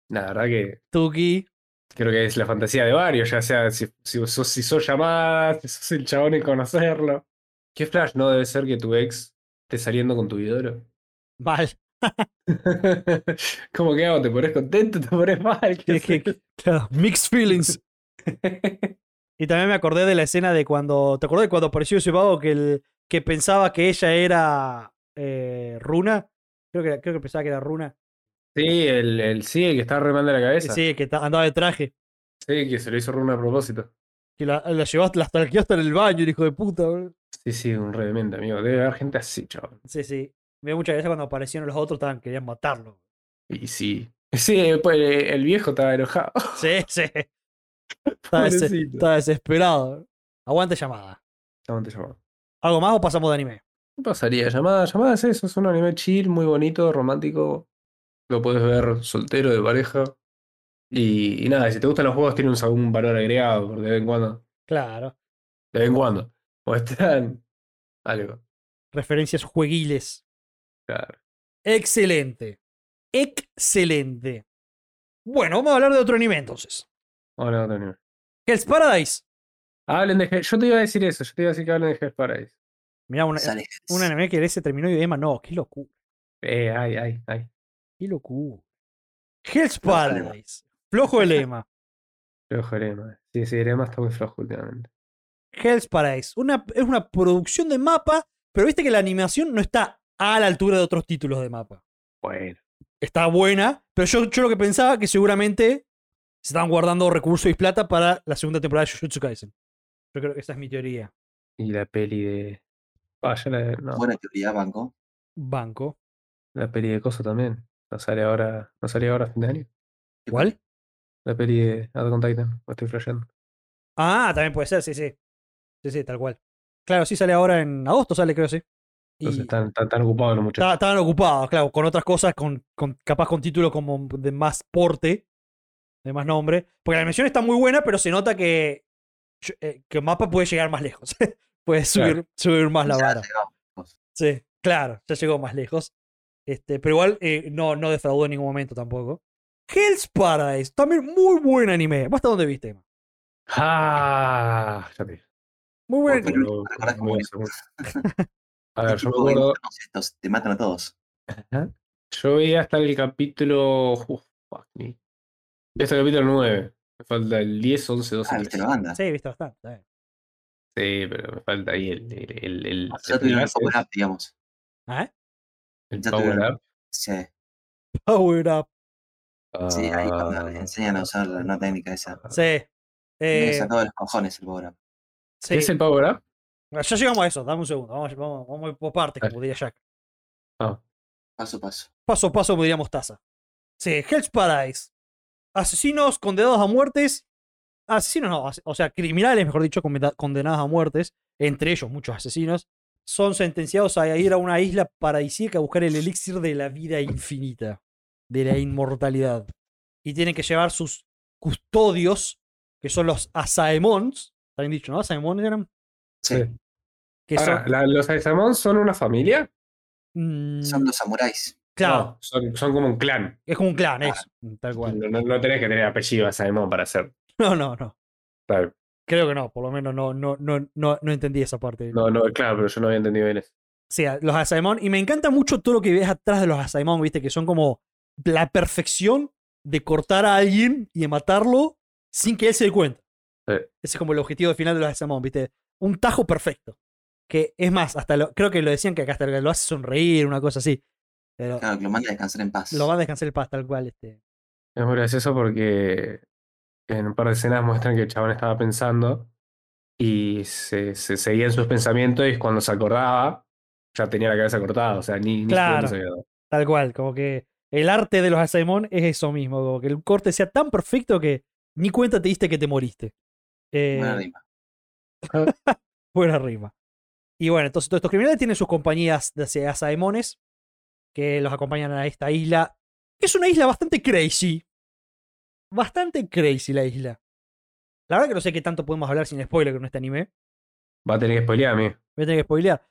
Speaker 2: La verdad que
Speaker 1: Tuki.
Speaker 2: creo que es la fantasía de varios, ya sea si, si, sos, si sos llamada, si sos el chabón en conocerlo. ¿Qué flash no debe ser que tu ex esté saliendo con tu idolo?
Speaker 1: Mal.
Speaker 2: ¿Cómo que hago? ¿Te pones contento? ¿Te pones mal? ¿Qué
Speaker 1: Es que-
Speaker 2: haces?
Speaker 1: Claro, mixed feelings. Y también me acordé de la escena de cuando. ¿Te acordás de cuando apareció ese vago que, el, que pensaba que ella era eh, Runa? Creo que, creo que pensaba que era Runa.
Speaker 2: sí, el, el sí, el que está remando la cabeza. Sí.
Speaker 1: Sí, que ta- andaba de traje.
Speaker 2: que se lo hizo Runa a propósito.
Speaker 1: Que la, la llevaste, la stalkeó hasta en el baño, el hijo de puta, boludo.
Speaker 2: Sí, sí, un redemente, amigo. Debe haber gente así, chabón.
Speaker 1: Sí, sí. Me dio mucha gracia cuando aparecieron los otros, estaban, querían matarlo.
Speaker 2: Y sí. Sí, pues el viejo estaba enojado.
Speaker 1: Sí, sí. Estaba, des-
Speaker 2: Pobrecito.
Speaker 1: estaba desesperado. Aguante llamada.
Speaker 2: Chabón, te llamaba.
Speaker 1: ¿Algo más o pasamos de anime?
Speaker 2: ¿Qué pasaría? Llamada, llamada es eso, es un anime chill, muy bonito, romántico. Lo puedes ver soltero, de pareja. Y, y nada, si te gustan los juegos, tiene un, sa- un valor agregado, porque de vez en cuando.
Speaker 1: Claro.
Speaker 2: De vez en cuando. Muestran algo.
Speaker 1: Referencias jueguiles.
Speaker 2: Claro.
Speaker 1: Excelente. Excelente. Bueno, vamos a hablar de otro anime entonces.
Speaker 2: Vamos a hablar de otro anime.
Speaker 1: Hell's Paradise.
Speaker 2: Hablen de Hell- Yo te iba a decir eso, yo te iba a decir que hablen de Hell's Paradise.
Speaker 1: Mirá, un,
Speaker 3: Sale.
Speaker 1: un anime que se terminó y Emma, no, qué locura.
Speaker 2: Eh, ay, ay, ay.
Speaker 1: Qué locura. Hell's
Speaker 3: Flojo el
Speaker 1: Paradise. Flojo el Emma.
Speaker 2: Flojo el Erema. Sí, sí, el Erema está muy flojo últimamente.
Speaker 1: Hell's Paradise. Una, es una producción de mapa, pero viste que la animación no está a la altura de otros títulos de mapa.
Speaker 2: Bueno.
Speaker 1: Está buena, pero yo, yo lo que pensaba que seguramente se estaban guardando recursos y plata para la segunda temporada de Jujutsu Kaisen. Yo creo que esa es mi teoría.
Speaker 2: Y la peli de. Ah, ya la, no,
Speaker 3: Buena teoría, Banco.
Speaker 1: Banco.
Speaker 2: la peli de Coso también. No sale ahora, no sale ahora a fin de año.
Speaker 1: ¿Cuál?
Speaker 2: La peli de Attack on Titan, o estoy flasheando.
Speaker 1: Ah, también puede ser, sí, sí. Sí, sí, tal cual. Claro, sí sale ahora en agosto, sale, creo, sí. Y
Speaker 2: Entonces están, están, están ocupados los muchachos.
Speaker 1: ta- estaban ocupados, claro, con otras cosas, con, con- capaz con títulos como de más porte, de más nombre. Porque la animación está muy buena, pero se nota que, yo- eh, que Mapa puede llegar más lejos. puede subir, subir más la
Speaker 3: Ya
Speaker 1: vara.
Speaker 3: llegamos.
Speaker 1: Sí, claro, ya llegó más lejos. Este, pero igual eh, no, no defraudó en ningún momento tampoco. Hell's Paradise, también muy buen anime. ¿Vos hasta dónde viste, Emma?
Speaker 2: Ah, ya te dije.
Speaker 1: Muy buen
Speaker 3: Por
Speaker 1: anime.
Speaker 2: Pero-
Speaker 3: ¿recordás
Speaker 2: muy bien,
Speaker 3: cómo
Speaker 2: seguro. A ver, yo me
Speaker 3: Tipo, "Ey,
Speaker 2: acuerdo.
Speaker 3: matanos estos, te matan a todos.
Speaker 2: Yo vi hasta el capítulo. Uf, fuck me. Vi hasta el capítulo 9. Me falta el 10, 11, 12,
Speaker 3: Ah,
Speaker 2: 13.
Speaker 3: viste la banda.
Speaker 1: Sí, viste bastante. está bien.
Speaker 2: Sí, pero me falta ahí el, el, el, el,
Speaker 3: Ah, Ya
Speaker 2: el
Speaker 3: tuvieron un
Speaker 2: enlace,
Speaker 3: power up, digamos.
Speaker 1: ¿Ah?
Speaker 2: el
Speaker 3: ya
Speaker 2: power
Speaker 3: tuvieron.
Speaker 2: up.
Speaker 3: Sí,
Speaker 1: Power up.
Speaker 3: sí, ahí cuando
Speaker 2: Ah,
Speaker 3: les enseñan a usar la, la técnica esa.
Speaker 1: Sí.
Speaker 3: Me
Speaker 1: Eh,
Speaker 3: sacó de los cojones el power up.
Speaker 1: sí.
Speaker 2: ¿qué ¿Es el power up?
Speaker 1: Bueno, Ya llegamos a eso, dame un segundo. Vamos, vamos, vamos a ir por partes,
Speaker 2: Dale.
Speaker 1: como diría Jack.
Speaker 2: Ah,
Speaker 3: Paso a paso.
Speaker 1: Paso a paso, como diríamos Taza. Sí, Hell's Paradise. Asesinos condenados a muertes. Asesinos no, as- o sea, criminales, mejor dicho, cometa- condenados a muertes. Entre ellos, muchos asesinos. Son sentenciados a ir a una isla paradisíaca a buscar el elixir de la vida infinita. De la inmortalidad. Y tienen que llevar sus custodios, que son los Asaemons. Está bien dicho, ¿no? Asaemons eran.
Speaker 3: Sí,
Speaker 2: sí.
Speaker 1: Que son-
Speaker 2: Ahora, la- ¿los Aisamon son una familia?
Speaker 1: Mm,
Speaker 3: son los samuráis.
Speaker 1: claro,
Speaker 2: No, son, son como un clan.
Speaker 1: es como un
Speaker 2: Ah.
Speaker 1: clan, eso. mm, Tal
Speaker 2: No,
Speaker 1: cual.
Speaker 2: no- no tenés que tener apellido a Saemon para hacer.
Speaker 1: No, no, no.
Speaker 2: Claro.
Speaker 1: Creo que no, por lo menos no, no, no, no, no entendí esa parte.
Speaker 2: No, no, claro, pero yo no había entendido bien eso.
Speaker 1: O sea, los Asaemon. Y me encanta mucho todo lo que ves atrás de los Asaemon, viste, que son como la perfección de cortar a alguien y de matarlo sin que él se dé cuenta.
Speaker 2: Sí.
Speaker 1: Ese es como el objetivo final de los Asaemon, viste. Un tajo perfecto. Que es más, hasta lo- creo que lo decían que acá hasta lo hace sonreír, una cosa así. Pero
Speaker 2: Ah.
Speaker 3: Claro, que lo manda a descansar en paz.
Speaker 1: lo van a descansar el paz, tal cual. Este.
Speaker 2: Es muy gracioso porque en un par de escenas muestran que el chabón estaba pensando y se, se seguía en sus pensamientos y cuando se acordaba ya tenía la cabeza cortada, o sea, ni, ni
Speaker 1: Claro.
Speaker 2: cuenta se había dado.
Speaker 1: Tal cual, como que el arte de los Asaemon es eso mismo, como que el corte sea tan perfecto que ni cuenta te diste que te moriste. Eh,
Speaker 3: Buena rima.
Speaker 1: buena rima. Y bueno, entonces todos estos criminales tienen sus compañías de asaemones que los acompañan a esta isla. Es una isla bastante crazy. Bastante crazy la isla. La verdad que no sé qué tanto podemos hablar sin spoiler con este anime.
Speaker 2: Va a tener que spoilear a mí.
Speaker 1: Voy a tener que spoilear.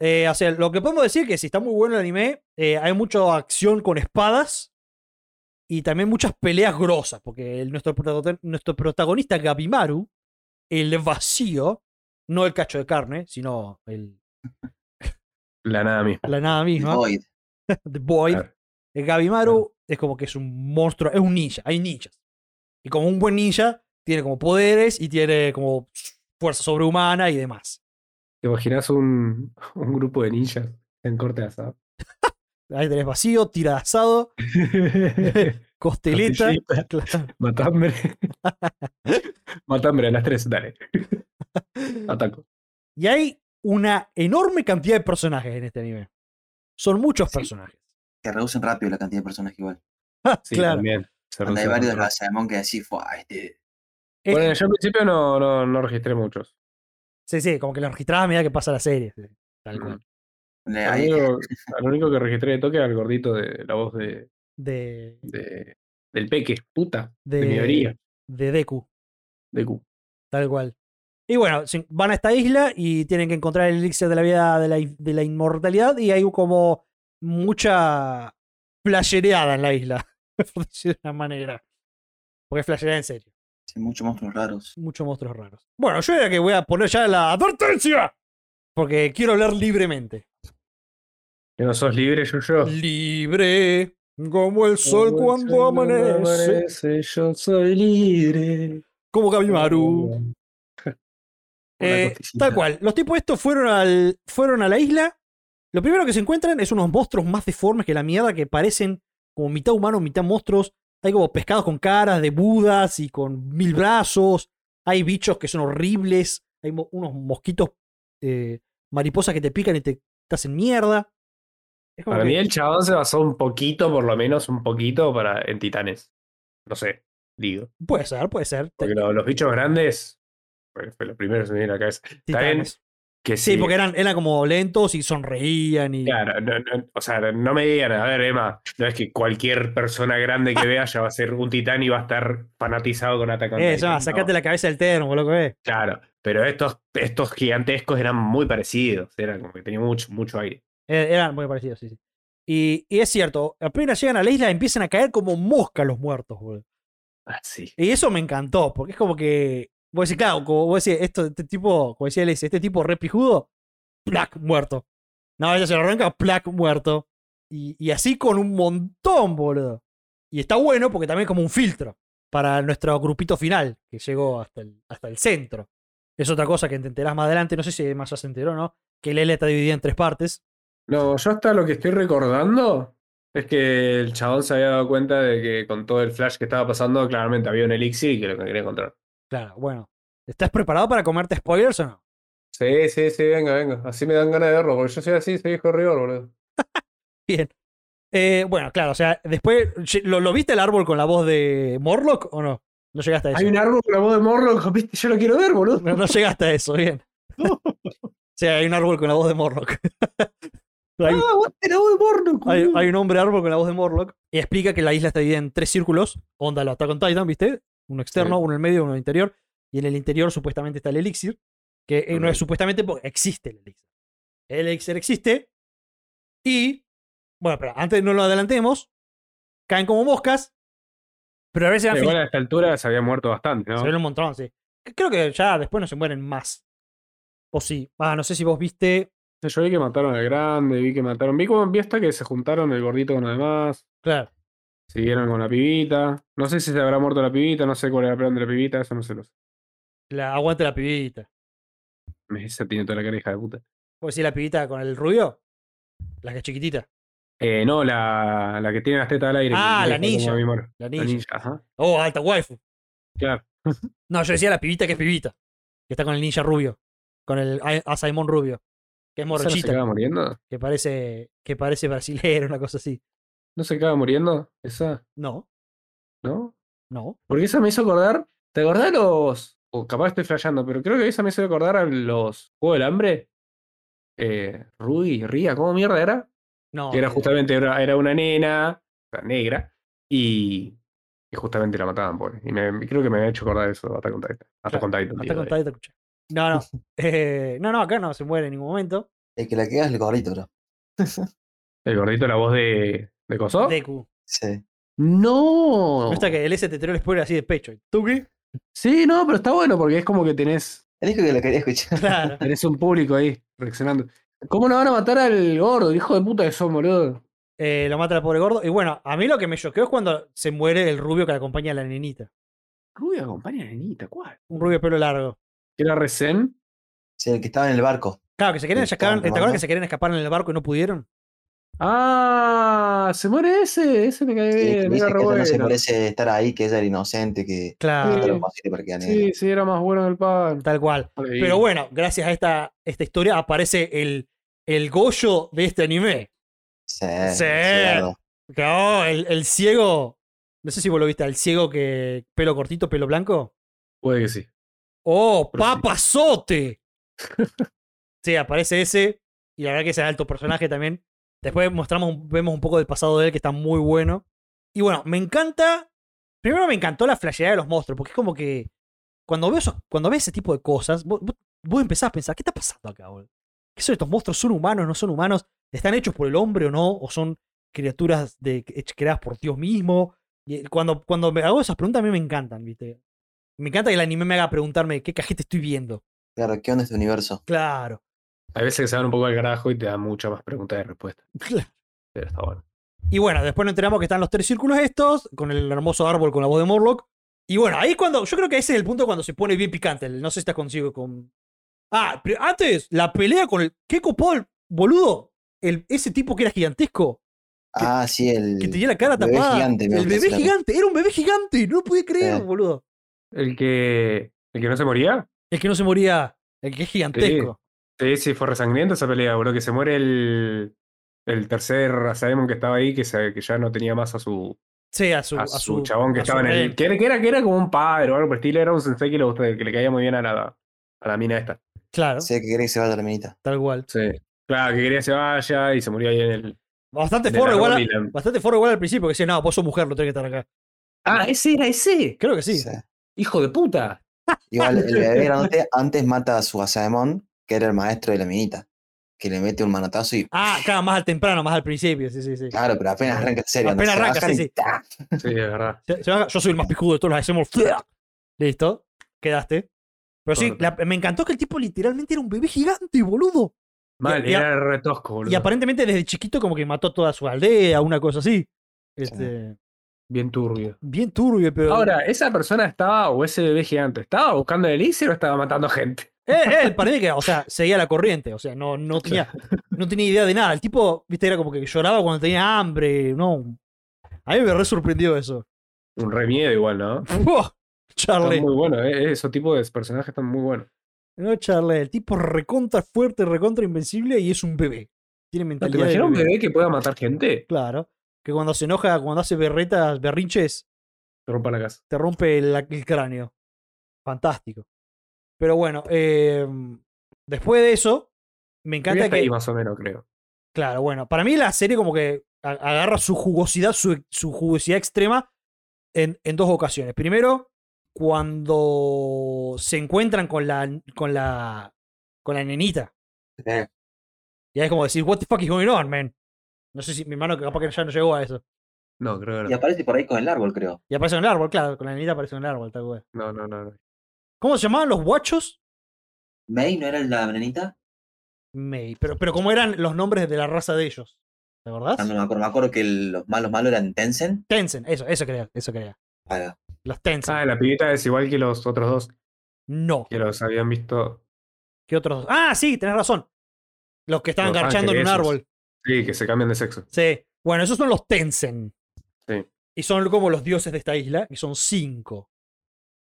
Speaker 1: Eh, o sea, lo que podemos decir que si está muy bueno el anime, eh, hay mucha acción con espadas y también muchas peleas grosas, porque el- nuestro, protagon- nuestro protagonista Gabimaru, el vacío, no el cacho de carne, sino el,
Speaker 2: La nada misma.
Speaker 1: la nada misma,
Speaker 3: Void.
Speaker 1: The Void.
Speaker 2: Claro.
Speaker 1: El Gabimaru es como que es un monstruo, es un ninja, hay ninjas. Y como un buen ninja, tiene como poderes y tiene como fuerza sobrehumana y demás.
Speaker 2: ¿Te imaginas un, un grupo de ninjas en corte de asado?
Speaker 1: Ahí tenés vacío, tira de asado, costeleta.
Speaker 2: Costillita.
Speaker 1: claro.
Speaker 2: Matambre. Matambre a las tres, dale. Ataco.
Speaker 1: Y hay una enorme cantidad de personajes en este anime. Son muchos
Speaker 3: Sí.
Speaker 1: personajes.
Speaker 3: Que reducen rápido la cantidad de personas que igual.
Speaker 2: Sí,
Speaker 1: claro.
Speaker 2: también. Se
Speaker 3: Cuando
Speaker 2: reduce
Speaker 3: hay varios
Speaker 2: bastante.
Speaker 3: de los Asaemon que decís, "Fua, este.
Speaker 1: Es-
Speaker 2: Bueno, yo al principio no, no, no registré muchos.
Speaker 1: sí, sí, como que los registraba a medida que pasa la serie. Mm. sí, Tal cual.
Speaker 3: le-
Speaker 2: Al
Speaker 3: Eh, ahí-
Speaker 2: único, al único que registré de toque era el gordito de la voz de,
Speaker 1: De,
Speaker 2: de- del peque, puta, de, mi
Speaker 1: de,
Speaker 2: orilla,
Speaker 1: de Deku,
Speaker 2: de Q.
Speaker 1: tal cual. Y bueno, se- van a esta isla y tienen que encontrar el elixir de la vida de la, in- de la inmortalidad. Y hay como mucha flashereada en la isla, por decir de una manera. Porque flasherea en serio.
Speaker 3: sí, muchos monstruos raros.
Speaker 1: muchos monstruos raros. Bueno, yo era que voy a poner ya la advertencia. Porque quiero hablar libremente.
Speaker 2: Que no sos libre, yo, yo.
Speaker 1: Libre como el sol cuando amanece.
Speaker 2: Yo soy libre.
Speaker 1: Como Gabimaru. Eh, tal cual. Los tipos estos fueron, al, fueron a la isla. Lo primero que se encuentran es unos monstruos más deformes que la mierda que parecen como mitad humanos, mitad monstruos. Hay como pescados con caras de budas y con mil brazos. Hay bichos que son horribles. Hay mo- unos mosquitos, eh, mariposas que te pican y te, te hacen mierda. Es como
Speaker 2: Para
Speaker 1: que-
Speaker 2: mí el chabón se basó un poquito, por lo menos un poquito, para en Titanes. No sé, digo.
Speaker 1: Puede ser, puede ser. Te-
Speaker 2: Porque lo- los bichos grandes, bueno, fue lo primero que se me vino a la cabeza. bien.
Speaker 1: titanes.
Speaker 2: Que
Speaker 1: Sí,
Speaker 2: sí,
Speaker 1: porque eran, eran como lentos y sonreían y.
Speaker 2: Claro, no- no- o sea, no me digan, a ver, Emma, no es que cualquier persona grande que vea ya va a ser un titán y va a estar fanatizado con Attack on
Speaker 1: Eh,
Speaker 2: Titan.
Speaker 1: ya, sacate la cabeza del termo, loco, eh.
Speaker 2: Claro, pero estos, estos gigantescos eran muy parecidos, eran como que tenían mucho, mucho aire.
Speaker 1: Eh, Eran muy parecidos, sí, sí. Y, y es cierto, apenas llegan a la isla empiezan a caer como mosca los muertos, boludo.
Speaker 2: Así.
Speaker 1: Y eso me encantó, porque es como que. Vos decís, claro, como vos decís, esto, este tipo, como decía Alexis, este tipo re pijudo, plac, muerto. No, ella se lo arranca, plac, muerto. Y, y así con un montón, boludo. Y está bueno porque también es como un filtro para nuestro grupito final, que llegó hasta el, hasta el centro. Es otra cosa que te enterás más adelante, no sé si más ya se enteró, ¿no? Que Lele está dividida en tres partes.
Speaker 2: No, yo hasta lo que estoy recordando es que el chabón se había dado cuenta de que con todo el flash que estaba pasando, claramente había un elixir y que lo que quería encontrar.
Speaker 1: Claro, bueno. ¿Estás preparado para comerte spoilers o no?
Speaker 2: Sí, sí, sí, venga, venga. Así me dan ganas de verlo, porque yo soy así, soy hijo de rigor, boludo.
Speaker 1: Eh, bueno, claro, o sea, después. ¿lo, lo viste el árbol con la voz de Morlock o no? No llegaste a eso.
Speaker 2: Hay un árbol con la voz de Morlock, viste, yo lo quiero ver, boludo.
Speaker 1: No, no llegaste a eso, bien. O sea, hay un árbol con la voz de Morlock. hay,
Speaker 2: Ah, aguante la voz de Morlock.
Speaker 1: hay-
Speaker 2: boludo.
Speaker 1: hay un hombre árbol con la voz de Morlock y explica que la isla está dividida en tres círculos. Onda, lo ataca con Titan, ¿viste? Uno externo, uno en el medio, uno en el interior. Y en el interior supuestamente está el elixir, que eh, no es
Speaker 2: Ok.
Speaker 1: supuestamente porque existe el elixir. El elixir existe y, bueno, pero antes no lo adelantemos, caen como moscas, pero a veces van
Speaker 2: Pero Igual a esta altura se había muerto bastante, ¿no?
Speaker 1: se ven un montón, sí. Creo que ya después no se mueren más. O sí. Ah, no sé si vos viste.
Speaker 2: Yo vi que mataron al grande, vi que mataron. Vi como vi hasta que se juntaron el gordito con los demás,
Speaker 1: Claro.
Speaker 2: siguieron con la pibita. No sé si se habrá muerto la pibita, no sé cuál era el plan de la pibita, eso no se lo sé.
Speaker 1: La, aguante la pibita.
Speaker 2: Me- Esa tiene toda la cara de hija de puta.
Speaker 1: ¿Vos decís la pibita con el rubio? La que es chiquitita.
Speaker 2: Eh, no, la, la que tiene las tetas al aire. que
Speaker 1: Ah,
Speaker 2: me
Speaker 1: la
Speaker 2: dijo como
Speaker 1: ninja.
Speaker 2: a mi moro.
Speaker 1: La
Speaker 2: La
Speaker 1: ninja.
Speaker 2: ninja, ajá.
Speaker 1: Oh, alta waifu.
Speaker 2: Claro.
Speaker 1: No, yo decía la pibita que es pibita. Que está con el ninja rubio. Con el a- Asaemon rubio. Que es
Speaker 2: ¿Esa ¿No se
Speaker 1: morochita.
Speaker 2: acaba muriendo?
Speaker 1: que parece. Que parece brasilero, una cosa así.
Speaker 2: ¿No se acaba muriendo? ¿Esa?
Speaker 1: No,
Speaker 2: ¿No?
Speaker 1: no.
Speaker 2: Porque esa me hizo acordar. ¿Te acordás los.? O capaz estoy flasheando, pero creo que esa me hizo acordar a los Juegos del Hambre. eh, Rudy, Ria, ¿cómo mierda era?
Speaker 1: No.
Speaker 2: Que era
Speaker 1: eh,
Speaker 2: justamente era, era una nena, o sea, negra, y, y justamente la mataban, pobre. Y me, me- creo que me había hecho acordar eso hasta con Titan. Hasta con Titan,
Speaker 1: hasta
Speaker 2: digo,
Speaker 1: con
Speaker 2: de-
Speaker 1: Titan, escuché. No, no. Eh, no, no, acá no se muere en ningún momento.
Speaker 4: El que la queda es el gorrito, bro.
Speaker 2: El gordito, la voz de, de Coso.
Speaker 1: Deku.
Speaker 4: Sí.
Speaker 2: No.
Speaker 1: Me gusta que el S te tiró el spoiler así de pecho. ¿Tú qué?
Speaker 2: Sí, no, pero está bueno porque es como que tenés,
Speaker 4: El hijo que la quería escuchar.
Speaker 1: Claro.
Speaker 2: tenés un público ahí reaccionando. ¿Cómo no van a matar al gordo, el hijo de puta que son, boludo?
Speaker 1: Eh, lo mata el pobre gordo. Y bueno, a mí lo que me choqueó es cuando se muere el rubio que acompaña a la nenita.
Speaker 2: Rubio acompaña a la nenita, ¿cuál?
Speaker 1: Un rubio de pelo largo.
Speaker 2: Era Resen.
Speaker 4: Sí, el que estaba en el barco.
Speaker 1: Claro, que se querían
Speaker 4: Sí,
Speaker 1: sacar-
Speaker 4: estaba
Speaker 1: ¿Te acuerdas
Speaker 4: robando.
Speaker 1: que se querían escapar en el barco y no pudieron?
Speaker 2: Ah, se muere ese, ese me cae
Speaker 4: Sí, que
Speaker 2: bien,
Speaker 4: dice
Speaker 2: era
Speaker 4: que
Speaker 2: re
Speaker 4: ella no se
Speaker 2: bueno.
Speaker 4: merece estar ahí, que ella era inocente, que todo
Speaker 1: Claro,
Speaker 4: lo posible para que gane.
Speaker 2: Sí, sí, era más bueno el pan.
Speaker 1: tal cual. Pero bueno, gracias a ella. esta, esta historia aparece el, el Goyo de este anime.
Speaker 4: Sí.
Speaker 1: Sí.
Speaker 4: claro.
Speaker 1: Claro, el, el ciego. No sé si vos lo viste, el ciego que. pelo cortito, pelo blanco.
Speaker 2: Puede que sí.
Speaker 1: ¡Oh,
Speaker 2: Pero sí.
Speaker 1: papazote! Sí, aparece ese. Y la verdad que ese es alto personaje también. Después mostramos, un- vemos un poco del pasado de él que está muy bueno. Y bueno, me encanta. Primero me encantó la flasheada de los monstruos, porque es como que. Cuando veo esos- cuando ves ese tipo de cosas, vos, vos- vos empezás a pensar, ¿qué está pasando acá, boludo? ¿Qué son estos monstruos? ¿Son humanos? ¿No son humanos? ¿Están hechos por el hombre o no? ¿O son criaturas de, hech- creadas por Dios mismo? Y eh, cuando, cuando me hago esas preguntas, a mí me encantan, ¿viste? Me encanta que el anime me haga preguntarme qué cajete estoy viendo.
Speaker 4: Claro, ¿qué onda este universo?
Speaker 1: Claro.
Speaker 2: Hay veces que se van un poco al carajo y te dan muchas más preguntas de respuesta.
Speaker 1: Claro.
Speaker 2: Pero está bueno.
Speaker 1: Y bueno, después nos enteramos que están los tres círculos estos, con el hermoso árbol con la voz de Morlock. Y bueno, ahí es cuando. Yo creo que ese es el punto cuando se pone bien picante. el- No sé si estás consigo con. Ah, pero antes, la pelea con el. ¿Qué copó el boludo? El, ese tipo que era gigantesco,
Speaker 4: Ah, sí, el.
Speaker 1: que tenía la cara
Speaker 4: bebé
Speaker 1: tapada.
Speaker 4: gigante, me
Speaker 1: el
Speaker 4: gusta
Speaker 1: bebé
Speaker 4: ese
Speaker 1: gigante, era un bebé gigante, no lo podía creer,
Speaker 4: Sí.
Speaker 1: boludo.
Speaker 2: El que, el que no se moría.
Speaker 1: El que no se moría, el que es gigantesco.
Speaker 2: Sí, sí, fue resangrienta esa pelea, boludo. Que se muere el, el tercer Razademon que estaba ahí, que, se- que ya no tenía más a su,
Speaker 1: Sí, a su,
Speaker 2: a su, chabón que
Speaker 1: a su
Speaker 2: estaba en el.
Speaker 1: rehén.
Speaker 2: Que era, que, era, que era como un padre o algo por el estilo. Era un sensei que le, gustaba- que le caía muy bien a la, a la mina esta.
Speaker 1: Claro,
Speaker 4: Sé que quería que se vaya la minita.
Speaker 1: tal cual.
Speaker 2: Sí. Claro, que quería que se vaya y se murió ahí en el.
Speaker 1: Bastante
Speaker 2: en el
Speaker 1: forro igual,
Speaker 2: árbol
Speaker 1: a-
Speaker 2: y la-
Speaker 1: bastante forro igual al principio, que decía, no, vos sos mujer, no tenés que estar acá.
Speaker 2: Ah, ese era ese.
Speaker 1: Creo que sí.
Speaker 4: Sí.
Speaker 2: Hijo de puta.
Speaker 4: Igual el bebé grandote antes mata a su Asaemon, que era el maestro de la minita, que le mete un manotazo y.
Speaker 1: Ah, claro, más al temprano, más al principio, sí, sí, sí.
Speaker 4: Claro, pero apenas arranca el serio.
Speaker 1: Apenas arranca, sí, sí.
Speaker 2: Sí, es verdad.
Speaker 1: Se- se baja, yo soy el más picudo de todos, los hacemos. ¡fua! Listo, quedaste. Pero sí,
Speaker 2: Corta.
Speaker 1: la- me encantó que el tipo literalmente era un bebé gigante, boludo.
Speaker 2: Mal,
Speaker 1: y a-
Speaker 2: era re tosco, boludo.
Speaker 1: Y aparentemente desde chiquito como que mató toda su aldea, una cosa así. Este,
Speaker 2: Bien turbio.
Speaker 1: Bien turbio, pero...
Speaker 2: Ahora, ¿esa persona estaba, o ese bebé gigante, estaba buscando el elixir o estaba matando gente?
Speaker 1: Él, él parece eh, que, o sea, seguía la corriente, o sea, no, no, tenía, no tenía idea de nada. El tipo, viste, era como que lloraba cuando tenía hambre, no. A mí me re sorprendió eso.
Speaker 2: Un re miedo igual, ¿no?
Speaker 1: ¡Fua!
Speaker 2: Está
Speaker 1: Charlie.
Speaker 2: muy bueno, eh, esos tipos de personajes están muy buenos.
Speaker 1: No, Charlie, el tipo recontra fuerte, recontra invencible y es un bebé. Tiene
Speaker 2: No, ¿Te
Speaker 1: mentalidad. de
Speaker 2: imaginas un
Speaker 1: bebé.
Speaker 2: bebé que pueda matar gente?
Speaker 1: Claro. Que cuando se enoja, cuando hace berretas, berrinches,
Speaker 2: Te rompa la casa.
Speaker 1: te rompe el, el cráneo. Fantástico. Pero bueno, eh, después de eso, me
Speaker 2: Creo
Speaker 1: encanta
Speaker 2: hasta
Speaker 1: que.
Speaker 2: ahí más o menos, creo.
Speaker 1: Claro, bueno. Para mí la serie como que a- agarra su jugosidad, su, su jugosidad extrema en, en dos ocasiones. Primero, cuando se encuentran con la, con la, con la nenita. Y ahí es como decir, what the fuck is going on, man? No sé si mi hermano que capaz que ya no llegó a eso.
Speaker 2: No, creo
Speaker 3: Y
Speaker 2: que
Speaker 3: aparece por ahí con el árbol, creo.
Speaker 1: Y aparece en el árbol, claro, con la nenita aparece en el árbol, tal cual.
Speaker 2: no. No, no, no. no.
Speaker 1: ¿Cómo se llamaban los guachos?
Speaker 3: May no era la nenita.
Speaker 1: May. Pero, pero ¿cómo eran los nombres de la raza de ellos? ¿Te acordás?
Speaker 3: Ah, no me acuerdo. Me acuerdo que el- los malos malos eran Tencent.
Speaker 1: Tencent, eso, eso crea, eso crea.
Speaker 3: Ah,
Speaker 1: Los Tencent.
Speaker 2: Ah, la pibita es igual que los otros dos
Speaker 1: No.
Speaker 2: que los habían visto.
Speaker 1: ¿Qué otros dos? Ah, sí, tenés razón. Los que estaban
Speaker 2: Los
Speaker 1: garchando en un
Speaker 2: ángeles, esos.
Speaker 1: árbol.
Speaker 2: Sí, que se cambian de sexo.
Speaker 1: Sí. Bueno, esos son los Tencent.
Speaker 2: Sí.
Speaker 1: Y son como los dioses de esta isla, que son cinco.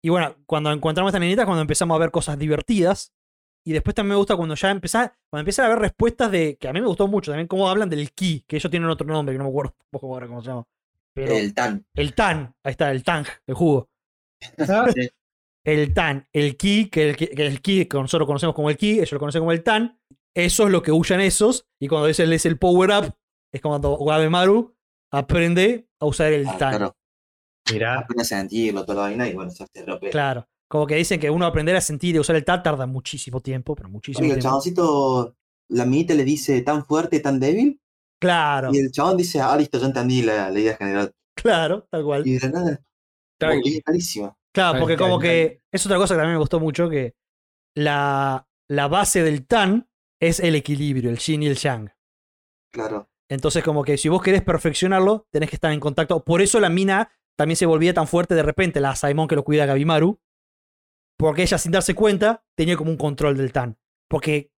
Speaker 1: Y bueno, cuando encontramos a esta nenita es cuando empezamos a ver cosas divertidas. Y después también me gusta cuando ya empezás, cuando empiezan a ver respuestas de. que a mí me gustó mucho también cómo hablan del ki, que ellos tienen otro nombre, que no me acuerdo tampoco ahora cómo se llama. Pero el,
Speaker 3: El Tan.
Speaker 1: tan, ahí está, el tang, el jugo.
Speaker 3: Sí.
Speaker 1: El tan, el ki, que el, ki- que el ki que nosotros conocemos como el ki, ellos lo conocen como el tan. Eso es lo que huyan esos. Y cuando ese es el power up, es cuando Gademaru aprende a usar el
Speaker 3: Ah,
Speaker 1: tan.
Speaker 3: claro.
Speaker 2: Mirá.
Speaker 3: Apenas sentirlo, toda la vaina, y bueno, se te rompe.
Speaker 1: Claro. Como que dicen que uno aprender a sentir y usar el tan tarda muchísimo tiempo, pero muchísimo
Speaker 4: Y el
Speaker 1: tiempo.
Speaker 4: chaboncito, la minita le dice tan fuerte, tan débil,
Speaker 1: Claro,
Speaker 4: y el chabón dice, ah, listo, yo entendí la, la idea general.
Speaker 1: claro, tal cual.
Speaker 4: Y de la nada, como que
Speaker 2: Tranqui.
Speaker 4: es clarísima.
Speaker 1: Claro,
Speaker 2: Tan,
Speaker 1: porque como
Speaker 2: tan,
Speaker 1: que es otra cosa que también me gustó mucho, que la, la base del tan es el equilibrio, el yin y el yang.
Speaker 4: Claro.
Speaker 1: Entonces como que si vos querés perfeccionarlo, tenés que estar en contacto. Por eso la mina también se volvía tan fuerte de repente, la Saimon que lo cuida a Gabimaru, porque ella sin darse cuenta tenía como un control del tan. Porque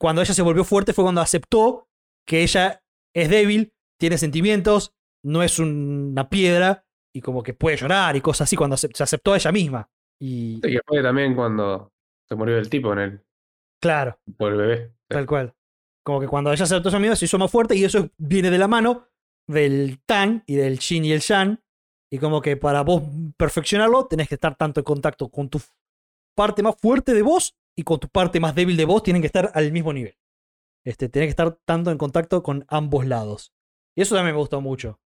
Speaker 1: cuando ella se volvió fuerte fue cuando aceptó que ella es débil, tiene sentimientos, no es un- una piedra y como que puede llorar y cosas así cuando acep- se aceptó a ella misma. Y
Speaker 2: Y que fue también cuando se murió el tipo en el,
Speaker 1: claro,
Speaker 2: por el bebé.
Speaker 1: Tal cual. Como que cuando ella aceptó esa miedo se hizo más fuerte y eso viene de la mano del Tan y del Shin y el Shan. Y como que para vos perfeccionarlo tenés que estar tanto en contacto con tu parte más fuerte de vos y con tu parte más débil de vos tienen que estar al mismo nivel. Este, tenés que estar tanto en contacto con ambos lados. Y eso también me gustó mucho.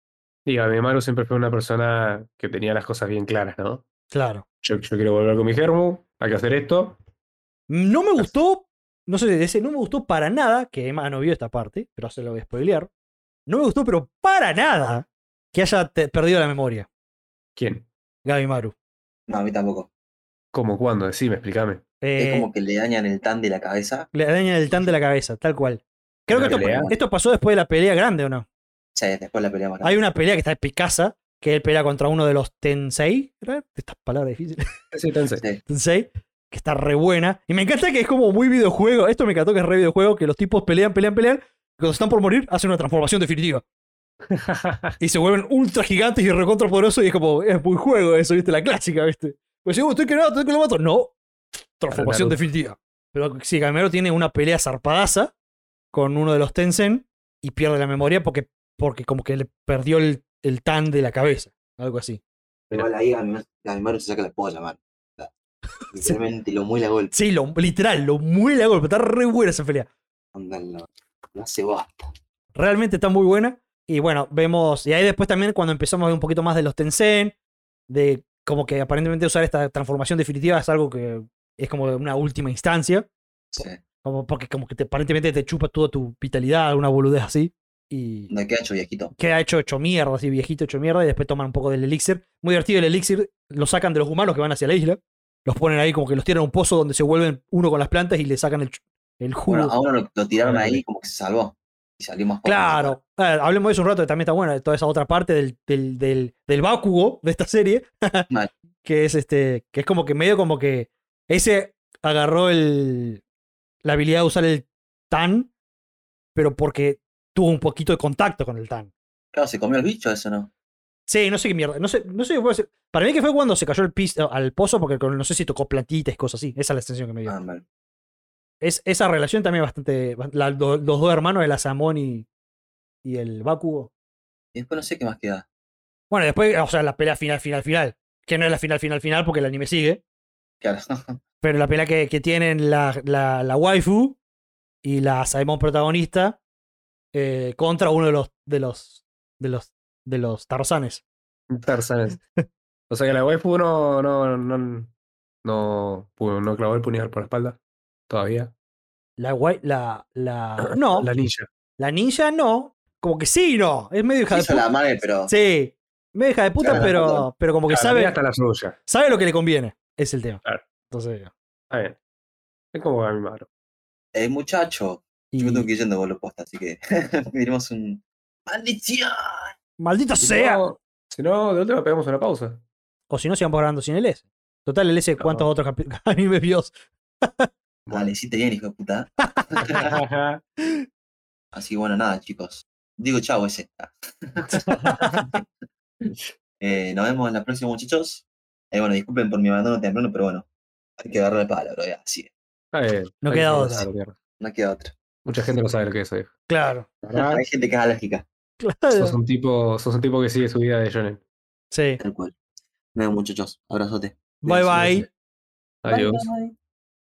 Speaker 2: Y Maru siempre fue una persona que tenía las cosas bien claras, ¿no?
Speaker 1: Claro.
Speaker 2: Yo, yo quiero volver con mi germo, hay que hacer esto.
Speaker 1: No me gustó, no sé, ese no me gustó para nada, que Emma no vio esta parte, pero se lo voy a spoilear. No me gustó, pero para nada, que haya te- perdido la memoria.
Speaker 2: ¿Quién?
Speaker 1: Gaby Maru.
Speaker 3: No, a mí tampoco.
Speaker 2: ¿Cómo? ¿Cuándo? Decime, explícame.
Speaker 1: Eh,
Speaker 3: Es como que le dañan el tan de la cabeza.
Speaker 1: Le dañan el tan de la cabeza, tal cual. Creo que
Speaker 2: ¿La
Speaker 1: esto,
Speaker 2: pelea?
Speaker 1: esto pasó después de la pelea grande, ¿o no?
Speaker 3: Sí, después la peleamos. ¿no?
Speaker 1: Hay una pelea que está en Picasa, que él pelea contra uno de los Tensei, ¿verdad? Estas palabras difíciles.
Speaker 2: Sí, entonces.
Speaker 3: Sí.
Speaker 1: Tensei, que está re buena. Y me encanta que es como muy videojuego. Esto me encantó que es re videojuego, que los tipos pelean, pelean, pelean. Y cuando están por morir, hacen una transformación definitiva. Y se vuelven ultra gigantes y recontra poderosos. Y es como, es muy juego eso, ¿viste? La clásica, ¿viste? Pues si estoy que no, estoy que lo mato. No. Transformación
Speaker 2: Naruto.
Speaker 1: definitiva. Pero sí, Gamero tiene una pelea zarpadaza con uno de los Tensen y pierde la memoria porque, porque como que le perdió el, el tan de la cabeza. Algo así.
Speaker 4: Igual ahí Gami- Gamimaru se saca la polla, man. O sea, Literalmente lo muele a golpe.
Speaker 1: Sí, lo, literal, lo muele a golpe. Está re buena esa pelea.
Speaker 4: Onda, lo, lo hace basta.
Speaker 1: realmente está muy buena. Y bueno, vemos. Y ahí después también, cuando empezamos a ver un poquito más de los Tensen, de como que aparentemente usar esta transformación definitiva es algo que es como una última instancia.
Speaker 3: Sí.
Speaker 1: Como porque como que te, aparentemente te chupa toda tu vitalidad, alguna boludez así. Y
Speaker 3: No queda hecho viejito.
Speaker 1: queda hecho hecho mierda, así viejito hecho mierda. Y después toman un poco del elixir. Muy divertido el elixir. Lo sacan de los humanos que van hacia la isla. Los ponen ahí como que los tiran a un pozo donde se vuelven uno con las plantas y le sacan el, chu- el jugo.
Speaker 3: Bueno, a uno lo, lo tiraron
Speaker 2: Ahora
Speaker 3: ahí como que se salvó. Y salimos
Speaker 1: eh. Claro, A ver, hablemos de eso un rato, que también está buena, de toda esa otra parte del, del, del, del Bakugo de esta serie,
Speaker 3: Mal.
Speaker 1: que es este, que es como que medio como que ese agarró el, la habilidad de usar el tan, pero porque tuvo un poquito de contacto con el tan.
Speaker 3: Claro, se comió el bicho, eso no.
Speaker 1: Sí, no sé qué mierda, no sé, no sé qué fue ese- Para mí que fue cuando se cayó el pis, al pozo, porque con- no sé si tocó plantitas y cosas así, esa es la extensión que me dio.
Speaker 3: Ah, mal.
Speaker 1: Es, esa relación también bastante, la- lo- los dos hermanos, el Asamón y, y el Bakugo.
Speaker 3: Y después no sé qué más queda.
Speaker 1: Bueno, después, o sea, la pelea final, final, final. Que no es la final, final, final, porque el anime sigue.
Speaker 3: Claro.
Speaker 1: Pero la pelea que, que tienen la, la, la waifu y la Saemon protagonista eh, contra uno de los de los de los de los tarzanes.
Speaker 2: Tarzanes. O sea que la waifu no, no, no, no, pudo- no clavó el puñal por la espalda. Todavía.
Speaker 1: La wai- la, la no,
Speaker 2: La ninja.
Speaker 1: la ninja no, como que sí, y no, es medio hija de
Speaker 3: Hizo la
Speaker 1: puta.
Speaker 3: madre, pero.
Speaker 1: Sí, medio hija de puta,
Speaker 3: Claro,
Speaker 1: pero
Speaker 3: perdón.
Speaker 1: pero como que
Speaker 2: Claro,
Speaker 1: sabe
Speaker 2: mira hasta la suya.
Speaker 1: sabe lo que le conviene, es el tema.
Speaker 2: Claro.
Speaker 1: Entonces,
Speaker 2: Está bien. Es como a mi madre.
Speaker 3: Eh, muchacho.
Speaker 1: y-
Speaker 3: Yo me tengo que ir yendo boludo posta, así que. diremos un. ¡Maldición!
Speaker 1: maldita
Speaker 2: Si
Speaker 1: sea.
Speaker 2: no- Si no, de última pegamos una pausa.
Speaker 1: O si no, se van borrando sin el S. Total, el S, ¿cuántos
Speaker 2: No.
Speaker 1: otros capi- animes vio?
Speaker 3: Vale, hiciste bien, hijo de puta.
Speaker 2: Chao,
Speaker 3: Así que bueno, nada, chicos. Digo chao, es esta. Eh, nos vemos en la próxima, muchachos. Eh, bueno, disculpen por mi abandono temprano, pero bueno. Hay que agarrar el palo, bro. ya, Así es.
Speaker 2: Ah, eh,
Speaker 1: No queda otra.
Speaker 3: No queda otra.
Speaker 2: Mucha gente no sabe lo que es eso. viejo.
Speaker 1: Claro.
Speaker 2: La verdad,
Speaker 3: Hay gente que es alérgica,
Speaker 2: Sos
Speaker 1: Claro.
Speaker 2: un tipo, sos un tipo que sigue su vida de Shonen.
Speaker 1: Sí.
Speaker 3: tal cual. Nos vemos, muchachos. Abrazote.
Speaker 1: Bye bye.
Speaker 2: Adiós.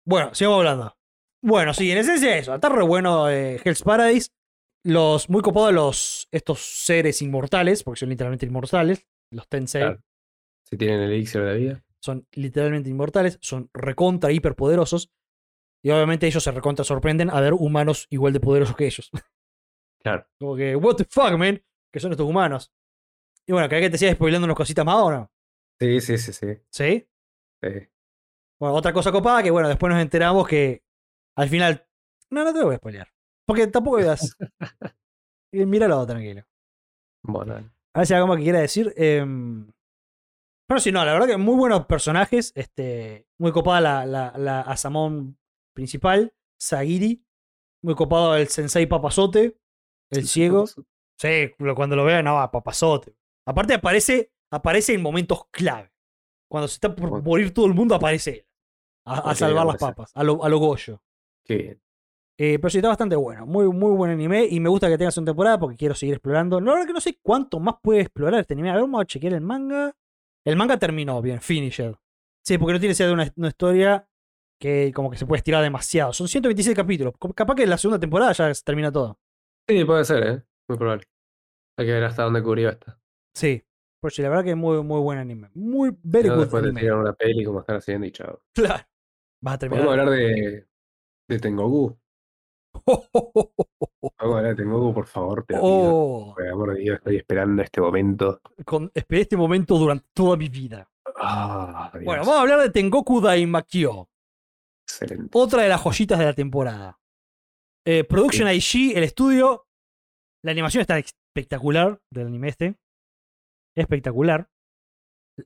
Speaker 1: Bueno, sigamos hablando. Bueno, sí, en esencia eso. Está re bueno eh, Hell's Paradise. Los muy copados los estos seres inmortales, porque son literalmente inmortales, los Tensei
Speaker 2: Claro. Si tienen el elixir de la vida.
Speaker 1: son literalmente inmortales, son recontra hiperpoderosos y obviamente ellos se recontra sorprenden a ver humanos igual de poderosos que ellos.
Speaker 2: Claro.
Speaker 1: Como que, what the fuck, man, que son estos humanos. Y bueno, ¿querés que te siga spoilando unas cositas más o no?
Speaker 2: Sí, sí, sí, Eh, sí.
Speaker 1: ¿Sí?
Speaker 2: sí.
Speaker 1: Bueno, otra cosa copada que, bueno, después nos enteramos que al final. No, no te lo voy a spoilear. Porque tampoco das. Y Míralo, tranquilo.
Speaker 2: Bueno, dale.
Speaker 1: A ver si hay algo más que quiera decir. em. pero si no, la verdad que muy buenos personajes. Este, muy copada la, la, la Asamón principal, Sagiri. Muy copado el Sensei Papazote, el ciego. Sí, lo- cuando lo vean, no, va, papazote. Aparte aparece, aparece en momentos clave. Cuando se está por
Speaker 2: Ok.
Speaker 1: morir todo el mundo, aparece él. A, a
Speaker 2: Ok,
Speaker 1: salvar las
Speaker 2: aparece.
Speaker 1: papas, a lo, a lo Goyo.
Speaker 2: Qué bien.
Speaker 1: Eh, pero sí, está bastante bueno. Muy, muy buen anime. Y me gusta que tenga segunda temporada porque quiero seguir explorando. No, la verdad que no sé cuánto más puede explorar este anime. A ver, vamos a chequear el manga. El manga terminó bien, finished. Sí, porque no tiene que ser una, una historia que como que se puede estirar demasiado. Son 126 capítulos. Co- Capaz que la segunda temporada ya se termina todo.
Speaker 2: Sí, puede ser, ¿eh? Muy probable. Hay que ver hasta dónde cubrió esta.
Speaker 1: Sí. Por si la verdad que es muy, muy buen anime. Muy
Speaker 2: Si
Speaker 1: very
Speaker 2: no,
Speaker 1: good
Speaker 2: después te
Speaker 1: anime.
Speaker 2: tiran una peli como están haciendo y chao.
Speaker 1: Claro. Vas a
Speaker 2: Podemos
Speaker 1: terminar.
Speaker 2: hablar de, de Tengoku.
Speaker 1: Oh.
Speaker 2: Vamos a hablar de Tengoku, por favor. Te lo pido.
Speaker 1: Oh,
Speaker 2: Por el amor de Dios, estoy esperando este momento.
Speaker 1: con- esperé este momento durante toda mi vida.
Speaker 2: Ah,
Speaker 1: Bueno,
Speaker 2: Dios,
Speaker 1: vamos a hablar de Tengoku Daimakyo.
Speaker 2: Excelente.
Speaker 1: Otra de las joyitas de la temporada. Eh, Production IG, el estudio. La animación está espectacular del anime este. Espectacular.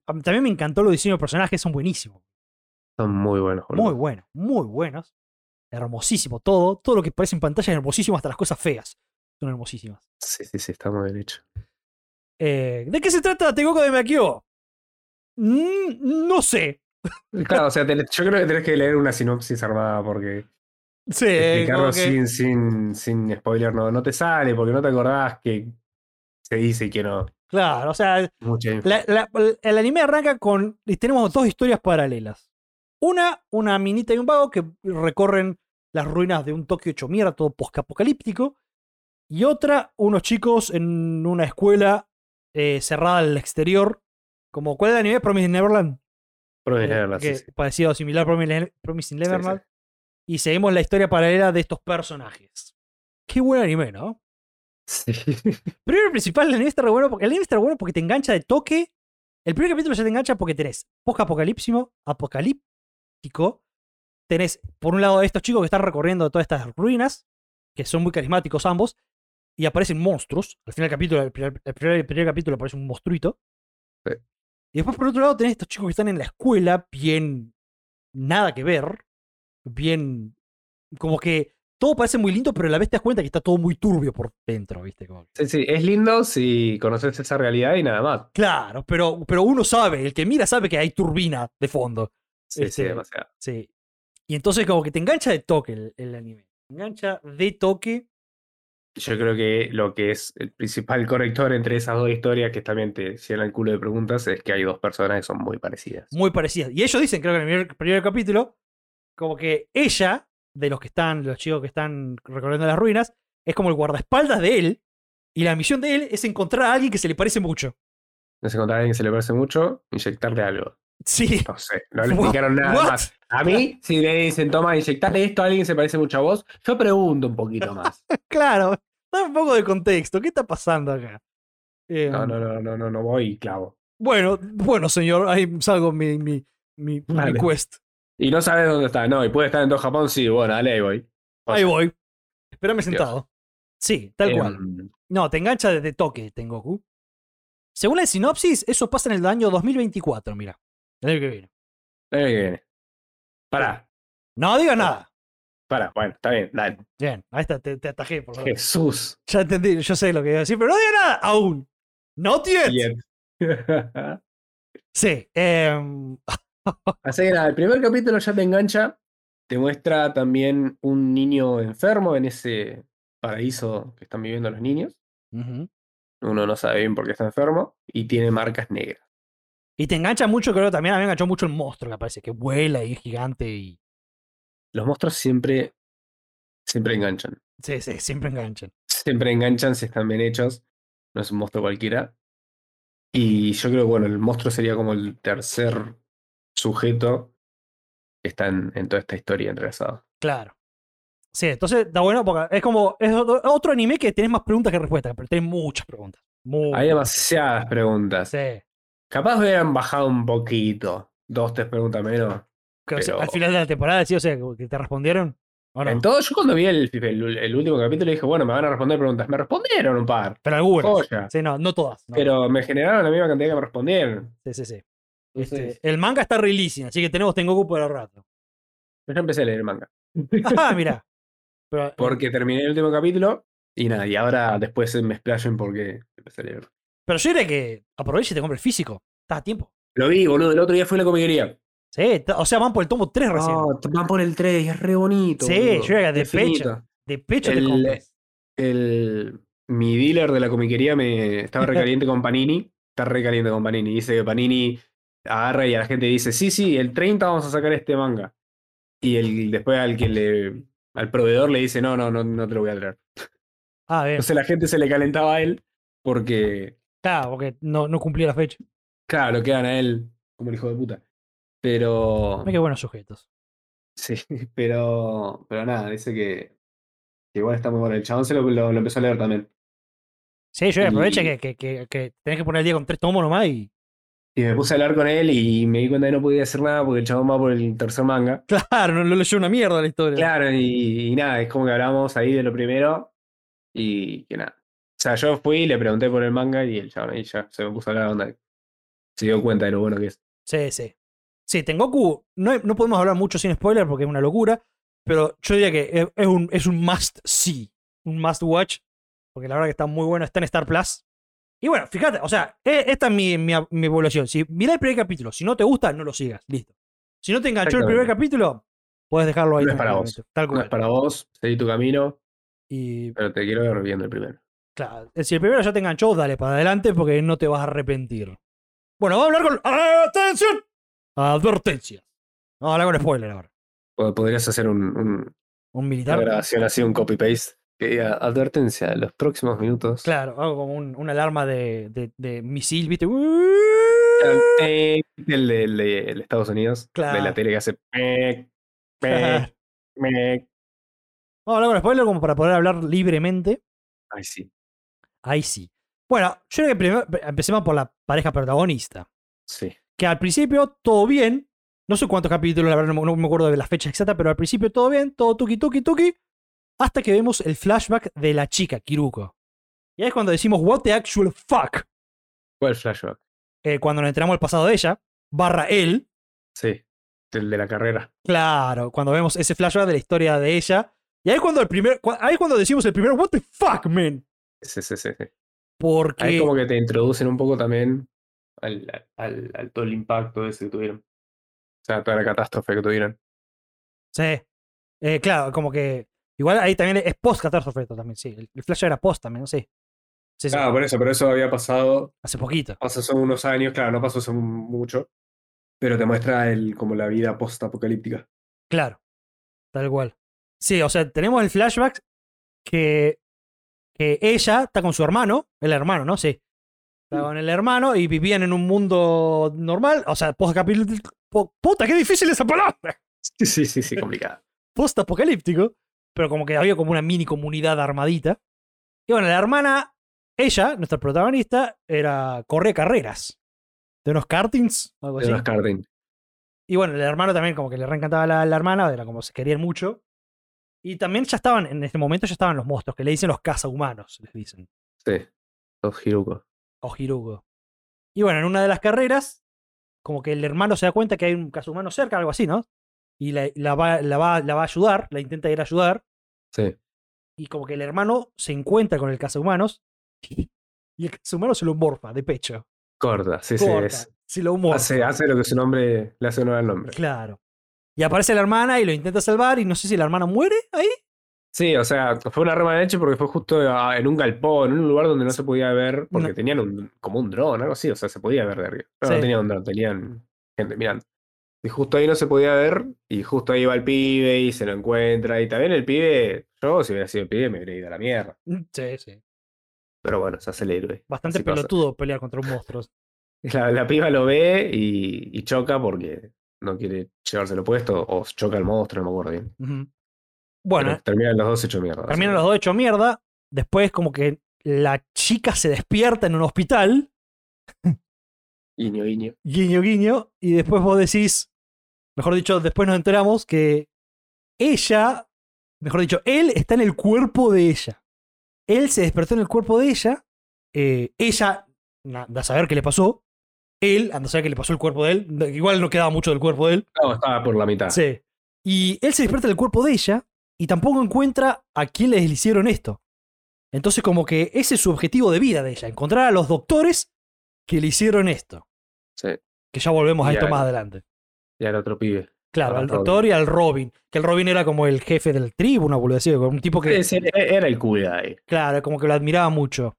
Speaker 1: A mí También me encantó los diseños de personajes, son buenísimos.
Speaker 2: Son muy buenos, boludo.
Speaker 1: Muy buenos, muy buenos. Hermosísimo todo. Todo lo que parece en pantalla es hermosísimo, hasta las cosas feas son hermosísimas.
Speaker 2: Sí, sí, sí, está muy bien hecho.
Speaker 1: Eh, ¿De qué se trata Tengoku de Makio? Mm, no sé.
Speaker 2: Claro, o sea, tenés- yo creo que tenés que leer una sinopsis armada porque
Speaker 1: Sí,
Speaker 2: explicarlo
Speaker 1: como que-
Speaker 2: sin, sin, sin spoiler no, no te sale porque no te acordás que se dice y que no.
Speaker 1: Claro, o sea,
Speaker 2: Mucha info.
Speaker 1: la- la- el anime arranca con. y Tenemos dos historias paralelas. Una, una minita y un vago que recorren las ruinas de un Tokio hecho mierda, todo poscapocalíptico. Y otra, unos chicos en una escuela eh, cerrada al exterior. Como, ¿cuál es el anime? Promise Neverland.
Speaker 2: Promise
Speaker 1: eh,
Speaker 2: Neverland, sí,
Speaker 1: que
Speaker 2: sí, sí,
Speaker 1: Parecido similar a Promise- Promising
Speaker 2: sí.
Speaker 1: Neverland. y seguimos la historia paralela de estos personajes. Qué buen anime, ¿no?
Speaker 2: Sí.
Speaker 1: Primero y principal, el anime está re bueno porque, el anime está re bueno porque te engancha de toque. El primer capítulo ya te engancha porque tenés post-apocalíptico, apocalíptico. Tenés, por un lado, a estos chicos que están recorriendo todas estas ruinas, que son muy carismáticos ambos, y aparecen monstruos. Al final del capítulo, el primer, el primer- el primer capítulo aparece un monstruito.
Speaker 2: Sí.
Speaker 1: Y después, por otro lado, tenés estos chicos que están en la escuela, bien nada que ver, bien como que todo parece muy lindo, pero a la vez te das cuenta que está todo muy turbio por dentro, ¿viste? Como que-
Speaker 2: Sí, sí, es lindo si conoces esa realidad y nada más.
Speaker 1: Claro, pero, pero uno sabe, el que mira sabe que hay turbina de fondo.
Speaker 2: Sí,
Speaker 1: Este,
Speaker 2: sí, demasiado.
Speaker 1: Sí. Y entonces como que te engancha de toque el, el anime. Te engancha de toque.
Speaker 2: Yo creo que lo que es el principal corrector entre esas dos historias que también te llenan el culo de preguntas es que hay dos personas que son muy parecidas.
Speaker 1: muy parecidas. Y ellos dicen, creo que en el primer, primer capítulo, como que ella, de los que están, los chicos que están recorriendo las ruinas, es como el guardaespaldas de él. Y la misión de él es encontrar a alguien que se le parece mucho.
Speaker 2: No se encontrar a alguien que se le parece mucho, inyectarle algo.
Speaker 1: Sí.
Speaker 2: No sé, no le
Speaker 1: What-
Speaker 2: explicaron nada
Speaker 1: what?
Speaker 2: más. A mí, si le dicen, toma, inyectarle esto a alguien que se parece mucho a vos, yo pregunto un poquito más.
Speaker 1: Claro. Dame un poco de contexto. ¿Qué está pasando acá? Eh,
Speaker 2: No, no, no, no, no, no voy y clavo.
Speaker 1: Bueno, bueno, señor. Ahí salgo mi, mi, mi, mi
Speaker 2: Vale.
Speaker 1: quest.
Speaker 2: Y no sabes dónde está, no, y puede estar en todo Japón, sí, bueno, dale, ahí voy. O
Speaker 1: Ahí
Speaker 2: sea,
Speaker 1: voy. Espérame
Speaker 2: Dios.
Speaker 1: sentado. Sí, tal cual.
Speaker 2: em,
Speaker 1: No, te engancha desde toque, Tengoku. Según la sinopsis, eso pasa en el año 2024, mira. El año que viene.
Speaker 2: ahí viene. Pará,
Speaker 1: No digas nada.
Speaker 2: pará, bueno, está bien, dale.
Speaker 1: Bien, ahí está, te, te atajé, por favor.
Speaker 2: Jesús.
Speaker 1: Ya entendí, yo sé lo que iba a decir, pero no digas nada aún. No tienes.
Speaker 2: Bien.
Speaker 1: Sí. em,
Speaker 2: Así que nada, el primer capítulo ya te engancha. Te muestra también un niño enfermo en ese paraíso que están viviendo los niños.
Speaker 1: ujú.
Speaker 2: Uno no sabe bien por qué está enfermo y tiene marcas negras.
Speaker 1: Y te engancha mucho, creo que también a mí me enganchó mucho el monstruo que aparece, que vuela y es gigante y.
Speaker 2: Los monstruos siempre Siempre enganchan.
Speaker 1: Sí, sí, siempre enganchan.
Speaker 2: Siempre enganchan si están bien hechos. No es un monstruo cualquiera. Y yo creo que, bueno, el monstruo sería como el tercer sujeto que está en, en toda esta historia entrelazada.
Speaker 1: Claro. Sí, entonces está bueno porque es como. Es otro otro anime que tenés más preguntas que respuestas, pero tenés muchas preguntas. Muchas.
Speaker 2: Hay demasiadas preguntas.
Speaker 1: Oh, Sí.
Speaker 2: Capaz hubieran bajado un poquito. Dos, tres preguntas menos.
Speaker 1: Que, o sea,
Speaker 2: Pero-
Speaker 1: al final de la temporada, sí, o sea, que te respondieron. ¿O no?
Speaker 2: En todo, yo cuando vi el, el- el último capítulo dije, bueno, me van a responder preguntas. Me respondieron un par.
Speaker 1: pero algunas.
Speaker 2: Joya.
Speaker 1: Sí, no, no todas. no.
Speaker 2: Pero me generaron la misma cantidad que me respondieron.
Speaker 1: Sí, sí, sí.
Speaker 2: Entonces,
Speaker 1: Este, el manga está releasing, así que tenemos Tengoku por el rato.
Speaker 2: yo ya empecé a leer el manga.
Speaker 1: Ajá, mira. Pero,
Speaker 2: Porque terminé el último capítulo y nada, y ahora después me explayen porque empecé a leer.
Speaker 1: pero yo diría que aproveche y te compre el físico. Estás a tiempo.
Speaker 2: Lo vi, boludo. El otro día fui a la comiquería.
Speaker 1: Sí, ta- o sea, van por el tomo 3 recién.
Speaker 2: No, Ah, van por el 3 y es re bonito.
Speaker 1: Sí,
Speaker 2: boludo.
Speaker 1: yo era de
Speaker 2: Infinito.
Speaker 1: pecho. De pecho te
Speaker 2: El-
Speaker 1: compras.
Speaker 2: El, mi dealer de la comiquería me estaba recaliente con Panini. Está recaliente con Panini. Dice que Panini agarra y a la gente dice, sí, sí, el 30 vamos a sacar este manga. Y el, después al que le. al proveedor le dice, no, no, no, no te lo voy a traer.
Speaker 1: Ah, bien.
Speaker 2: Entonces la gente se le calentaba a él porque.
Speaker 1: Claro, porque no, no cumplía la fecha.
Speaker 2: Claro, lo quedan a él como el hijo de puta. Pero.
Speaker 1: Mira Ah, qué buenos sujetos.
Speaker 2: Sí, pero. Pero nada, dice que. Que igual está muy bueno. El chabón se lo, lo- lo empezó a leer también.
Speaker 1: Sí, yo
Speaker 2: Y-
Speaker 1: aprovecha que, que, que, que tenés que poner el día con tres tomos nomás y.
Speaker 2: Y me puse a hablar con él y me di cuenta que no podía hacer nada porque el chabón va por el tercer manga.
Speaker 1: Claro, no lo leyó una mierda la historia.
Speaker 2: Claro, y, y nada, es como que hablamos ahí de lo primero y que nada. O sea, yo fui y le pregunté por el manga y el chabón ahí ya se me puso a hablar onda. Se dio cuenta de lo bueno que es.
Speaker 1: Sí, sí. Sí, Tengoku, no, no podemos hablar mucho sin spoiler porque es una locura, pero yo diría que es, es un, es un must see, un must watch, porque la verdad que está muy bueno, está en Star Plus. Y bueno, fíjate, o sea, e- esta es mi, mi, mi evaluación. Si mirá el primer capítulo, si no te gusta, no lo sigas, listo. Si no te enganchó el primer capítulo, puedes dejarlo ahí.
Speaker 2: No es para vos.
Speaker 1: tranquilamente, Tal
Speaker 2: No es
Speaker 1: cual.
Speaker 2: para vos, seguí tu camino,
Speaker 1: Y
Speaker 2: pero te quiero ver viendo el primero.
Speaker 1: claro, eh, si el primero ya te enganchó, dale para adelante porque no te vas a arrepentir. Bueno, vamos a hablar con... ¡Atención! Advertencia. Vamos a hablar con spoiler ahora.
Speaker 2: O podrías hacer un- un-
Speaker 1: Un
Speaker 2: una
Speaker 1: militar.
Speaker 2: grabación así, un copy-paste. Que diga, advertencia, los próximos minutos.
Speaker 1: Claro, hago como un- una alarma de, de- de misil, ¿viste?
Speaker 2: Eh, El de, el de- el de Estados Unidos, de la
Speaker 1: Claro.
Speaker 2: tele que hace. "Mec, mec,
Speaker 1: Vamos
Speaker 2: mec".
Speaker 1: a hablar con spoiler como para poder hablar libremente.
Speaker 2: Ay, sí.
Speaker 1: Ahí sí. Bueno, yo creo que primero empecemos por la pareja protagonista.
Speaker 2: Sí.
Speaker 1: Que al principio todo bien. No sé cuántos capítulos, la verdad, no, no me acuerdo de la fecha exacta, pero al principio todo bien, todo tuki tuki tuki. Hasta que vemos el flashback de la chica, Kiruko. Y ahí es cuando decimos, what the actual fuck.
Speaker 2: ¿Cuál flashback?
Speaker 1: Eh, cuando nos enteramos del pasado de ella, barra él,
Speaker 2: Sí. El de la carrera.
Speaker 1: Claro, cuando vemos ese flashback de la historia de ella. Y ahí es cuando el primer. cua- Ahí es cuando decimos el primer, what the fuck, man.
Speaker 2: Sí, sí, sí. sí.
Speaker 1: Porque.
Speaker 2: Ahí como que te introducen un poco también al, al- al todo el impacto ese que tuvieron. O sea, toda la catástrofe que tuvieron.
Speaker 1: Sí. Eh, claro, como que. Igual ahí también es post catástrofe esto también, sí. El, el flashback era post también, sí. Sí, sí.
Speaker 2: Ah, por eso, pero eso había pasado,
Speaker 1: Hace poquito.
Speaker 2: pasó hace unos años, claro, no pasó hace mucho, pero te muestra el, como la vida post-apocalíptica.
Speaker 1: Claro. Tal cual. Sí, o sea, tenemos el flashback que, que ella está con su hermano, el hermano, ¿no? Sí. Está con el hermano y vivían en un mundo normal, o sea, post po- Puta, qué difícil esa palabra.
Speaker 2: Sí, sí, sí, sí, complicada.
Speaker 1: post apocalíptico, pero como que había como una mini comunidad armadita. Y bueno, la hermana, ella, nuestra protagonista, era corre carreras de unos kartings, algo
Speaker 2: De
Speaker 1: así.
Speaker 2: los Cardin.
Speaker 1: Y bueno, el hermano también, como que le reencantaba la, la hermana, era como se querían mucho. Y también ya estaban, en este momento ya estaban los monstruos, que le dicen los cazahumanos, les dicen,
Speaker 2: Sí. Los Hiruko.
Speaker 1: o Hirugo. Y bueno, en una de las carreras, como que el hermano se da cuenta que hay un cazahumano cerca, algo así, ¿no? Y la, la va, la, va, la va a ayudar, la intenta ir a ayudar.
Speaker 2: Sí.
Speaker 1: y como que el hermano se encuentra con el cazahumanos y el cazahumano se lo morfa de pecho.
Speaker 2: Corta, sí,
Speaker 1: corta,
Speaker 2: sí. es-
Speaker 1: se lo morfa.
Speaker 2: hace, hace lo que su nombre le hace honor al nombre.
Speaker 1: Claro. Y aparece la hermana y lo intenta salvar y no sé si la hermana muere ahí.
Speaker 2: Sí, o sea, fue una rama de leche porque fue justo a- en un galpón, en un lugar donde no se podía ver, porque
Speaker 1: No.
Speaker 2: tenían un, como un dron, algo así, o sea, se podía ver de arriba. No, no
Speaker 1: Sí.
Speaker 2: tenían un dron, tenían gente mirando. Y justo ahí no se podía ver, y justo ahí va el pibe y se lo encuentra, y también el pibe, Yo, si hubiera sido pibe, me hubiera ido a la mierda.
Speaker 1: Sí, sí.
Speaker 2: Pero bueno, se hace el héroe.
Speaker 1: Bastante
Speaker 2: Así pasa.
Speaker 1: pelotudo pelear contra un monstruo.
Speaker 2: La, la piba lo ve y, y choca porque no quiere llevárselo puesto o choca al monstruo, no me acuerdo bien.
Speaker 1: Ujú.
Speaker 2: Pero
Speaker 1: Bueno, eh.
Speaker 2: terminan los dos hecho mierda. así
Speaker 1: terminan
Speaker 2: que-
Speaker 1: los dos hecho mierda. Después, como que la chica se despierta en un hospital.
Speaker 2: Iño, iño.
Speaker 1: guiño, guiño, y después vos decís, mejor dicho, después nos enteramos que ella, mejor dicho, él está en el cuerpo de ella. Él se despertó en el cuerpo de ella, eh, ella, na- anda a saber qué le pasó, él, anda a saber qué le pasó el cuerpo de él, no- igual no quedaba mucho del cuerpo de él,
Speaker 2: No, estaba por la mitad.
Speaker 1: sí. Y él se despierta en el cuerpo de ella y tampoco encuentra a quién les hicieron esto. Entonces como que ese es su objetivo de vida de ella, encontrar a los doctores que le hicieron esto.
Speaker 2: Sí.
Speaker 1: Que ya volvemos a
Speaker 2: Y
Speaker 1: esto
Speaker 2: al-
Speaker 1: más adelante.
Speaker 2: Y al otro pibe.
Speaker 1: Claro,
Speaker 2: al
Speaker 1: al
Speaker 2: Robin.
Speaker 1: doctor y al Robin. Que el Robin era como el jefe del tribu, una boludez, un tipo que,
Speaker 2: Sí, sí,
Speaker 1: e,
Speaker 2: Era el cuida ahí.
Speaker 1: claro, como que lo admiraba mucho.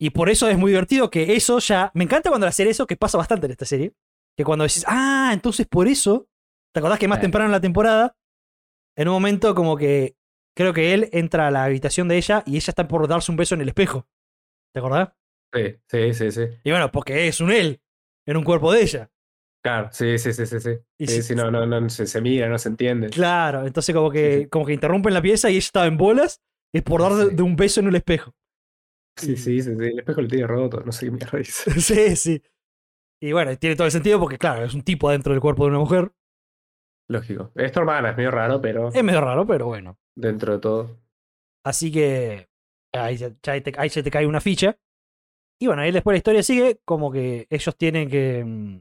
Speaker 1: Y por eso es muy divertido que eso ya. Me encanta cuando hacer eso, que pasa bastante en esta serie. Que cuando decís, ah, entonces por eso. ¿Te acordás que más
Speaker 2: Sí.
Speaker 1: temprano en la temporada? En un momento, como que. Creo que él entra a la habitación de ella y ella está por darse un beso en el espejo. ¿Te acordás?
Speaker 2: Sí, sí, sí, sí.
Speaker 1: Y bueno, porque es un él en un cuerpo de ella.
Speaker 2: Claro, sí, sí, sí, sí, sí.
Speaker 1: Y
Speaker 2: Sí,
Speaker 1: si-
Speaker 2: sí, no, no, no, se, se mira, no se entiende.
Speaker 1: Claro, entonces como que,
Speaker 2: Sí, sí.
Speaker 1: como que interrumpen la pieza y ella estaba en bolas, es por dar de-
Speaker 2: Sí.
Speaker 1: de un beso en un espejo.
Speaker 2: Sí, sí, sí, sí, el espejo lo tiene roto, no sé qué mierda dice.
Speaker 1: sí, sí. Y bueno, tiene todo el sentido porque, claro, es un tipo adentro del cuerpo de una mujer.
Speaker 2: Lógico. Es tu hermana, es medio raro, pero
Speaker 1: Es medio raro, pero bueno.
Speaker 2: dentro de todo.
Speaker 1: Así que ahí se, ya ahí te, ahí se te cae una ficha. Y bueno, ahí después la historia sigue como que ellos tienen que, mm,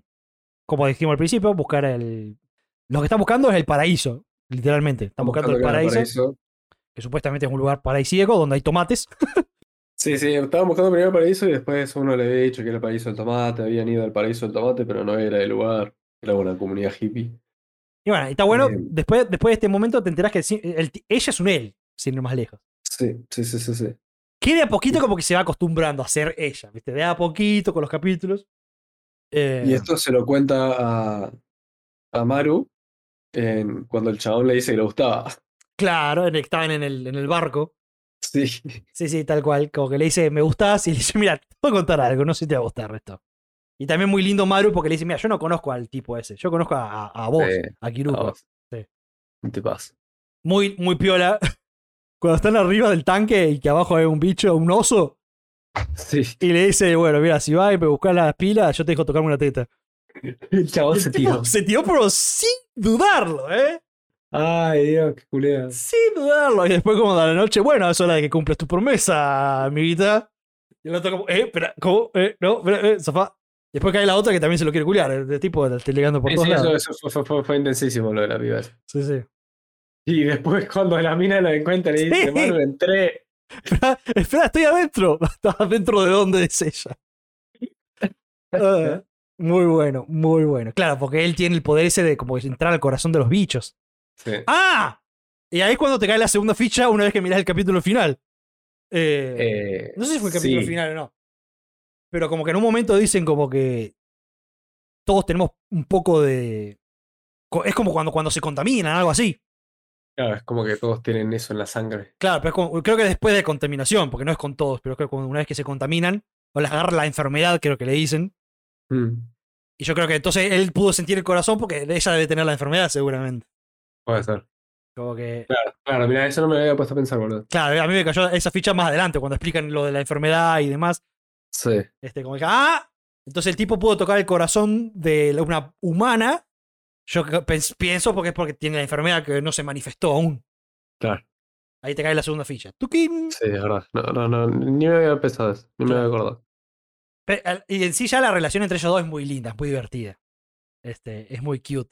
Speaker 1: como dijimos al principio, buscar el... Lo que están buscando es el paraíso, literalmente. Están buscando, el
Speaker 2: que era
Speaker 1: paraíso, que supuestamente es un lugar paradisíaco donde hay tomates.
Speaker 2: Sí, sí, estaban buscando primero el paraíso y después uno le había dicho que era el paraíso del tomate, habían ido al paraíso del tomate, pero no era el lugar, era una comunidad hippie.
Speaker 1: Y bueno, y está bueno.
Speaker 2: Bien.
Speaker 1: Después, después de este momento te enterás que sí- el ti- ella es un él, sin ir más lejos.
Speaker 2: Sí, sí, sí, sí, sí.
Speaker 1: Que de a poquito como que se va acostumbrando a ser ella, ¿viste? De a poquito con los capítulos. Eh,
Speaker 2: Y esto se lo cuenta a, a Maru en- cuando el chabón le dice que le gustaba.
Speaker 1: Claro, en- estaban en el, en el barco.
Speaker 2: Sí,
Speaker 1: Sí, sí, tal cual. Como que le dice, me gustás. Y le dice, mira, te voy a contar algo, no sé si te va a gustar esto. Y también muy lindo Maru porque le dice, mira, yo no conozco al tipo ese, yo conozco a, a- a vos,
Speaker 2: Sí,
Speaker 1: a Kiruko. Sí.
Speaker 2: No te pasa.
Speaker 1: Muy, muy piola. Cuando están arriba del tanque y que abajo hay un bicho, un oso,
Speaker 2: Sí.
Speaker 1: Y le dice, bueno, mira, si vas y me buscas las pilas, yo te dejo tocarme una teta.
Speaker 2: El
Speaker 1: Y
Speaker 2: chabón
Speaker 1: el
Speaker 2: se
Speaker 1: tipo
Speaker 2: tiró.
Speaker 1: se tiró, pero sin dudarlo, ¿eh?
Speaker 2: Ay, Dios, qué culea.
Speaker 1: Sin dudarlo. Y después, como de la noche, bueno, es hora de que cumplas tu promesa, amiguita. Y el otro como, eh, espera, ¿cómo? Eh, no, espera, eh, sofá. Y después cae la otra que también se lo quiere culiar. El, el tipo está ligando por
Speaker 2: Sí,
Speaker 1: todos
Speaker 2: sí, eso,
Speaker 1: lados.
Speaker 2: eso fue, fue- fue- fue intensísimo lo de la piba.
Speaker 1: Sí, sí.
Speaker 2: Y después cuando la mina lo encuentra le dice,
Speaker 1: Sí.
Speaker 2: Maru, entré.
Speaker 1: Espera, espera, estoy adentro. ¿Adentro de dónde es ella? Ah, muy bueno, muy bueno. Claro, porque él tiene el poder ese de como entrar al corazón de los bichos.
Speaker 2: Sí.
Speaker 1: ¡Ah! Y ahí es cuando te cae la segunda ficha una vez que mirás el capítulo final. Eh,
Speaker 2: Eh,
Speaker 1: no sé si fue el capítulo
Speaker 2: sí.
Speaker 1: final o no. Pero como que en un momento dicen como que todos tenemos un poco de... co- Es como cuando, cuando se contaminan, algo así.
Speaker 2: Claro, es como que todos tienen eso en la sangre.
Speaker 1: Claro, pero es como- creo que después de contaminación, porque no es con todos, pero creo que cuando- una vez que se contaminan, o les agarra la enfermedad, creo que le dicen.
Speaker 2: Mm.
Speaker 1: Y yo creo que entonces él pudo sentir el corazón porque ella debe tener la enfermedad seguramente.
Speaker 2: Puede ser.
Speaker 1: Como que...
Speaker 2: Claro, mira, eso no me lo había puesto a pensar, boludo.
Speaker 1: Claro, a mí me cayó esa ficha más adelante, cuando explican lo de la enfermedad y demás.
Speaker 2: Sí.
Speaker 1: Este, como que, ah, entonces el tipo pudo tocar el corazón de la- una humana. Yo que pens- pienso porque es porque tiene la enfermedad que no se manifestó aún.
Speaker 2: Claro.
Speaker 1: Ahí te cae la segunda ficha. Tuquín.
Speaker 2: Sí, es verdad. No, no, no, ni me había pensado eso, ni me había acordado.
Speaker 1: Pe- al- Y en sí ya la relación entre ellos dos es muy linda, es muy divertida. Este, es muy cute.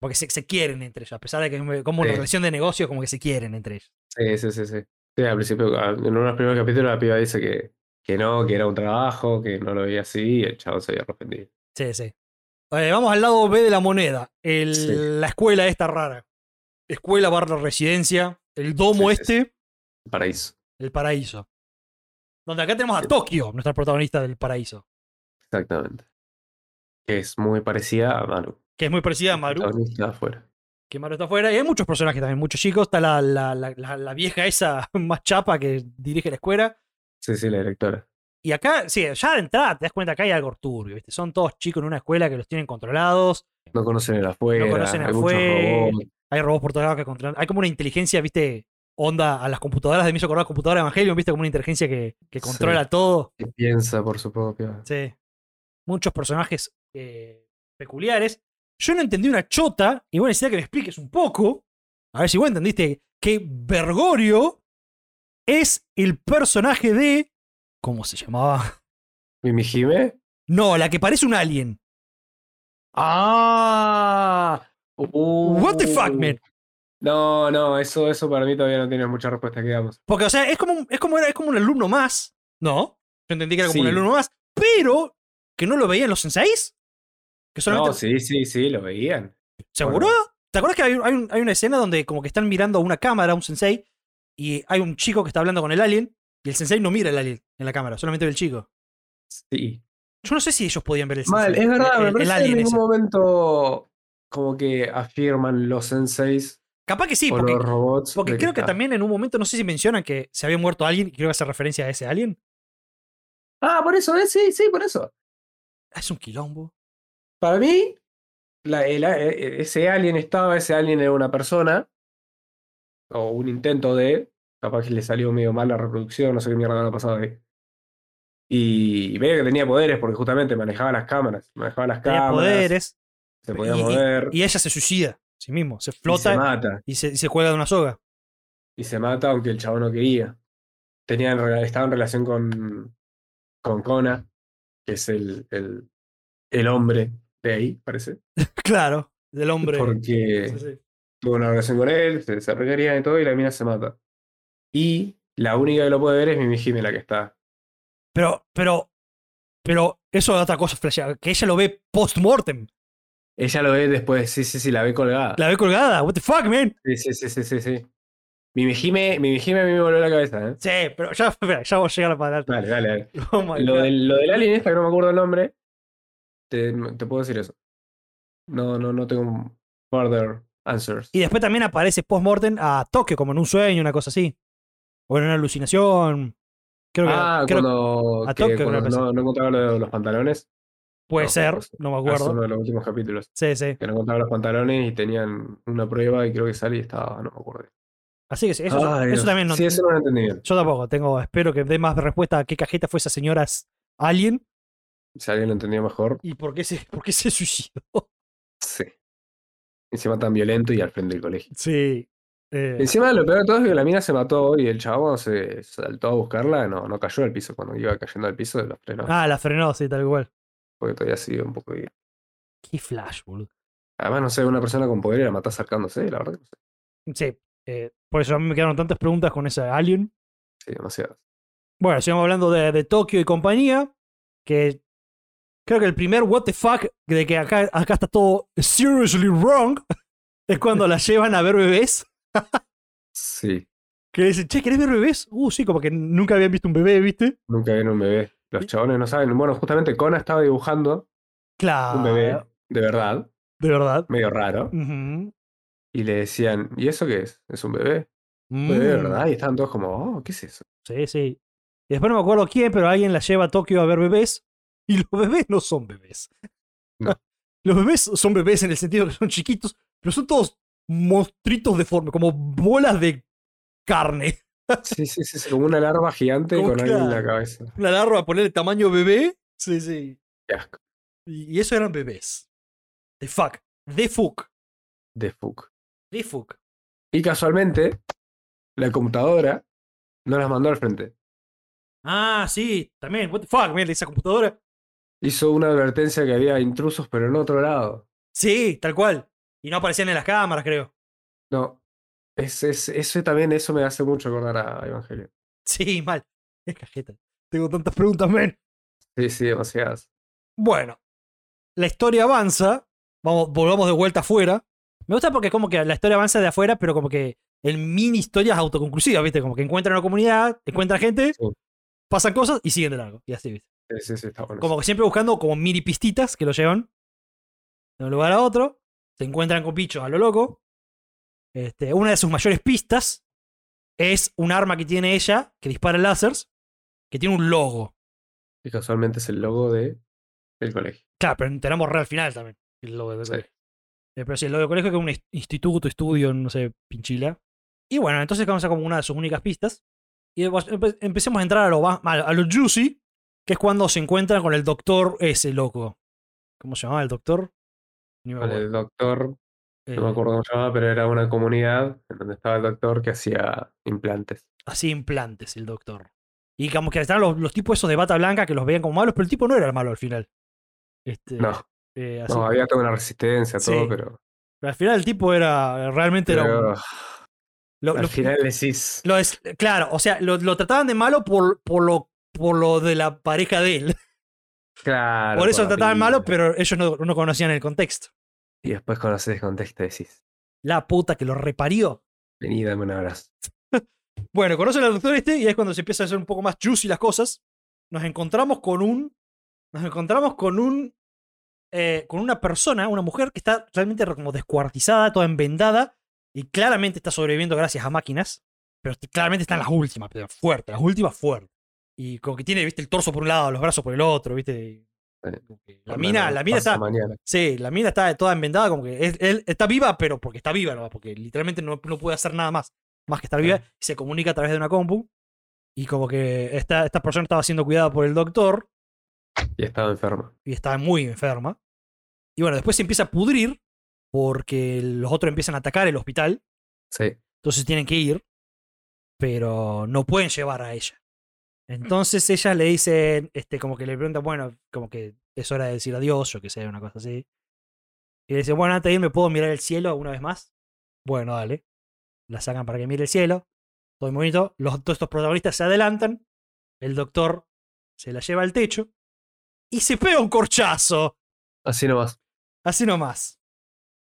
Speaker 1: Porque se, se quieren entre ellos, a pesar de que es muy- como una
Speaker 2: Sí.
Speaker 1: relación de negocio, como que se quieren entre ellos.
Speaker 2: Sí, sí, sí, sí. Sí, al principio, a- en uno de los primeros capítulos la piba dice que, que no, que era un trabajo, que no lo veía así, y el chabón se había arrepentido.
Speaker 1: Sí, sí. Eh, vamos al lado B de la moneda. El-
Speaker 2: Sí.
Speaker 1: La escuela esta rara. Escuela barra residencia. El domo
Speaker 2: Sí, sí, sí.
Speaker 1: este.
Speaker 2: Paraíso.
Speaker 1: El paraíso. Donde acá tenemos a Tokio, nuestra protagonista del paraíso.
Speaker 2: Exactamente. Que es muy parecida a Maru.
Speaker 1: Que es muy parecida a Maru.
Speaker 2: protagonista afuera.
Speaker 1: que Maru está afuera. Y hay muchos personajes también, muchos chicos. Está la, la, la- la- la vieja esa más chapa que dirige la escuela.
Speaker 2: Sí, sí, la directora.
Speaker 1: Y acá, sí, ya de entrada te das cuenta que hay algo turbio, ¿viste? Son todos chicos en una escuela que los tienen controlados.
Speaker 2: No conocen el afuera.
Speaker 1: No conocen
Speaker 2: hay
Speaker 1: afuera.
Speaker 2: muchos robots.
Speaker 1: Hay robots por todos lados que controlan. Hay como una inteligencia, ¿viste? Onda a las computadoras de mí, se acordaba computadora de Evangelion, ¿viste? Como una inteligencia que, que
Speaker 2: Sí.
Speaker 1: controla todo.
Speaker 2: que piensa por su propia.
Speaker 1: Sí. Muchos personajes eh, peculiares. Yo no entendí una chota y voy a necesitar que me expliques un poco. A ver si vos entendiste que Bergorio es el personaje de. ¿Cómo se llamaba?
Speaker 2: ¿Mimi Jime?
Speaker 1: No, la que parece un alien.
Speaker 2: ¡Ah!
Speaker 1: What the fuck,
Speaker 2: Uh.
Speaker 1: man.
Speaker 2: No, no, eso, eso para mí todavía no tiene mucha respuesta que damos.
Speaker 1: Porque, o sea, es como, un- es como, era, es como un alumno más, ¿no? Yo entendí que era como un
Speaker 2: Sí.
Speaker 1: alumno más, pero que no lo veían los senseis. Que solamente.
Speaker 2: No, sí, sí, sí, lo veían.
Speaker 1: ¿Seguro? ¿Te acuerdas que hay, hay un- hay una escena donde como que están mirando a una cámara, a un sensei, y hay un chico que está hablando con el alien, y el sensei no mira el alien en la cámara, solamente ve el chico?
Speaker 2: Sí.
Speaker 1: Yo no sé si ellos podían ver el sensei.
Speaker 2: Mal, es verdad,
Speaker 1: Eh, el, el-
Speaker 2: me
Speaker 1: el
Speaker 2: parece que en
Speaker 1: alien
Speaker 2: ningún
Speaker 1: ese.
Speaker 2: momento como que afirman los senseis
Speaker 1: Capaz que sí,
Speaker 2: o
Speaker 1: porque,
Speaker 2: los robots.
Speaker 1: porque
Speaker 2: de
Speaker 1: creo que
Speaker 2: está.
Speaker 1: también en un momento, no sé si mencionan que se había muerto alguien, y creo que hace referencia a ese alien.
Speaker 2: Ah, por eso, eh, sí, sí, por eso.
Speaker 1: Ah, Es un quilombo.
Speaker 2: Para mí, la- el a- e- ese alien estaba, ese alien era una persona, o un intento de, capaz que le salió medio mal la reproducción, no sé qué mierda ha pasado ahí. Y veía que tenía poderes porque justamente manejaba las cámaras, manejaba las
Speaker 1: Tenía
Speaker 2: cámaras,
Speaker 1: poderes.
Speaker 2: se podía
Speaker 1: y-
Speaker 2: mover, y,
Speaker 1: Y ella se suicida, sí mismo. Se
Speaker 2: se
Speaker 1: flota
Speaker 2: mata,
Speaker 1: y se, y se cuelga de una soga.
Speaker 2: y se mata aunque el chabón no quería. Tenía en re- estaba en relación con, con Kona, que es el, el, el hombre de ahí, parece.
Speaker 1: claro, del hombre.
Speaker 2: Porque...
Speaker 1: Sí, sí.
Speaker 2: tuvo una relación con él, se desarrollarían y todo, y la mina se mata. Y la única que lo puede ver es Mimi Jimmy, la que está.
Speaker 1: Pero, pero, pero eso es otra cosa, flashea, que ella lo ve post-mortem.
Speaker 2: Ella lo ve después, sí, sí, sí, la ve colgada.
Speaker 1: La ve colgada. What the fuck, man.
Speaker 2: Sí, sí, sí, sí, sí, sí. Mimi Jimmy, Mimi Jimmy a mí me voló la cabeza, ¿eh?
Speaker 1: Sí, pero ya, espera, ya voy a llegar a la palabra.
Speaker 2: Dale, dale, dale.
Speaker 1: Oh my
Speaker 2: Lo
Speaker 1: God.
Speaker 2: del, lo del alien esta, que no me acuerdo el nombre, te, te puedo decir eso. No, no, no tengo further answers.
Speaker 1: Y después también aparece post-mortem a Tokio, como en un sueño, una cosa así. O en una alucinación. Creo que,
Speaker 2: ah,
Speaker 1: creo-
Speaker 2: cuando,
Speaker 1: a
Speaker 2: que-
Speaker 1: Tokio
Speaker 2: cuando
Speaker 1: creo que
Speaker 2: no, no encontraba lo de los pantalones.
Speaker 1: puede
Speaker 2: no,
Speaker 1: ser,
Speaker 2: no sé.
Speaker 1: no me
Speaker 2: Es uno
Speaker 1: acuerdo.
Speaker 2: de los últimos capítulos.
Speaker 1: Sí, sí.
Speaker 2: que no encontraba los pantalones y tenían una prueba y creo que salí y estaba, no me acuerdo.
Speaker 1: Así que sí, eso,
Speaker 2: Ah,
Speaker 1: eso
Speaker 2: Dios.
Speaker 1: también no.
Speaker 2: Sí, eso no lo entendí bien.
Speaker 1: Yo tampoco tengo, espero que dé más respuesta a qué cajeta fue esa señora s- alien
Speaker 2: Si alguien lo entendía mejor,
Speaker 1: y por qué se, por qué se suicidó.
Speaker 2: sí. Encima tan violento y al frente del colegio.
Speaker 1: Sí. eh,
Speaker 2: Encima lo peor de todo es que la mina se mató y el chabón se saltó a buscarla, no, no cayó al piso. Cuando iba cayendo al piso, la frenó.
Speaker 1: ah, la frenó, sí, tal cual.
Speaker 2: Porque todavía sigue un poco. de-
Speaker 1: Qué flash, boludo.
Speaker 2: Además, no sé, una persona con poder y la mató acercándose, la verdad que no sé.
Speaker 1: Sí, eh, por eso a mí me quedaron tantas preguntas con esa Alien.
Speaker 2: Sí, demasiado.
Speaker 1: Bueno, sigamos hablando de, de Tokio y compañía, que creo que el primer what the fuck de que acá, acá está todo seriously wrong es cuando la llevan a ver bebés,
Speaker 2: Sí,
Speaker 1: que le dicen, che, ¿querés ver bebés? Uh, sí, como que nunca habían visto un bebé, ¿viste?
Speaker 2: nunca vieron un bebé. Los chabones no saben. Bueno, justamente Kona estaba dibujando
Speaker 1: Claro,
Speaker 2: un bebé, de verdad,
Speaker 1: de verdad.
Speaker 2: medio raro.
Speaker 1: Ujú.
Speaker 2: Y le decían, ¿y eso qué es? ¿Es un bebé?
Speaker 1: Mm,
Speaker 2: Bebé, ¿verdad? Y estaban todos como, oh, ¿qué es eso?
Speaker 1: Sí, sí. Y después no me acuerdo quién, pero alguien la lleva a Tokio a ver bebés, y los bebés no son bebés.
Speaker 2: No.
Speaker 1: Los bebés son bebés en el sentido que son chiquitos, pero son todos monstruitos deformes, como bolas de carne.
Speaker 2: Sí, sí, sí, sí, como una larva gigante
Speaker 1: Como
Speaker 2: con algo en la
Speaker 1: claro.
Speaker 2: cabeza.
Speaker 1: Una larva a poner el tamaño bebé. Sí, sí.
Speaker 2: Qué asco.
Speaker 1: Y, y eso eran bebés. De fuck. De fuck.
Speaker 2: De fuck.
Speaker 1: De fuck.
Speaker 2: Y casualmente, la computadora no las mandó al frente.
Speaker 1: Ah, sí, también. What the fuck, mira, esa computadora.
Speaker 2: Hizo una advertencia que había intrusos, pero en otro lado.
Speaker 1: Sí, tal cual. Y no aparecían en las cámaras, creo.
Speaker 2: No. Es, es- eso también, eso me hace mucho acordar a Evangelio.
Speaker 1: Sí, mal. Es cajeta. Tengo tantas preguntas, men.
Speaker 2: Sí, sí, demasiadas.
Speaker 1: Bueno, la historia avanza. Vamos, volvamos de vuelta afuera. Me gusta porque como que la historia avanza de afuera, pero como que el mini historia es autoconclusiva, ¿viste? Como que encuentran una comunidad, encuentran gente,
Speaker 2: Sí.
Speaker 1: pasan cosas y siguen de largo. Y así, ¿viste?
Speaker 2: Sí, sí, sí, está bueno.
Speaker 1: Como que siempre buscando como mini pistitas que lo llevan de un lugar a otro. Se encuentran con bichos a lo loco. Este, una de sus mayores pistas es un arma que tiene ella, que dispara lásers, que tiene un logo.
Speaker 2: Y casualmente es el logo de el colegio.
Speaker 1: Claro, pero enteramos re al final también. El logo del
Speaker 2: Sí.
Speaker 1: colegio. Eh, pero sí, el logo del colegio que es un inst- instituto, estudio, no sé, pinchila. Y bueno, entonces vamos a como una de sus únicas pistas. Y vamos- empe- empecemos a entrar a lo, más- a, a lo juicy, que es cuando se encuentran con el doctor ese loco. ¿Cómo se llamaba el doctor? Ni me
Speaker 2: Con
Speaker 1: acuerdo.
Speaker 2: el doctor, no me
Speaker 1: Eh,
Speaker 2: acuerdo cómo se llamaba, pero era una comunidad en donde estaba el doctor que hacía implantes.
Speaker 1: así implantes el doctor. Y como que están los, los tipos esos de bata blanca que los veían como malos, pero el tipo no era malo al final. Este,
Speaker 2: No,
Speaker 1: eh, así-
Speaker 2: no, había toda una resistencia,
Speaker 1: Sí,
Speaker 2: todo, pero,
Speaker 1: pero al final el tipo era realmente era
Speaker 2: pero
Speaker 1: un- lo-
Speaker 2: al
Speaker 1: lo-
Speaker 2: final decís,
Speaker 1: lo es- claro, o sea, lo, lo trataban de malo por, por lo por lo de la pareja de él.
Speaker 2: claro.
Speaker 1: por eso lo
Speaker 2: la
Speaker 1: trataban malo,
Speaker 2: pinta.
Speaker 1: pero ellos no, no conocían el contexto.
Speaker 2: Y después conoces el contexto y decís,
Speaker 1: La puta que lo reparió.
Speaker 2: vení, dame un abrazo.
Speaker 1: Bueno, conocen al doctor este y es cuando se empieza a hacer un poco más juicy las cosas. Nos encontramos con un. Nos encontramos con un. eh, con una persona, una mujer que está realmente re- como descuartizada, toda envendada y claramente está sobreviviendo gracias a máquinas. Pero est- claramente están las últimas, pero fuerte, las últimas fuerte. Y como que tiene, viste, el torso por un lado, los brazos por el otro, viste.
Speaker 2: Sí.
Speaker 1: Como que La mina, la mina
Speaker 2: Pasa
Speaker 1: está.
Speaker 2: Mañana.
Speaker 1: Sí, la mina está toda envendada, como que es- él está viva, pero porque está viva, ¿no? porque literalmente no, no puede hacer nada más, más que estar viva, y se comunica a través de una compu, y como que esta, esta persona estaba siendo cuidada por el doctor,
Speaker 2: Y estaba enferma.
Speaker 1: y estaba muy enferma, y bueno, después se empieza a pudrir, porque los otros empiezan a atacar el hospital,
Speaker 2: Sí.
Speaker 1: entonces tienen que ir, pero no pueden llevar a ella. Entonces ella le dice, este, como que le pregunta, bueno, como que es hora de decir adiós, o que sea, una cosa así. Y le dice, bueno, antes de irme, ¿puedo mirar el cielo una vez más? Bueno, dale. La sacan para que mire el cielo. Todo muy bonito. Los, todos estos protagonistas se adelantan. El doctor se la lleva al techo. Y se pega un corchazo.
Speaker 2: Así nomás.
Speaker 1: Así nomás.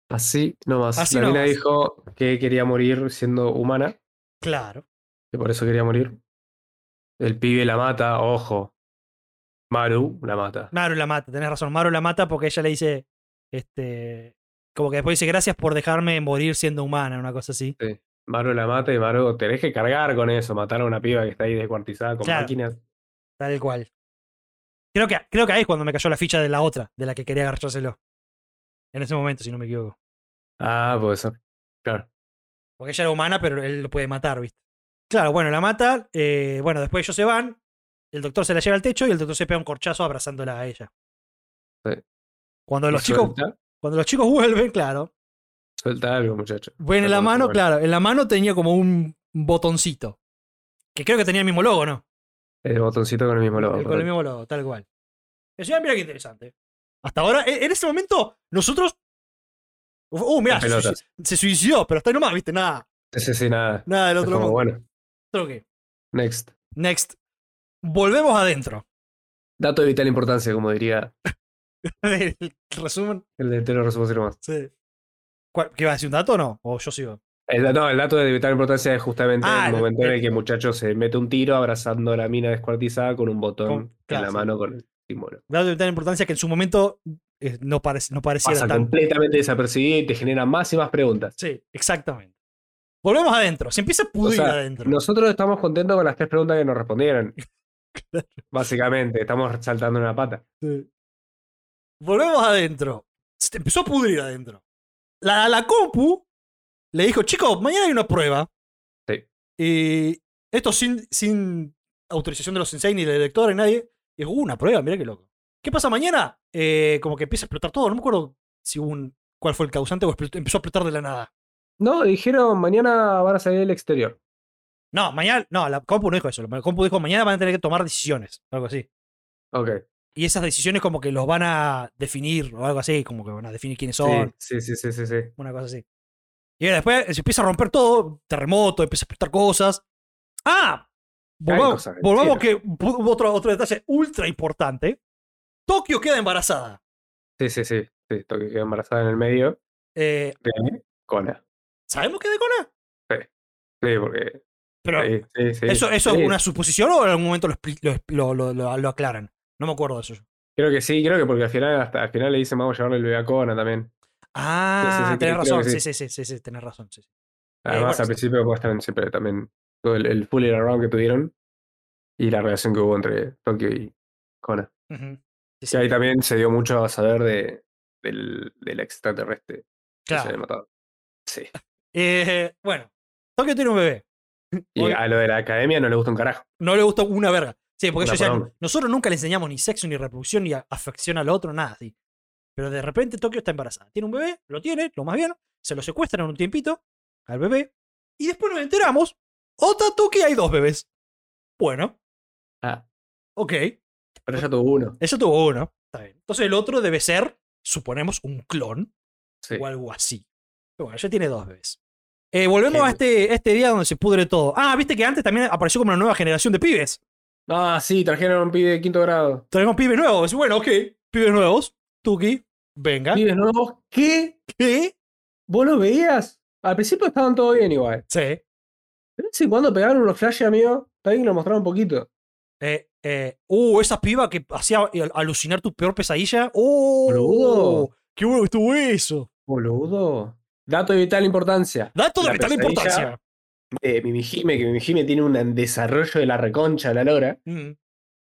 Speaker 2: Así nomás.
Speaker 1: Así
Speaker 2: la mina
Speaker 1: nomás.
Speaker 2: dijo que quería morir siendo humana,
Speaker 1: Claro.
Speaker 2: que por eso quería morir. El pibe la mata, ojo. Maru la mata.
Speaker 1: Maru la mata, tenés razón. Maru la mata porque ella le dice, este, como que después dice, gracias por dejarme morir siendo humana, una cosa así.
Speaker 2: Maru la mata y Maru, tenés que cargar con eso, matar a una piba que está ahí descuartizada con
Speaker 1: Claro.
Speaker 2: máquinas.
Speaker 1: Tal cual. Creo que, creo que ahí es cuando me cayó la ficha de la otra, de la que quería agarrárselo. En ese momento, si no me equivoco.
Speaker 2: Ah, pues eso. Claro.
Speaker 1: Porque ella era humana, pero él lo puede matar, ¿viste? Claro, bueno, la mata. eh, bueno, después ellos se van. El doctor se la lleva al techo y el doctor se pega un corchazo abrazándola a ella.
Speaker 2: Sí.
Speaker 1: Cuando
Speaker 2: Y
Speaker 1: los, chicos,
Speaker 2: Suelta,
Speaker 1: cuando los chicos vuelven, claro,
Speaker 2: suelta algo, muchacho.
Speaker 1: Bueno, en la
Speaker 2: Algo
Speaker 1: mano,
Speaker 2: bueno.
Speaker 1: claro, en la mano tenía como un botoncito. Que creo que tenía el mismo logo, ¿no?
Speaker 2: El botoncito con el mismo logo.
Speaker 1: El- con el mismo logo, tal cual. Eso ya, mira qué interesante. Hasta ahora, e, en en ese momento, nosotros. Uf, Uh, mira,
Speaker 2: Las
Speaker 1: se,
Speaker 2: pelotas.
Speaker 1: suici- se suicidó, pero hasta ahí nomás, viste, nada.
Speaker 2: Sí, sí, nada.
Speaker 1: Nada del
Speaker 2: Es
Speaker 1: otro
Speaker 2: como,
Speaker 1: mundo.
Speaker 2: bueno,
Speaker 1: Otro que.
Speaker 2: next.
Speaker 1: Next. Volvemos adentro.
Speaker 2: Dato de vital importancia, como diría
Speaker 1: El resumen.
Speaker 2: el de Telo Resumo Sin Más.
Speaker 1: Sí. ¿Cuál- ¿Qué va a decir un dato o no? O yo sigo.
Speaker 2: El, da- no, el dato de vital importancia es justamente
Speaker 1: Ah,
Speaker 2: el
Speaker 1: el-
Speaker 2: momento en
Speaker 1: el-
Speaker 2: el que el muchacho se mete un tiro abrazando a la mina descuartizada con un botón
Speaker 1: Con- claro,
Speaker 2: en la
Speaker 1: sí.
Speaker 2: mano con el símbolo.
Speaker 1: Dato de tal importancia que en su momento eh, no, parec- no pareciera
Speaker 2: Pasa
Speaker 1: tan.
Speaker 2: completamente desapercibido y te genera más y más preguntas.
Speaker 1: Sí, exactamente. Volvemos adentro. Se empieza a pudrir
Speaker 2: sea,
Speaker 1: adentro.
Speaker 2: Nosotros estamos contentos con las tres preguntas que nos respondieron. Básicamente, estamos saltando una pata.
Speaker 1: Sí. Volvemos adentro. Se te empezó a pudrir adentro. La, la compu le dijo, chicos, mañana hay una prueba.
Speaker 2: Sí.
Speaker 1: Y esto sin, sin autorización de los sensei, ni del director, ni nadie. Y dijo, "Uh, una prueba, mira qué loco. ¿Qué pasa mañana? Eh, como que empieza a explotar todo. No me acuerdo si hubo un, cuál fue el causante o explotó- empezó a explotar de la nada.
Speaker 2: No, dijeron, mañana van a salir al exterior.
Speaker 1: No, mañana, no, la compu no dijo eso. La compu dijo, mañana van a tener que tomar decisiones. Algo así.
Speaker 2: Ok.
Speaker 1: Y esas decisiones como que los van a definir o algo así, como que van a definir quiénes son.
Speaker 2: Sí, sí, sí, sí, sí. sí.
Speaker 1: una cosa así. Y ahora después se empieza a romper todo, terremoto, empieza a explotar cosas. ¡Ah! Volvamos,
Speaker 2: cosas del
Speaker 1: volvamos que pu- otro, otro detalle ultra importante. Tokio queda embarazada.
Speaker 2: Sí, sí, sí. sí. Toque quedó embarazada en el medio
Speaker 1: Eh,
Speaker 2: de Kona.
Speaker 1: ¿Sabemos qué de Conan?
Speaker 2: Sí, porque.
Speaker 1: Pero
Speaker 2: sí, sí, sí,
Speaker 1: eso, eso
Speaker 2: Eh, sí.
Speaker 1: es una suposición o en algún momento lo, expli- lo expli- lo- lo- lo- lo aclaran. No me acuerdo de eso.
Speaker 2: Creo que sí, creo que porque al final, hasta al final le dicen vamos a llevarle el bebé a Kona también.
Speaker 1: Ah,
Speaker 2: sí,
Speaker 1: tenés
Speaker 2: creo que
Speaker 1: razón. Sí,
Speaker 2: sí.
Speaker 1: sí, sí, sí, sí, tenés razón. sí, sí.
Speaker 2: Además,
Speaker 1: bueno,
Speaker 2: al principio pues, también, siempre, también todo el, el full and around que tuvieron y la relación que hubo entre Tokio y Kona.
Speaker 1: Ujú. Sí,
Speaker 2: Sí, ahí también se dio mucho a saber de, del, del extraterrestre que se
Speaker 1: claro.
Speaker 2: había matado. Sí.
Speaker 1: Eh, bueno, Tokio tiene un bebé.
Speaker 2: Y
Speaker 1: Hoy-
Speaker 2: a lo de la academia no le gusta un carajo.
Speaker 1: No le gusta una verga. Sí, porque
Speaker 2: Una
Speaker 1: ellos decían,
Speaker 2: poronga.
Speaker 1: nosotros nunca le enseñamos ni sexo, ni reproducción, ni a- afección al otro, nada así. Pero de repente Tokio está embarazada. Tiene un bebé, lo tiene, lo más bien, se lo secuestran un tiempito al bebé. Y después nos enteramos, Ota Tokio hay dos bebés. Bueno,
Speaker 2: Ah,
Speaker 1: ok.
Speaker 2: pero ella tuvo uno.
Speaker 1: Eso tuvo uno. Está bien. Entonces el otro debe ser, suponemos, un clon
Speaker 2: Sí.
Speaker 1: o algo así. Pero bueno, ya tiene dos bebés. Eh, volvemos
Speaker 2: Qué
Speaker 1: a este, este día donde se pudre todo. Ah, viste que antes también apareció como una nueva generación de pibes.
Speaker 2: Ah, sí, trajeron a un pibe de quinto grado.
Speaker 1: Tenemos pibes nuevos. Bueno, ok. Pibes nuevos. Tuki, venga.
Speaker 2: ¿Pibes nuevos? ¿Qué?
Speaker 1: ¿Qué?
Speaker 2: ¿Vos los veías? Al principio estaban todo bien igual.
Speaker 1: Sí.
Speaker 2: De vez en cuando pegaron unos flashes, amigo. También lo mostraron un poquito.
Speaker 1: Eh, eh, uh, esa piba que hacía al- alucinar tu peor pesadilla. ¡Oh!
Speaker 2: Boludo.
Speaker 1: ¡Qué bueno que estuvo eso!
Speaker 2: Boludo. Dato de vital importancia.
Speaker 1: Dato de
Speaker 2: La
Speaker 1: vital
Speaker 2: pesadilla.
Speaker 1: importancia.
Speaker 2: Eh, Mimijime, que Mimijime tiene un desarrollo de la reconcha de la lora.
Speaker 1: Mm.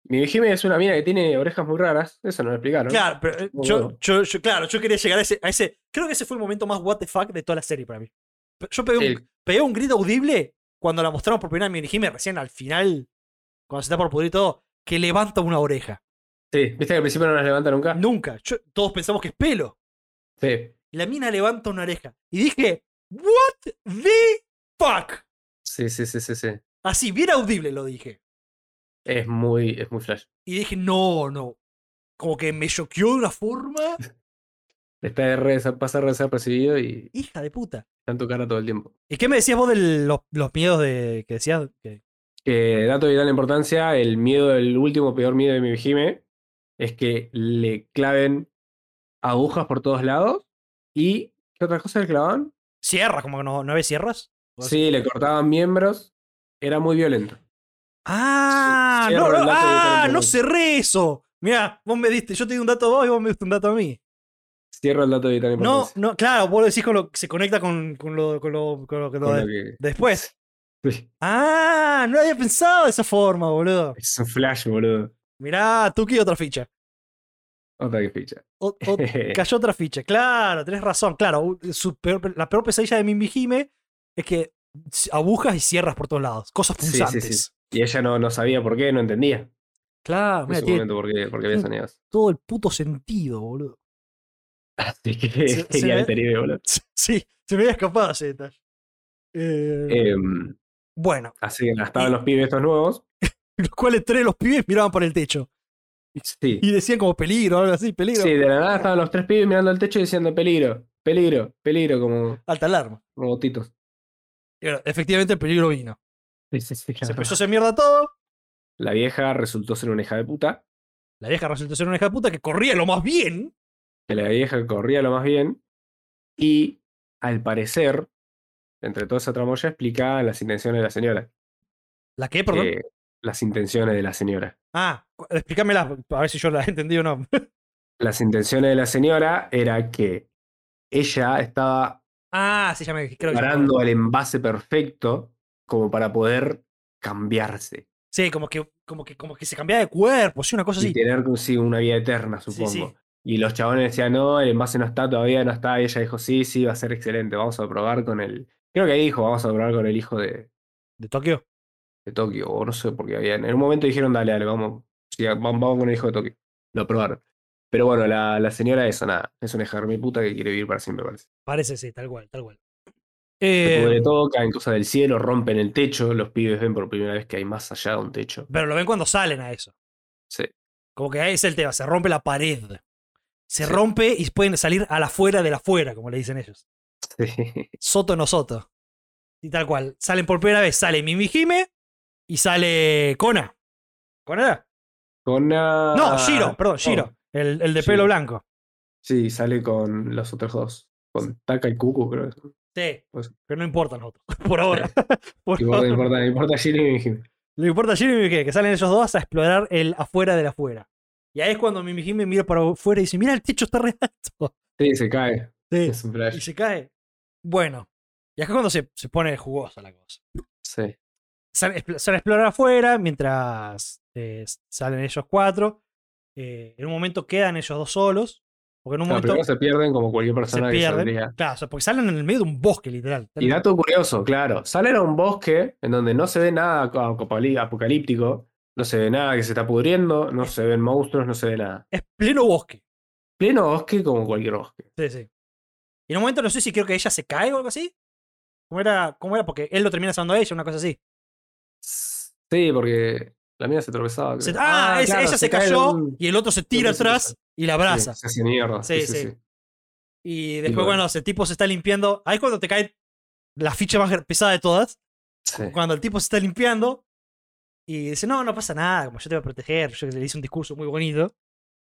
Speaker 2: Mimijime es una mina que tiene orejas muy raras. Eso no lo explicaron.
Speaker 1: Claro, pero eh, yo,
Speaker 2: Boludo.
Speaker 1: yo, yo- claro, yo quería llegar a ese, a ese. Creo que ese fue el momento más what the fuck de toda la serie para mí. Pe- Yo pegué, un,
Speaker 2: El-
Speaker 1: pegué un grito audible cuando la mostraron por primera vez en Minijime, recién al final, cuando se está por pudrir todo, que levanta una oreja.
Speaker 2: Sí, viste que al principio no las levanta nunca.
Speaker 1: Nunca. Yo- todos pensamos que es pelo.
Speaker 2: Sí,
Speaker 1: La mina levanta una oreja. Y dije, ¿What the fuck?
Speaker 2: sí, sí, sí, sí. sí.
Speaker 1: Así, bien audible lo dije.
Speaker 2: Es muy, es muy flash.
Speaker 1: Y dije, no, no. Como que me choqueó de una forma.
Speaker 2: Está re, desa- pasa re desapercibido y
Speaker 1: Hija de puta.
Speaker 2: está en tu cara todo el tiempo.
Speaker 1: ¿Y qué me decías vos de los, los miedos de, que decías? que-
Speaker 2: Eh, dato de vital importancia, el miedo, el último peor miedo de Mimijime es que le claven agujas por todos lados y ¿qué otra cosa le clavaban?
Speaker 1: Sierras, como que no, nueve sierras. O así.
Speaker 2: Sí, le cortaban miembros. Era muy violento.
Speaker 1: Ah,
Speaker 2: Sierra,
Speaker 1: no, no,
Speaker 2: el dato de Vital
Speaker 1: ah, no
Speaker 2: Importancia.
Speaker 1: cerré eso. Mirá, vos me diste, yo te di un dato a vos y vos me diste un dato a mí.
Speaker 2: Cierro el dato de vital
Speaker 1: No,
Speaker 2: importancia.
Speaker 1: no, claro, vos lo decís con lo que se conecta con, con lo, con lo, con lo que lo
Speaker 2: con
Speaker 1: de-
Speaker 2: lo que-
Speaker 1: después.
Speaker 2: Sí,
Speaker 1: Ah, no había pensado de esa forma, boludo.
Speaker 2: es un flash, boludo.
Speaker 1: Mirá, Tuki, otra ficha.
Speaker 2: Otra que ficha.
Speaker 1: O- o- cayó otra ficha. Claro, tenés razón. Claro, u- su peor- la peor pesadilla de Mimijime es que s- agujas y cierras por todos lados. Cosas
Speaker 2: Sí, sí, sí.
Speaker 1: punzantes.
Speaker 2: Y ella no, no sabía por qué, no entendía
Speaker 1: Claro,
Speaker 2: en
Speaker 1: mira,
Speaker 2: su
Speaker 1: tiene
Speaker 2: momento por qué, por qué había
Speaker 1: tiene-
Speaker 2: sonido así.
Speaker 1: todo el puto sentido, boludo.
Speaker 2: Así que
Speaker 1: Se- se
Speaker 2: genial
Speaker 1: ve-
Speaker 2: este anime, boludo.
Speaker 1: Sí, se me había escapado ese detalle. Eh,
Speaker 2: Em,
Speaker 1: bueno,
Speaker 2: así que
Speaker 1: y-
Speaker 2: estaban los pibes estos nuevos.
Speaker 1: los cuales tres de los pibes miraban por el techo
Speaker 2: Sí.
Speaker 1: y decían como peligro o algo así, peligro.
Speaker 2: Sí, de la nada estaban los tres pibes mirando al techo y diciendo peligro, peligro, peligro, como
Speaker 1: Alta alarma.
Speaker 2: robotitos.
Speaker 1: Y bueno, efectivamente el peligro vino.
Speaker 2: Sí, sí, sí,
Speaker 1: Se
Speaker 2: claro.
Speaker 1: empezó a hacer mierda todo.
Speaker 2: La vieja resultó ser una hija de puta.
Speaker 1: La vieja resultó ser una hija de puta que corría lo más bien.
Speaker 2: Que la vieja corría lo más bien. Y al parecer, entre toda esa tramoya, explicaba las intenciones de la señora.
Speaker 1: ¿La qué, perdón?
Speaker 2: Eh, las intenciones de la señora.
Speaker 1: Ah, cu- explícamela, a ver si yo la entendí o no.
Speaker 2: las intenciones de la señora era que ella estaba
Speaker 1: ah, sí, ya me creo que ya me acuerdo.
Speaker 2: parando el envase perfecto como para poder cambiarse
Speaker 1: Sí, como que, como que, como que se cambiaba de cuerpo, sí, una cosa
Speaker 2: y
Speaker 1: así.
Speaker 2: tener consigo una vida eterna,
Speaker 1: Sí, sí.
Speaker 2: supongo. Y los chabones decían, no, el envase no está, todavía no está. Y ella dijo, sí, sí, va a ser excelente, vamos a probar con el... Creo que ahí dijo, vamos a probar con el hijo de,
Speaker 1: De Tokio.
Speaker 2: de Tokio, o no sé por qué había... En un momento dijeron, dale, dale, vamos, sí, va- vamos con el hijo de Tokio. Lo probaron. Pero bueno, la, la señora eso, nada, es una hija de mi puta que quiere vivir para siempre, parece.
Speaker 1: Parece, sí, tal cual, tal cual.
Speaker 2: Se pudre
Speaker 1: Eh,
Speaker 2: todo, caen cosas del cielo, rompen el techo, los pibes ven por primera vez que hay más allá de un techo.
Speaker 1: pero lo ven cuando salen a eso.
Speaker 2: Sí.
Speaker 1: Como que ahí es el tema, se rompe la pared. Se
Speaker 2: Sí.
Speaker 1: rompe y pueden salir a la afuera de la afuera, como le dicen ellos. Soto no soto. Y tal cual. Salen por primera vez, sale Mimijime y sale Kona. ¿Kona era?
Speaker 2: Con ah,
Speaker 1: No, Shiro, perdón, Shiro.
Speaker 2: no,
Speaker 1: el, el de
Speaker 2: Shiro.
Speaker 1: pelo blanco.
Speaker 2: Sí, sale con los otros dos. Con Taka y Cucu, creo. que son.
Speaker 1: Sí,
Speaker 2: Pues-
Speaker 1: pero no importan los otros, por ahora. Por
Speaker 2: Y bueno,
Speaker 1: ahora.
Speaker 2: No importa, no importa Shiro y Mimijime.
Speaker 1: Lo importa Jimmy y Mimijime, que salen ellos dos a explorar el afuera del afuera. Y ahí es cuando Mimijime mira para afuera y dice, mira, el techo está re alto.
Speaker 2: Sí, se cae.
Speaker 1: Sí,
Speaker 2: Es un
Speaker 1: y
Speaker 2: flash.
Speaker 1: se cae. Bueno, Y acá es cuando se, se pone jugosa la cosa.
Speaker 2: Sí.
Speaker 1: Sal- expl- sale a explorar afuera mientras eh, salen ellos cuatro. Eh, en un momento quedan ellos dos solos. Porque en un
Speaker 2: Claro, primero
Speaker 1: momento
Speaker 2: se pierden como cualquier
Speaker 1: se
Speaker 2: persona que saldría.
Speaker 1: pierden. Claro, o sea, porque salen en el medio de un bosque, literal.
Speaker 2: Y dato curioso, claro, salen a un bosque en donde no se ve nada apocalí- apocalíptico, no se ve nada que se está pudriendo, no se ven monstruos, no se ve nada.
Speaker 1: Es pleno bosque.
Speaker 2: Pleno bosque como cualquier bosque.
Speaker 1: Sí, sí. Y en un momento no sé si creo que ella se cae o algo así. ¿Cómo era? ¿Cómo era? Porque él lo termina salvando a ella, una cosa así.
Speaker 2: Sí, porque la mía se tropezaba. creo.
Speaker 1: Se- ah, es-
Speaker 2: claro,
Speaker 1: ella se,
Speaker 2: cae de
Speaker 1: cayó
Speaker 2: un-
Speaker 1: y el otro se tira
Speaker 2: Sí, sí, sí,
Speaker 1: atrás
Speaker 2: sí.
Speaker 1: y la abraza.
Speaker 2: Sí, se hace mierda. Sí,
Speaker 1: Sí,
Speaker 2: sí,
Speaker 1: sí.
Speaker 2: sí.
Speaker 1: Y después,
Speaker 2: bueno.
Speaker 1: bueno, ese tipo se está limpiando. Ahí es cuando te cae la ficha más pesada de todas.
Speaker 2: Sí.
Speaker 1: cuando el tipo se está limpiando y dice, no, no pasa nada, como yo te voy a proteger, yo le hice un discurso muy bonito.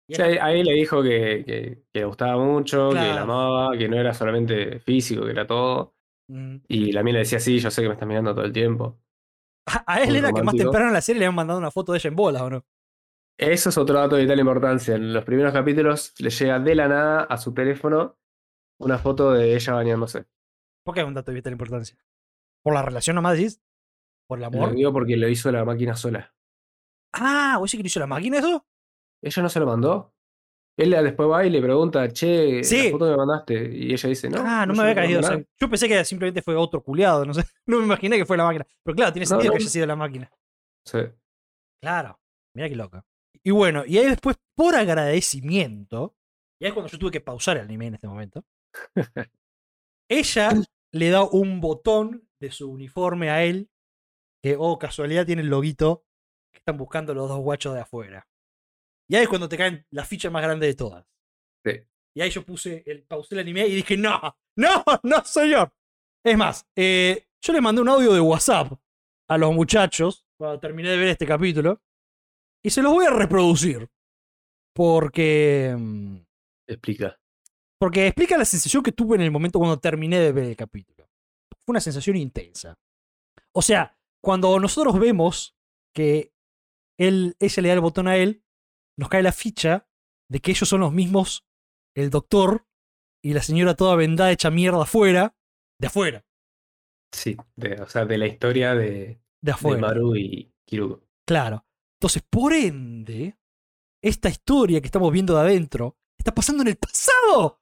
Speaker 1: Y
Speaker 2: Sí,
Speaker 1: era-
Speaker 2: ahí, ahí le dijo que, que- que le gustaba mucho, que
Speaker 1: Claro.
Speaker 2: la amaba, que no era solamente físico, que era todo.
Speaker 1: Mm.
Speaker 2: Y la mía le decía, sí, yo sé que me estás mirando todo el tiempo.
Speaker 1: A, a él
Speaker 2: muy
Speaker 1: era que más
Speaker 2: romántico.
Speaker 1: temprano en la serie le habían mandado una foto de ella en bolas, ¿o no?
Speaker 2: Eso es otro dato de vital importancia. En los primeros capítulos le llega de la nada a su teléfono una foto de ella bañándose.
Speaker 1: ¿Por qué es un dato de vital importancia? ¿Por la relación nomás decís? ¿Por el
Speaker 2: Lo
Speaker 1: amor?
Speaker 2: digo porque lo hizo la máquina sola.
Speaker 1: Ah, ¿vos sí que lo hizo la máquina eso?
Speaker 2: ¿Ella no se lo mandó? Él la- después va y le pregunta, che,
Speaker 1: Sí.
Speaker 2: la foto que me mandaste. Y ella dice, no.
Speaker 1: ah, no,
Speaker 2: yo
Speaker 1: me había
Speaker 2: te mandé
Speaker 1: caído. o sea,
Speaker 2: nada".
Speaker 1: yo pensé que simplemente fue otro culiado, no sé. No me imaginé que fue la máquina. Pero claro, tiene
Speaker 2: No,
Speaker 1: sentido
Speaker 2: no.
Speaker 1: que haya sido la máquina.
Speaker 2: Sí.
Speaker 1: Claro. Mira qué loca. Y bueno, y ahí después, por agradecimiento, y ahí es cuando yo tuve que pausar el anime en este momento, ella le da un botón de su uniforme a él, que, oh, casualidad, tiene el loguito que están buscando los dos guachos de afuera. Y ahí es cuando te caen la ficha más grande de todas.
Speaker 2: Sí.
Speaker 1: Y ahí yo puse el, pausé el anime y dije, no, no, no, señor. Es más, eh, yo le mandé un audio de WhatsApp a los muchachos cuando terminé de ver este capítulo. Y se los voy a reproducir. Porque. mm,
Speaker 2: Explica.
Speaker 1: Porque explica la sensación que tuve en el momento cuando terminé de ver el capítulo. Fue una sensación intensa. O sea, cuando nosotros vemos que él, ella le da el botón a él, nos cae la ficha de que ellos son los mismos, el doctor y la señora toda vendada hecha mierda afuera, de afuera,
Speaker 2: Sí. de- o sea, de la historia de,
Speaker 1: de
Speaker 2: de
Speaker 1: afuera.
Speaker 2: Maru y Kiruko.
Speaker 1: Claro. Entonces, por ende, esta historia que estamos viendo de adentro está pasando en el pasado.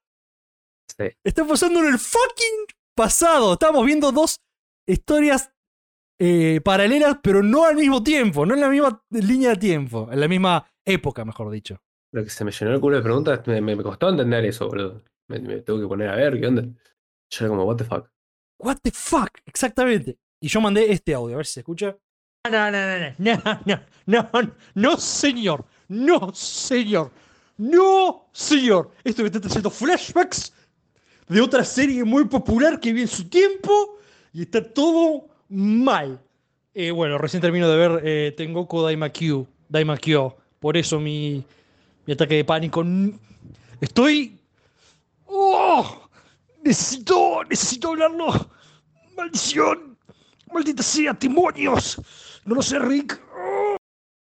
Speaker 2: Sí.
Speaker 1: Está pasando en el fucking pasado. Estamos viendo dos historias eh, paralelas, pero no al mismo tiempo, no en la misma línea de tiempo, en la misma época, mejor dicho.
Speaker 2: Lo que se me llenó el culo de preguntas, me, me- me costó entender eso, boludo. Me, me tengo que poner a ver qué onda. Yo era como, what the fuck.
Speaker 1: What the fuck, exactamente. Y yo mandé este audio, a ver si se escucha. No, no, no, no, no, no, no, no, señor, no, señor, no, señor. Esto me está trayendo flashbacks de otra serie muy popular que vi en su tiempo y está todo mal. Eh, bueno, recién termino de ver eh, Tengoku Daimakyo, Daimakyo. Por eso mi, mi ataque de pánico. N- Estoy... ¡Oh! Necesito, necesito hablarlo. Maldición. Maldita sea, demonios. No lo sé, Rick.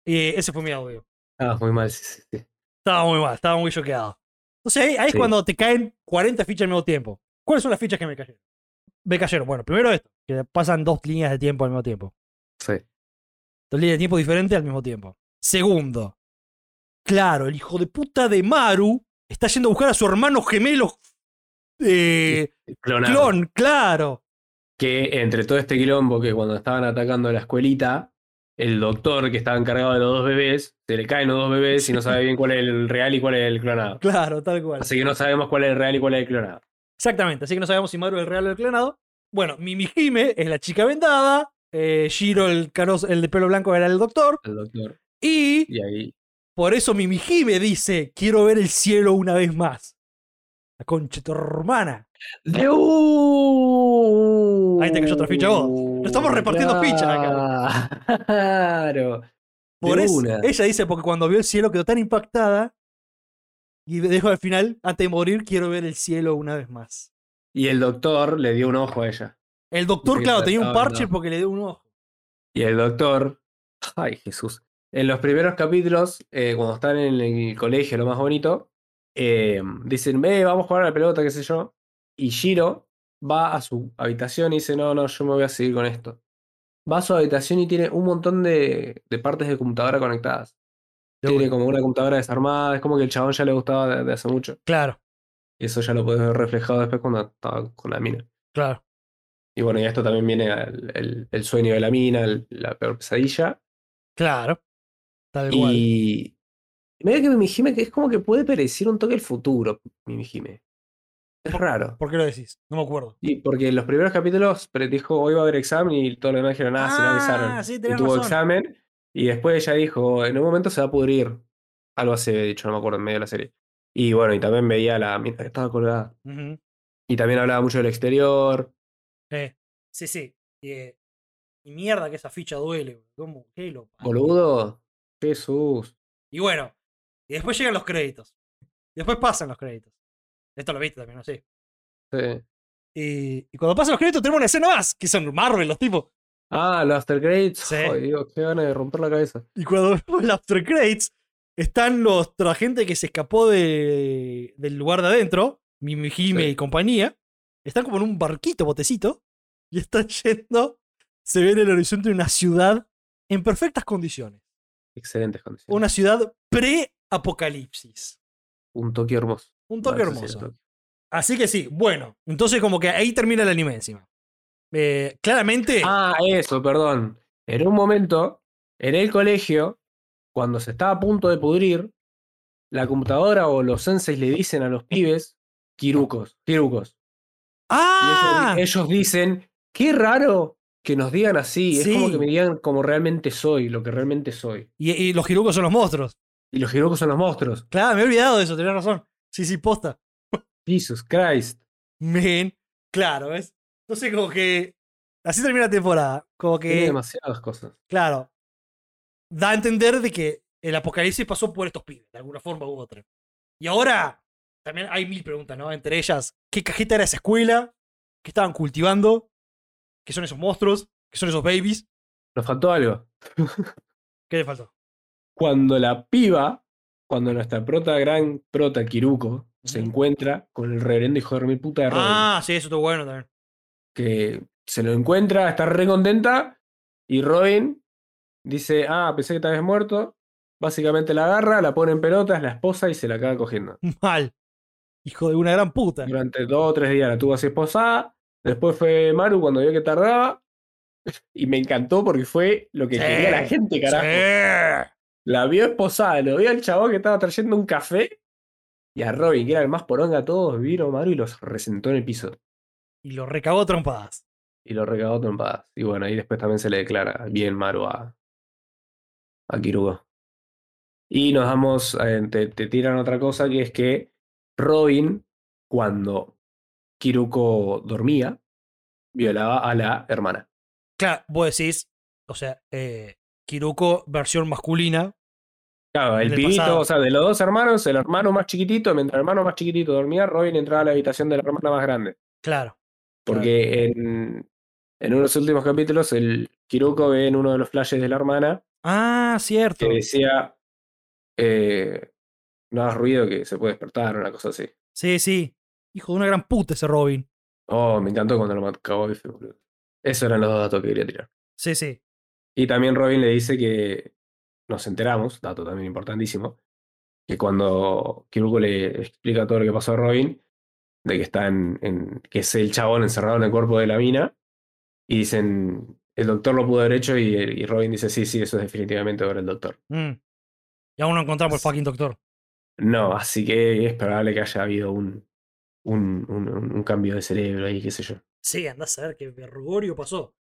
Speaker 1: Eh, ese fue mi audio.
Speaker 2: Ah, muy mal, sí, sí, sí.
Speaker 1: Estaba muy mal, estaba muy choqueado. Entonces ahí, ahí es
Speaker 2: Sí.
Speaker 1: cuando te caen 40 fichas al mismo tiempo. ¿Cuáles son las fichas que me cayeron? Me cayeron, bueno, primero esto, que pasan dos líneas de tiempo al mismo tiempo.
Speaker 2: Sí.
Speaker 1: Dos líneas de tiempo diferentes al mismo tiempo. Segundo, claro, el hijo de puta de Maru está yendo a buscar a su hermano gemelo eh,
Speaker 2: Clonado.
Speaker 1: clon, claro.
Speaker 2: Que entre todo este quilombo que cuando estaban atacando la escuelita, el doctor que estaba encargado de los dos bebés, se le caen los dos bebés y no sabe bien cuál es el real y cuál es el clonado.
Speaker 1: Claro, tal cual.
Speaker 2: Así que no sabemos cuál es el real y cuál es el clonado.
Speaker 1: Exactamente, así que no sabemos si Maru es el real o el clonado. Bueno, Mimijime es la chica vendada, eh, Shiro el, canoso- el de pelo blanco era el doctor,
Speaker 2: El doctor.
Speaker 1: y
Speaker 2: Y ahí.
Speaker 1: por eso Mimijime dice, quiero ver el cielo una vez más. La concha de tu hermana. Ahí te cayó otra ficha a vos. Nos estamos repartiendo fichas
Speaker 2: acá. Claro.
Speaker 1: Por
Speaker 2: De
Speaker 1: eso,
Speaker 2: una.
Speaker 1: ella dice, porque cuando vio el cielo quedó tan impactada y dejo al final, antes de morir, quiero ver el cielo una vez más.
Speaker 2: Y el doctor le dio un ojo a ella.
Speaker 1: El doctor,
Speaker 2: Sí,
Speaker 1: claro, tenía un
Speaker 2: estaba
Speaker 1: parche
Speaker 2: andando.
Speaker 1: porque le dio un ojo.
Speaker 2: Y el doctor, ay Jesús, en los primeros capítulos, eh, cuando están en el colegio, "Eh, lo más bonito, eh, dicen, ve, vamos a jugar a la pelota, qué sé yo. Y Shiro va a su habitación y dice, no, no, yo me voy a seguir con esto. Va a su habitación y tiene un montón de, de partes de computadora conectadas.
Speaker 1: De
Speaker 2: tiene
Speaker 1: una.
Speaker 2: como una computadora desarmada, es como que el chabón ya le gustaba de, de hace mucho.
Speaker 1: Claro,
Speaker 2: Y eso ya lo puedes ver reflejado después cuando estaba con la mina.
Speaker 1: claro.
Speaker 2: Y bueno, y a esto también viene al- el, el sueño de la mina, el- la peor pesadilla.
Speaker 1: Claro. Tal cual.
Speaker 2: Y medio que Mimijime que es como que puede predecir un toque el futuro, Mimijime. Es raro.
Speaker 1: ¿Por qué lo decís? No me acuerdo.
Speaker 2: Y porque en los primeros capítulos predijo hoy va a haber examen y todo lo demás dijeron, ah, se lo
Speaker 1: Ah,
Speaker 2: avisaron.
Speaker 1: sí,
Speaker 2: y
Speaker 1: tenés
Speaker 2: tuvo
Speaker 1: razón.
Speaker 2: examen. Y después ella dijo, en un momento se va a pudrir. Algo así había dicho, no me acuerdo, en medio de la serie. Y bueno, y también veía a la mina que estaba colgada.
Speaker 1: Ujú.
Speaker 2: Y también hablaba mucho del exterior.
Speaker 1: Eh, sí, sí. Y, eh, y mierda que esa ficha duele, boludo. ¿Cómo? ¿Qué lo parió.
Speaker 2: Boludo. Jesús.
Speaker 1: Y bueno, y después llegan los créditos. Después pasan los créditos. Esto lo viste también, ¿no? Sí.
Speaker 2: Sí.
Speaker 1: Y, y cuando pasan los créditos tenemos una escena más, que son Marvel los tipos.
Speaker 2: Ah, los After Grades.
Speaker 1: Sí.
Speaker 2: Ay, Dios, qué ganas de romper la cabeza.
Speaker 1: Y cuando vemos el After Credits, están los la gente que se escapó de, del lugar de adentro, Mimijime
Speaker 2: Sí.
Speaker 1: y compañía. Están como en un barquito, botecito, y están yendo. Se ve en el horizonte una ciudad en perfectas condiciones.
Speaker 2: Excelentes condiciones.
Speaker 1: Una ciudad pre-apocalipsis.
Speaker 2: Un toque hermoso.
Speaker 1: Un toque
Speaker 2: Vale, eso sí,
Speaker 1: hermoso.
Speaker 2: un toque.
Speaker 1: Así que sí, bueno. Entonces, como que ahí termina el anime encima. Eh, claramente.
Speaker 2: Ah, eso, perdón. En un momento, en el colegio, cuando se estaba a punto de pudrir, la computadora o los senseis le dicen a los pibes, kirucos, kirucos. Y ellos di-
Speaker 1: ¡Ah!
Speaker 2: ellos, dicen, qué raro que nos digan así, es como
Speaker 1: Sí.
Speaker 2: que me digan como realmente soy, lo que realmente soy.
Speaker 1: Y, y los Hirucos son los monstruos.
Speaker 2: Y los kirucos son los monstruos.
Speaker 1: Claro, me he olvidado de eso, tenés razón. Sí, sí, posta.
Speaker 2: Jesus Christ.
Speaker 1: Men, claro, ¿ves? Entonces, como que. Así termina la temporada. Como
Speaker 2: Tiene
Speaker 1: que.
Speaker 2: demasiadas cosas.
Speaker 1: Claro. Da a entender de que el apocalipsis pasó por estos pibes, de alguna forma u otra. Y ahora. También hay mil preguntas, ¿no? Entre ellas, ¿qué cajeta era esa escuela? ¿Qué estaban cultivando? ¿Qué son esos monstruos? ¿Qué son esos babies?
Speaker 2: Nos faltó algo.
Speaker 1: ¿Qué le faltó?
Speaker 2: cuando la piba, cuando nuestra prota, gran prota Kiruko, se
Speaker 1: Ujú.
Speaker 2: encuentra con el reverendo hijo de mi puta de Robin,
Speaker 1: Ah, sí, eso estuvo bueno también.
Speaker 2: que se lo encuentra, está re contenta, y Robin dice, ah, pensé que te habías muerto. Básicamente la agarra, la pone en pelotas, la esposa y se la acaba cogiendo.
Speaker 1: Mal. Hijo de una gran puta.
Speaker 2: Durante dos o tres días la tuvo así esposada. Después fue Maru cuando vio que tardaba. Y me encantó porque fue lo que
Speaker 1: Sí,
Speaker 2: quería la gente, carajo.
Speaker 1: Sí.
Speaker 2: La vio esposada, lo vio al chabón que estaba trayendo un café. Y a Robin, que era el más poronga de todos, vino Maru y los resentó en el piso.
Speaker 1: Y lo recagó a trompadas.
Speaker 2: Y lo recagó a trompadas. Y bueno, ahí después también se le declara bien Maru a, a Kirugo. Y nos damos, eh, te, te tiran otra cosa que es que Robin, cuando Kiruko dormía, violaba a la hermana.
Speaker 1: Claro, vos decís, o sea, eh, Kiruko versión masculina.
Speaker 2: Claro, el
Speaker 1: Del
Speaker 2: pibito,
Speaker 1: pasado.
Speaker 2: o sea, de los dos hermanos, el hermano más chiquitito, mientras el hermano más chiquitito dormía, Robin entraba a la habitación de la hermana más grande.
Speaker 1: Claro, Claro.
Speaker 2: Porque en, en uno de los últimos capítulos, el Kiruko ve en uno de los flashes de la hermana
Speaker 1: Ah, cierto.
Speaker 2: que decía: eh, No hagas ruido que se puede despertar, una cosa así.
Speaker 1: Sí, sí. Hijo de una gran puta ese Robin.
Speaker 2: Oh, me encantó cuando lo mató Cowboy, boludo. Esos eran los dos datos que quería tirar.
Speaker 1: Sí, sí.
Speaker 2: Y también Robin le dice que nos enteramos, dato también importantísimo, que cuando Kiruko le explica todo lo que pasó a Robin, de que está en, en- que es el chabón encerrado en el cuerpo de la mina, y dicen, el doctor lo pudo haber hecho, y, eh, y Robin dice, sí, sí, eso es definitivamente ahora el doctor.
Speaker 1: Mm. Y aún no encontramos el fucking doctor.
Speaker 2: No, así que es probable que haya habido un, un, un- un- un cambio de cerebro ahí, qué sé yo.
Speaker 1: Sí, andás a ver qué vergorio pasó.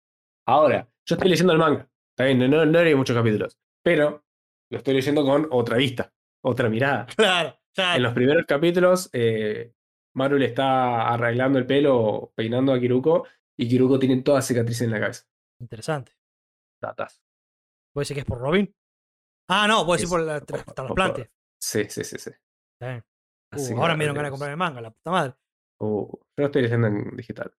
Speaker 2: Ahora, yo estoy leyendo el manga, está bien, no, no, no leí muchos capítulos, pero lo estoy leyendo con otra vista, otra mirada.
Speaker 1: Claro, claro.
Speaker 2: En los primeros capítulos, eh, Maru le está arreglando el pelo, peinando a Kiruko, y Kiruko tiene toda cicatriz en la cabeza.
Speaker 1: Interesante.
Speaker 2: Datas.
Speaker 1: ¿Vos decís que es por Robin? Ah, no, vos decís
Speaker 2: Es
Speaker 1: por la
Speaker 2: por- por-
Speaker 1: trasplante.
Speaker 2: Sí, sí, sí, sí.
Speaker 1: Está bien. Uh,
Speaker 2: Así que
Speaker 1: ahora
Speaker 2: nada,
Speaker 1: me dieron ganas de
Speaker 2: tenemos-
Speaker 1: comprar el manga, la puta madre.
Speaker 2: Uh, yo lo estoy leyendo en digital.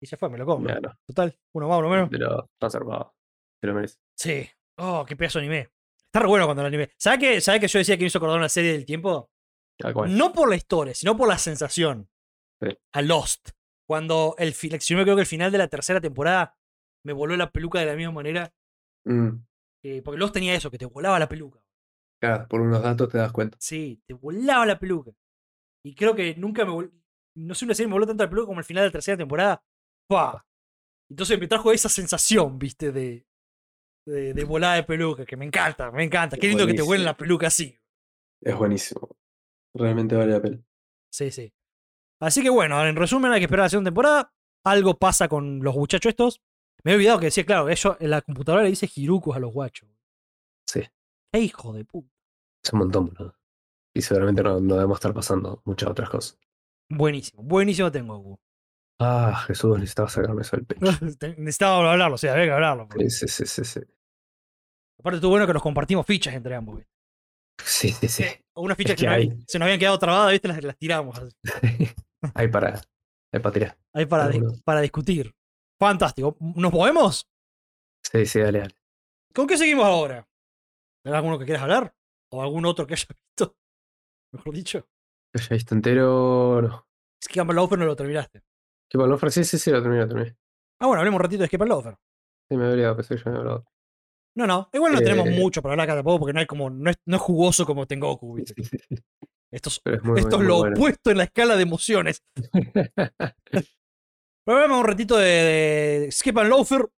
Speaker 1: Y se fue, me lo compro.
Speaker 2: Mira, no,
Speaker 1: Total, uno más, uno menos.
Speaker 2: pero está zarpado. Te lo mereces.
Speaker 1: Sí. Oh, qué pedazo de anime. Está re bueno cuando el anime. ¿Sabes que, ¿Sabés que yo decía que me hizo acordar una serie del tiempo?
Speaker 2: Tal cual.
Speaker 1: No por la historia, sino por la sensación.
Speaker 2: Sí.
Speaker 1: A Lost. Cuando el, fi- si no me creo que el final de la tercera temporada me voló la peluca de la misma manera.
Speaker 2: Mm,
Speaker 1: eh, porque Lost tenía eso, que te volaba la peluca.
Speaker 2: claro, por unos datos te das cuenta.
Speaker 1: Sí, te volaba la peluca. Y creo que nunca me vol- No sé, una serie me voló tanto la peluca como el final de la tercera temporada. ¡Pah! Entonces me trajo esa sensación, viste, de, de, de volada de peluca, que me encanta, me encanta. Qué lindo que te vuelen
Speaker 2: Buenísimo.
Speaker 1: la peluca así.
Speaker 2: Es buenísimo. Realmente vale la pena.
Speaker 1: Sí, sí. Así que bueno, en resumen, hay que esperar la segunda temporada. Algo pasa con los muchachos estos. Me he olvidado que decía, claro, ellos, en la computadora le dice Hirukus a los guachos.
Speaker 2: Sí.
Speaker 1: ¡Qué hijo de puta!
Speaker 2: Es un montón, boludo. Y seguramente no, no debemos estar pasando muchas otras cosas.
Speaker 1: Buenísimo, buenísimo tengo. Gu.
Speaker 2: Ah, Jesús, necesitaba sacarme eso del pecho.
Speaker 1: Te- Necesitaba hablarlo, o sea, había que hablarlo. porque-
Speaker 2: Sí, sí, sí, sí. Sí,
Speaker 1: Aparte, estuvo bueno que nos compartimos fichas entre ambos. ¿viste?
Speaker 2: sí, sí. sí.
Speaker 1: Unas fichas
Speaker 2: Es
Speaker 1: que,
Speaker 2: que
Speaker 1: no-
Speaker 2: hay.
Speaker 1: se nos habían quedado trabadas, ¿viste? Las, las tiramos así,
Speaker 2: Hay para, hay para tirar.
Speaker 1: ahí para, dis-
Speaker 2: Seguro.
Speaker 1: para discutir. Fantástico. ¿Nos movemos?
Speaker 2: Sí, sí, dale, dale.
Speaker 1: ¿Con qué seguimos ahora? ¿Hay alguno que quieras hablar? ¿O algún otro que haya visto? Mejor dicho.
Speaker 2: Que haya visto entero. No.
Speaker 1: Es que Amber Lofer no lo terminaste.
Speaker 2: ¿Qué mal ofre? Sí, sí, sí, lo terminé, lo terminé.
Speaker 1: Ah, bueno, hablemos un ratito de Skip and Loafer.
Speaker 2: Sí, me había olvidado, pensé que ya me había hablado.
Speaker 1: No, no. Igual no tenemos
Speaker 2: Eh.
Speaker 1: mucho para hablar acá tampoco, porque no, hay como, no, es, no es jugoso como Tengoku.
Speaker 2: Sí,
Speaker 1: ¿viste?
Speaker 2: sí, sí, sí.
Speaker 1: Esto es,
Speaker 2: Pero es muy,
Speaker 1: esto
Speaker 2: muy,
Speaker 1: es lo
Speaker 2: muy bueno.
Speaker 1: opuesto en la escala de emociones. Pero hablemos un ratito de, de Skip and Loafer.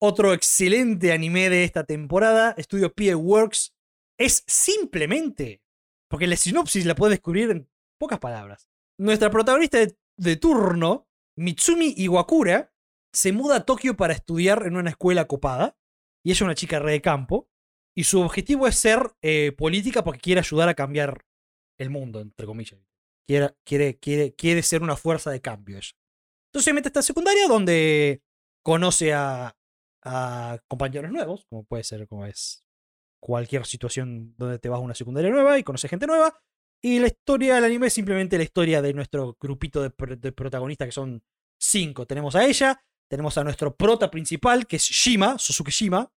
Speaker 1: Otro excelente anime de esta temporada. Estudio PA Works. Es simplemente. Porque la sinopsis la puedes descubrir en pocas palabras. Nuestra protagonista de, de turno, Mitsumi Iwakura, se muda a Tokio para estudiar en una escuela copada. Y ella es una chica re de campo. Y su objetivo es ser eh, política porque quiere ayudar a cambiar el mundo, entre comillas. Quiere, quiere, quiere, quiere ser una fuerza de cambio ella. Entonces se mete a esta secundaria donde conoce a, a compañeros nuevos, como puede ser, como es cualquier situación donde te vas a una secundaria nueva y conoces gente nueva. Y la historia del anime es simplemente la historia de nuestro grupito de, pr- de protagonistas, que son cinco. Tenemos a ella, tenemos a nuestro prota principal, que es Shima, Suzuki Shima.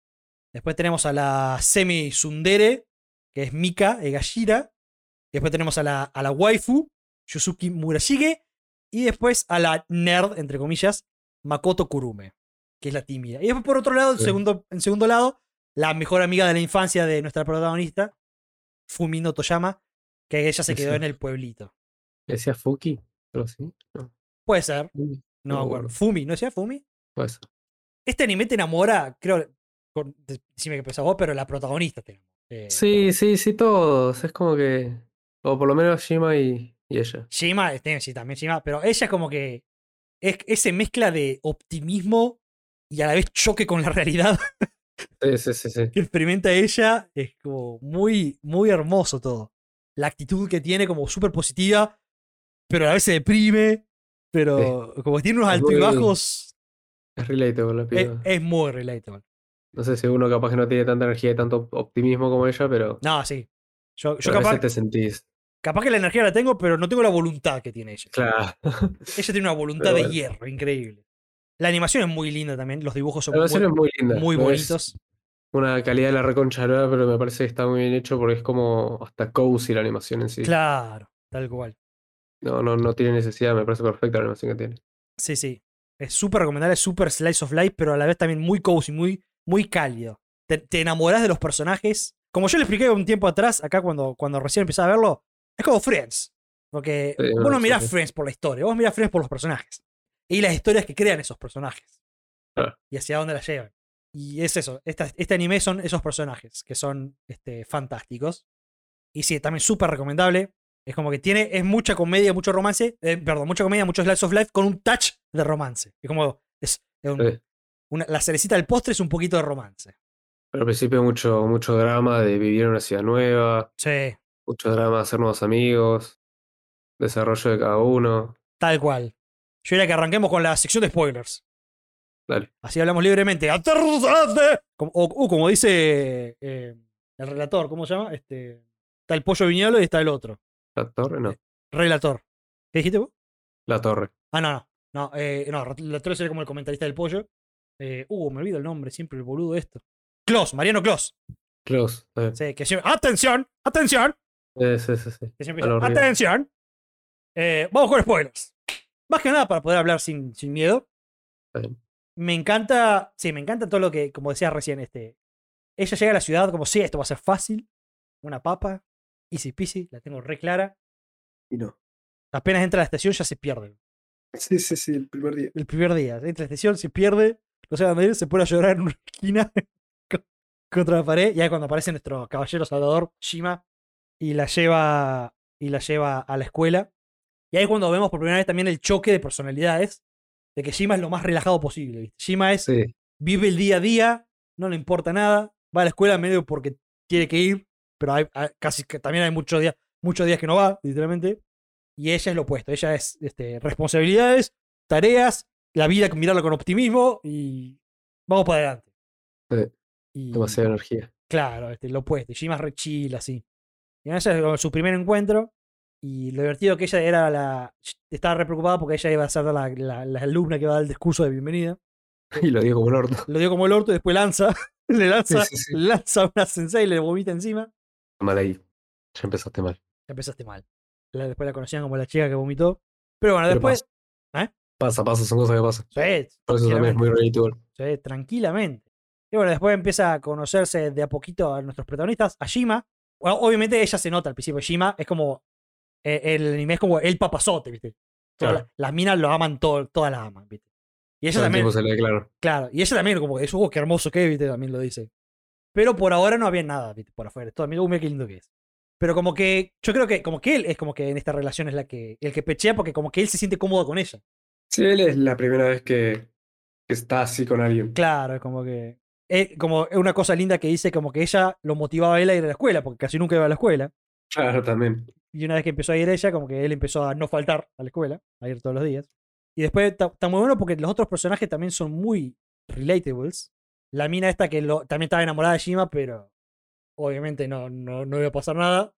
Speaker 1: Después tenemos a la semi Sundere, que es Mika Egashira. Después tenemos a la, a la waifu, Yuzuki Murashige. Y después a la nerd, entre comillas, Makoto Kurume, que es la tímida. Y después, por otro lado, en
Speaker 2: Sí.
Speaker 1: segundo, en segundo lado, la mejor amiga de la infancia de nuestra protagonista, Fumino Toyama, que ella se
Speaker 2: Sí,
Speaker 1: quedó
Speaker 2: sí.
Speaker 1: en el pueblito.
Speaker 2: ¿Decía Fuki? ¿Pero sí? No.
Speaker 1: Puede ser,
Speaker 2: Fuki,
Speaker 1: no,
Speaker 2: No,
Speaker 1: me acuerdo.
Speaker 2: bueno.
Speaker 1: Fumi, ¿no decía Fumi?
Speaker 2: Puede ser.
Speaker 1: Este anime te enamora, creo, con- de- decime que pensás vos, pero la protagonista te enamora. Eh,
Speaker 2: Sí, sí, sí, todos. Es como que. O por lo menos Shima y, y ella.
Speaker 1: Shima, este, sí, también Shima, pero ella es como que es ese mezcla de optimismo y a la vez choque con la realidad
Speaker 2: Sí, sí, sí, sí.
Speaker 1: que experimenta ella es como muy, muy hermoso todo. La actitud que tiene como súper positiva, pero a la vez se deprime, pero como que tiene unos
Speaker 2: Es
Speaker 1: altos
Speaker 2: muy-
Speaker 1: y bajos,
Speaker 2: Es relatable la
Speaker 1: es,
Speaker 2: piba.
Speaker 1: es muy relatable.
Speaker 2: No sé si uno capaz que no tiene tanta energía y tanto optimismo como ella, pero,
Speaker 1: No, sí. Yo, yo
Speaker 2: pero a
Speaker 1: capaz,
Speaker 2: veces te sentís.
Speaker 1: capaz que la energía la tengo, pero no tengo la voluntad que tiene ella.
Speaker 2: Claro.
Speaker 1: Ella tiene una voluntad
Speaker 2: Pero
Speaker 1: de
Speaker 2: bueno.
Speaker 1: hierro, increíble. La animación es muy linda también, los dibujos son
Speaker 2: La
Speaker 1: muy,
Speaker 2: versión es muy linda.
Speaker 1: muy
Speaker 2: no es
Speaker 1: bonitos.
Speaker 2: Una calidad de la reconcha de la lora, pero me parece que está muy bien hecho porque es como hasta cozy la animación en sí.
Speaker 1: Claro, tal cual.
Speaker 2: No, no, no tiene necesidad, me parece perfecta la animación que tiene.
Speaker 1: Sí, sí. Es súper recomendable, es súper slice of life, pero a la vez también muy cozy, muy, muy cálido. Te, te enamorás de los personajes. Como yo le expliqué un tiempo atrás, acá cuando, cuando recién empezaba a verlo, es como Friends. Porque
Speaker 2: Sí,
Speaker 1: vos no
Speaker 2: sí,
Speaker 1: mirás
Speaker 2: sí.
Speaker 1: Friends por la historia, vos mirás Friends por los personajes. Y las historias que crean esos personajes.
Speaker 2: Claro.
Speaker 1: Y hacia dónde las llevan. Y es eso, esta- este anime son esos personajes que son este, fantásticos. Y sí, también súper recomendable. Es como que tiene, es mucha comedia, mucho romance, eh, perdón, mucha comedia, mucho slice of life con un touch de romance. Es como, es es un-
Speaker 2: Sí.
Speaker 1: una- la cerecita del postre es un poquito de romance.
Speaker 2: Pero al principio mucho, mucho drama de vivir en una ciudad nueva,
Speaker 1: Sí,
Speaker 2: mucho drama de hacer nuevos amigos, desarrollo de cada uno.
Speaker 1: tal cual. Yo diría que arranquemos con la sección de spoilers.
Speaker 2: Dale.
Speaker 1: Así hablamos libremente. ¡Aterrizate! Como, o- o como dice eh, el relator, ¿cómo se llama? Este, está el pollo viñolo y está el otro.
Speaker 2: ¿La torre? No,
Speaker 1: Relator. ¿Qué dijiste vos?
Speaker 2: la torre.
Speaker 1: Ah, no, no. No, eh, no relator sería como el comentarista del pollo. Eh, uh, me olvido el nombre, siempre el boludo esto. Clos, Mariano Clos.
Speaker 2: Close. eh,
Speaker 1: Sí, que siempre- ¡Atención! ¡Atención!
Speaker 2: eh, Sí, sí, sí.
Speaker 1: Que siempre
Speaker 2: A lo
Speaker 1: dice,
Speaker 2: River.
Speaker 1: ¡Atención! Eh, vamos con spoilers. Más que nada para poder hablar sin, sin miedo.
Speaker 2: Está bien.
Speaker 1: Me encanta, sí, me encanta todo lo que, como decía recién, este, ella llega a la ciudad como, sí, esto va a ser fácil, una papa, easy peasy, la tengo re clara.
Speaker 2: Y no.
Speaker 1: Apenas entra a la estación ya se pierde.
Speaker 2: Sí, sí, sí, el primer día.
Speaker 1: El primer día, entra a la estación, se pierde, no sabe dónde ir, se pone a llorar en una esquina co- contra la pared. Y ahí cuando aparece nuestro caballero salvador, Shima, y la lleva, y la lleva a la escuela. Y ahí es cuando vemos por primera vez también el choque de personalidades, de que Shima es lo más relajado posible. ¿viste? Shima es
Speaker 2: Sí.
Speaker 1: vive el día a día, no le importa nada, va a la escuela medio porque tiene que ir, pero hay, hay- casi que también hay muchos días, muchos días que no va, literalmente. Y ella es lo opuesto, ella es este, responsabilidades, tareas, la vida, mirarla con optimismo y vamos para adelante.
Speaker 2: Sí,
Speaker 1: Y-
Speaker 2: Demasiada energía.
Speaker 1: Claro, este, lo opuesto. Shima es re chill, así. Y ella es como su primer encuentro. Y lo divertido que ella era la. Estaba re preocupada porque ella iba a ser la, la- la alumna que va a dar el discurso de bienvenida.
Speaker 2: Y lo digo como el orto.
Speaker 1: Lo dio como el orto y después lanza. le lanza,
Speaker 2: sí, sí.
Speaker 1: le lanza una sensei y le vomita encima.
Speaker 2: Mal ahí. Ya empezaste mal.
Speaker 1: Ya empezaste mal. La- después la conocían como la chica que vomitó. Pero bueno,
Speaker 2: Pero
Speaker 1: Ah, después. ¿eh?
Speaker 2: Pasa, pasa, son cosas que pasan.
Speaker 1: Sí,
Speaker 2: Por eso también es muy relatable.
Speaker 1: Sí, tranquilamente. Y bueno, después empieza a conocerse de a poquito a nuestros protagonistas, a Shima. Bueno, obviamente ella se nota al principio. Shima es como. eh, el anime es como el papazote, ¿viste? Todas
Speaker 2: Claro.
Speaker 1: la- las minas lo aman, todo, todas las aman, ¿viste? Y ella
Speaker 2: Todo el
Speaker 1: también.
Speaker 2: tiempo se le ve claro.
Speaker 1: Claro, y ella también, como que es, "Uh, qué hermoso que es", ¿viste? También lo dice. Pero por ahora no había nada, ¿viste? Por afuera. Todo, mira, "Uh, mira qué lindo que es. Pero como que, yo creo que, como que él es como que en esta relación es la que, el que pechea porque como que él se siente cómodo con ella.
Speaker 2: Sí, él es la primera vez que, que está así con alguien.
Speaker 1: Claro, es como que. Es como es una cosa linda que dice como que ella lo motivaba a él a ir a la escuela, porque casi nunca iba a la escuela.
Speaker 2: Claro, también.
Speaker 1: Y una vez que empezó a ir ella, como que él empezó a no faltar a la escuela, a ir todos los días. Y después está está muy bueno porque los otros personajes también son muy relatables. La mina esta que lo- también estaba enamorada de Shima, pero obviamente no, no, no iba a pasar nada.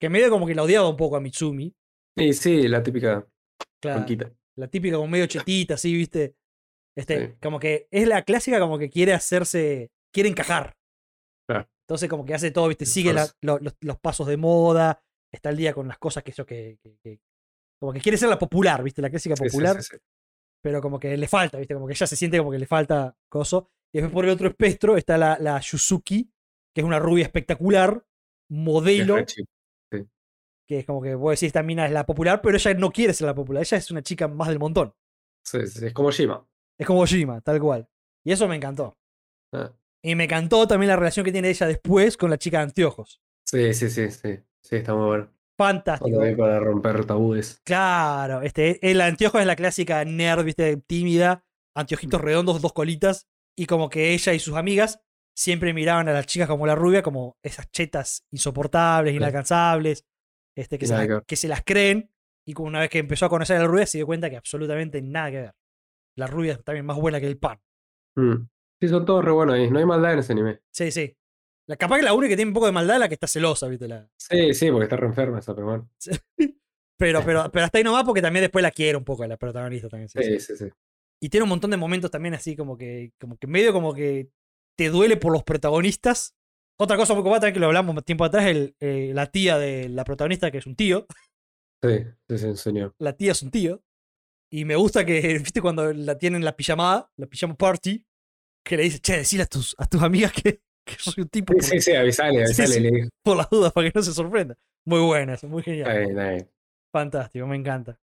Speaker 1: Que medio como que la odiaba un poco a Mitsumi.
Speaker 2: Y sí, la típica
Speaker 1: Claro.
Speaker 2: banquita.
Speaker 1: La típica como medio chetita, así, ¿viste? Este,
Speaker 2: Sí.
Speaker 1: como que es la clásica como que quiere hacerse, quiere encajar.
Speaker 2: Claro.
Speaker 1: Entonces como que hace todo, ¿viste? Sigue la-
Speaker 2: Esfuerzo.
Speaker 1: lo- los, los pasos de moda, está al día con las cosas que yo que, que- que- Como que quiere ser la popular, ¿viste? La clásica
Speaker 2: Sí, sí,
Speaker 1: popular,
Speaker 2: sí, sí.
Speaker 1: pero como que le falta, ¿viste? Como que ella se siente como que le falta coso. Y después por el otro espectro está la, la Yuzuki, que es una rubia espectacular,
Speaker 2: Es
Speaker 1: modelo,
Speaker 2: re chill.
Speaker 1: que es como que vos decís, esta mina es la popular, pero ella no quiere ser la popular, ella es una chica más del montón.
Speaker 2: Sí, sí, es como Shima.
Speaker 1: Es como Shima, tal cual. Y eso me encantó.
Speaker 2: Ah,
Speaker 1: Y me encantó también la relación que tiene ella después con la chica de anteojos.
Speaker 2: Sí, sí, sí, sí. Sí, está muy bueno.
Speaker 1: Fantástico.
Speaker 2: Cuando ve Para romper tabúes.
Speaker 1: Claro, este, el anteojo es la clásica nerd, viste, tímida,
Speaker 2: Mm.
Speaker 1: anteojitos redondos, dos colitas, y como que ella y sus amigas siempre miraban a las chicas como la rubia, como esas chetas insoportables,
Speaker 2: Sí.
Speaker 1: inalcanzables, este, que, se
Speaker 2: Nada
Speaker 1: las,
Speaker 2: que ver.
Speaker 1: que se las creen, y como una vez que empezó a conocer a la rubia se dio cuenta que absolutamente nada que ver. La rubia es también más buena que el pan.
Speaker 2: Mm. Sí, son todos re buenos ahí. No hay maldad en ese anime.
Speaker 1: Sí, sí. La, capaz que la única que tiene un poco de maldad es la que está celosa, viste, la,
Speaker 2: Sí, sí, porque está re enferma esa, pero bueno.
Speaker 1: Pero, pero, pero hasta ahí nomás porque también después la quiere un poco a la protagonista también. sí, sí.
Speaker 2: Sí, sí, sí.
Speaker 1: Y tiene un montón de momentos también así como que, como que medio como que te duele por los protagonistas. Otra cosa muy copada también que lo hablamos tiempo atrás, el, eh, la tía de la protagonista, que es un tío.
Speaker 2: Sí, sí, sí, un señor.
Speaker 1: La tía es un tío. Y me gusta que, viste, cuando la tienen la pijamada, la pijama party, que le dice, che, decile a tus, a tus amigas que, que soy un tipo
Speaker 2: Sí,
Speaker 1: por,
Speaker 2: sí, sí, avisale,
Speaker 1: Sí,
Speaker 2: avisale.
Speaker 1: sí.
Speaker 2: le digo.
Speaker 1: por las dudas para que no se sorprenda. Muy buena, eso, muy genial.
Speaker 2: Está bien, está bien.
Speaker 1: Fantástico, me encanta.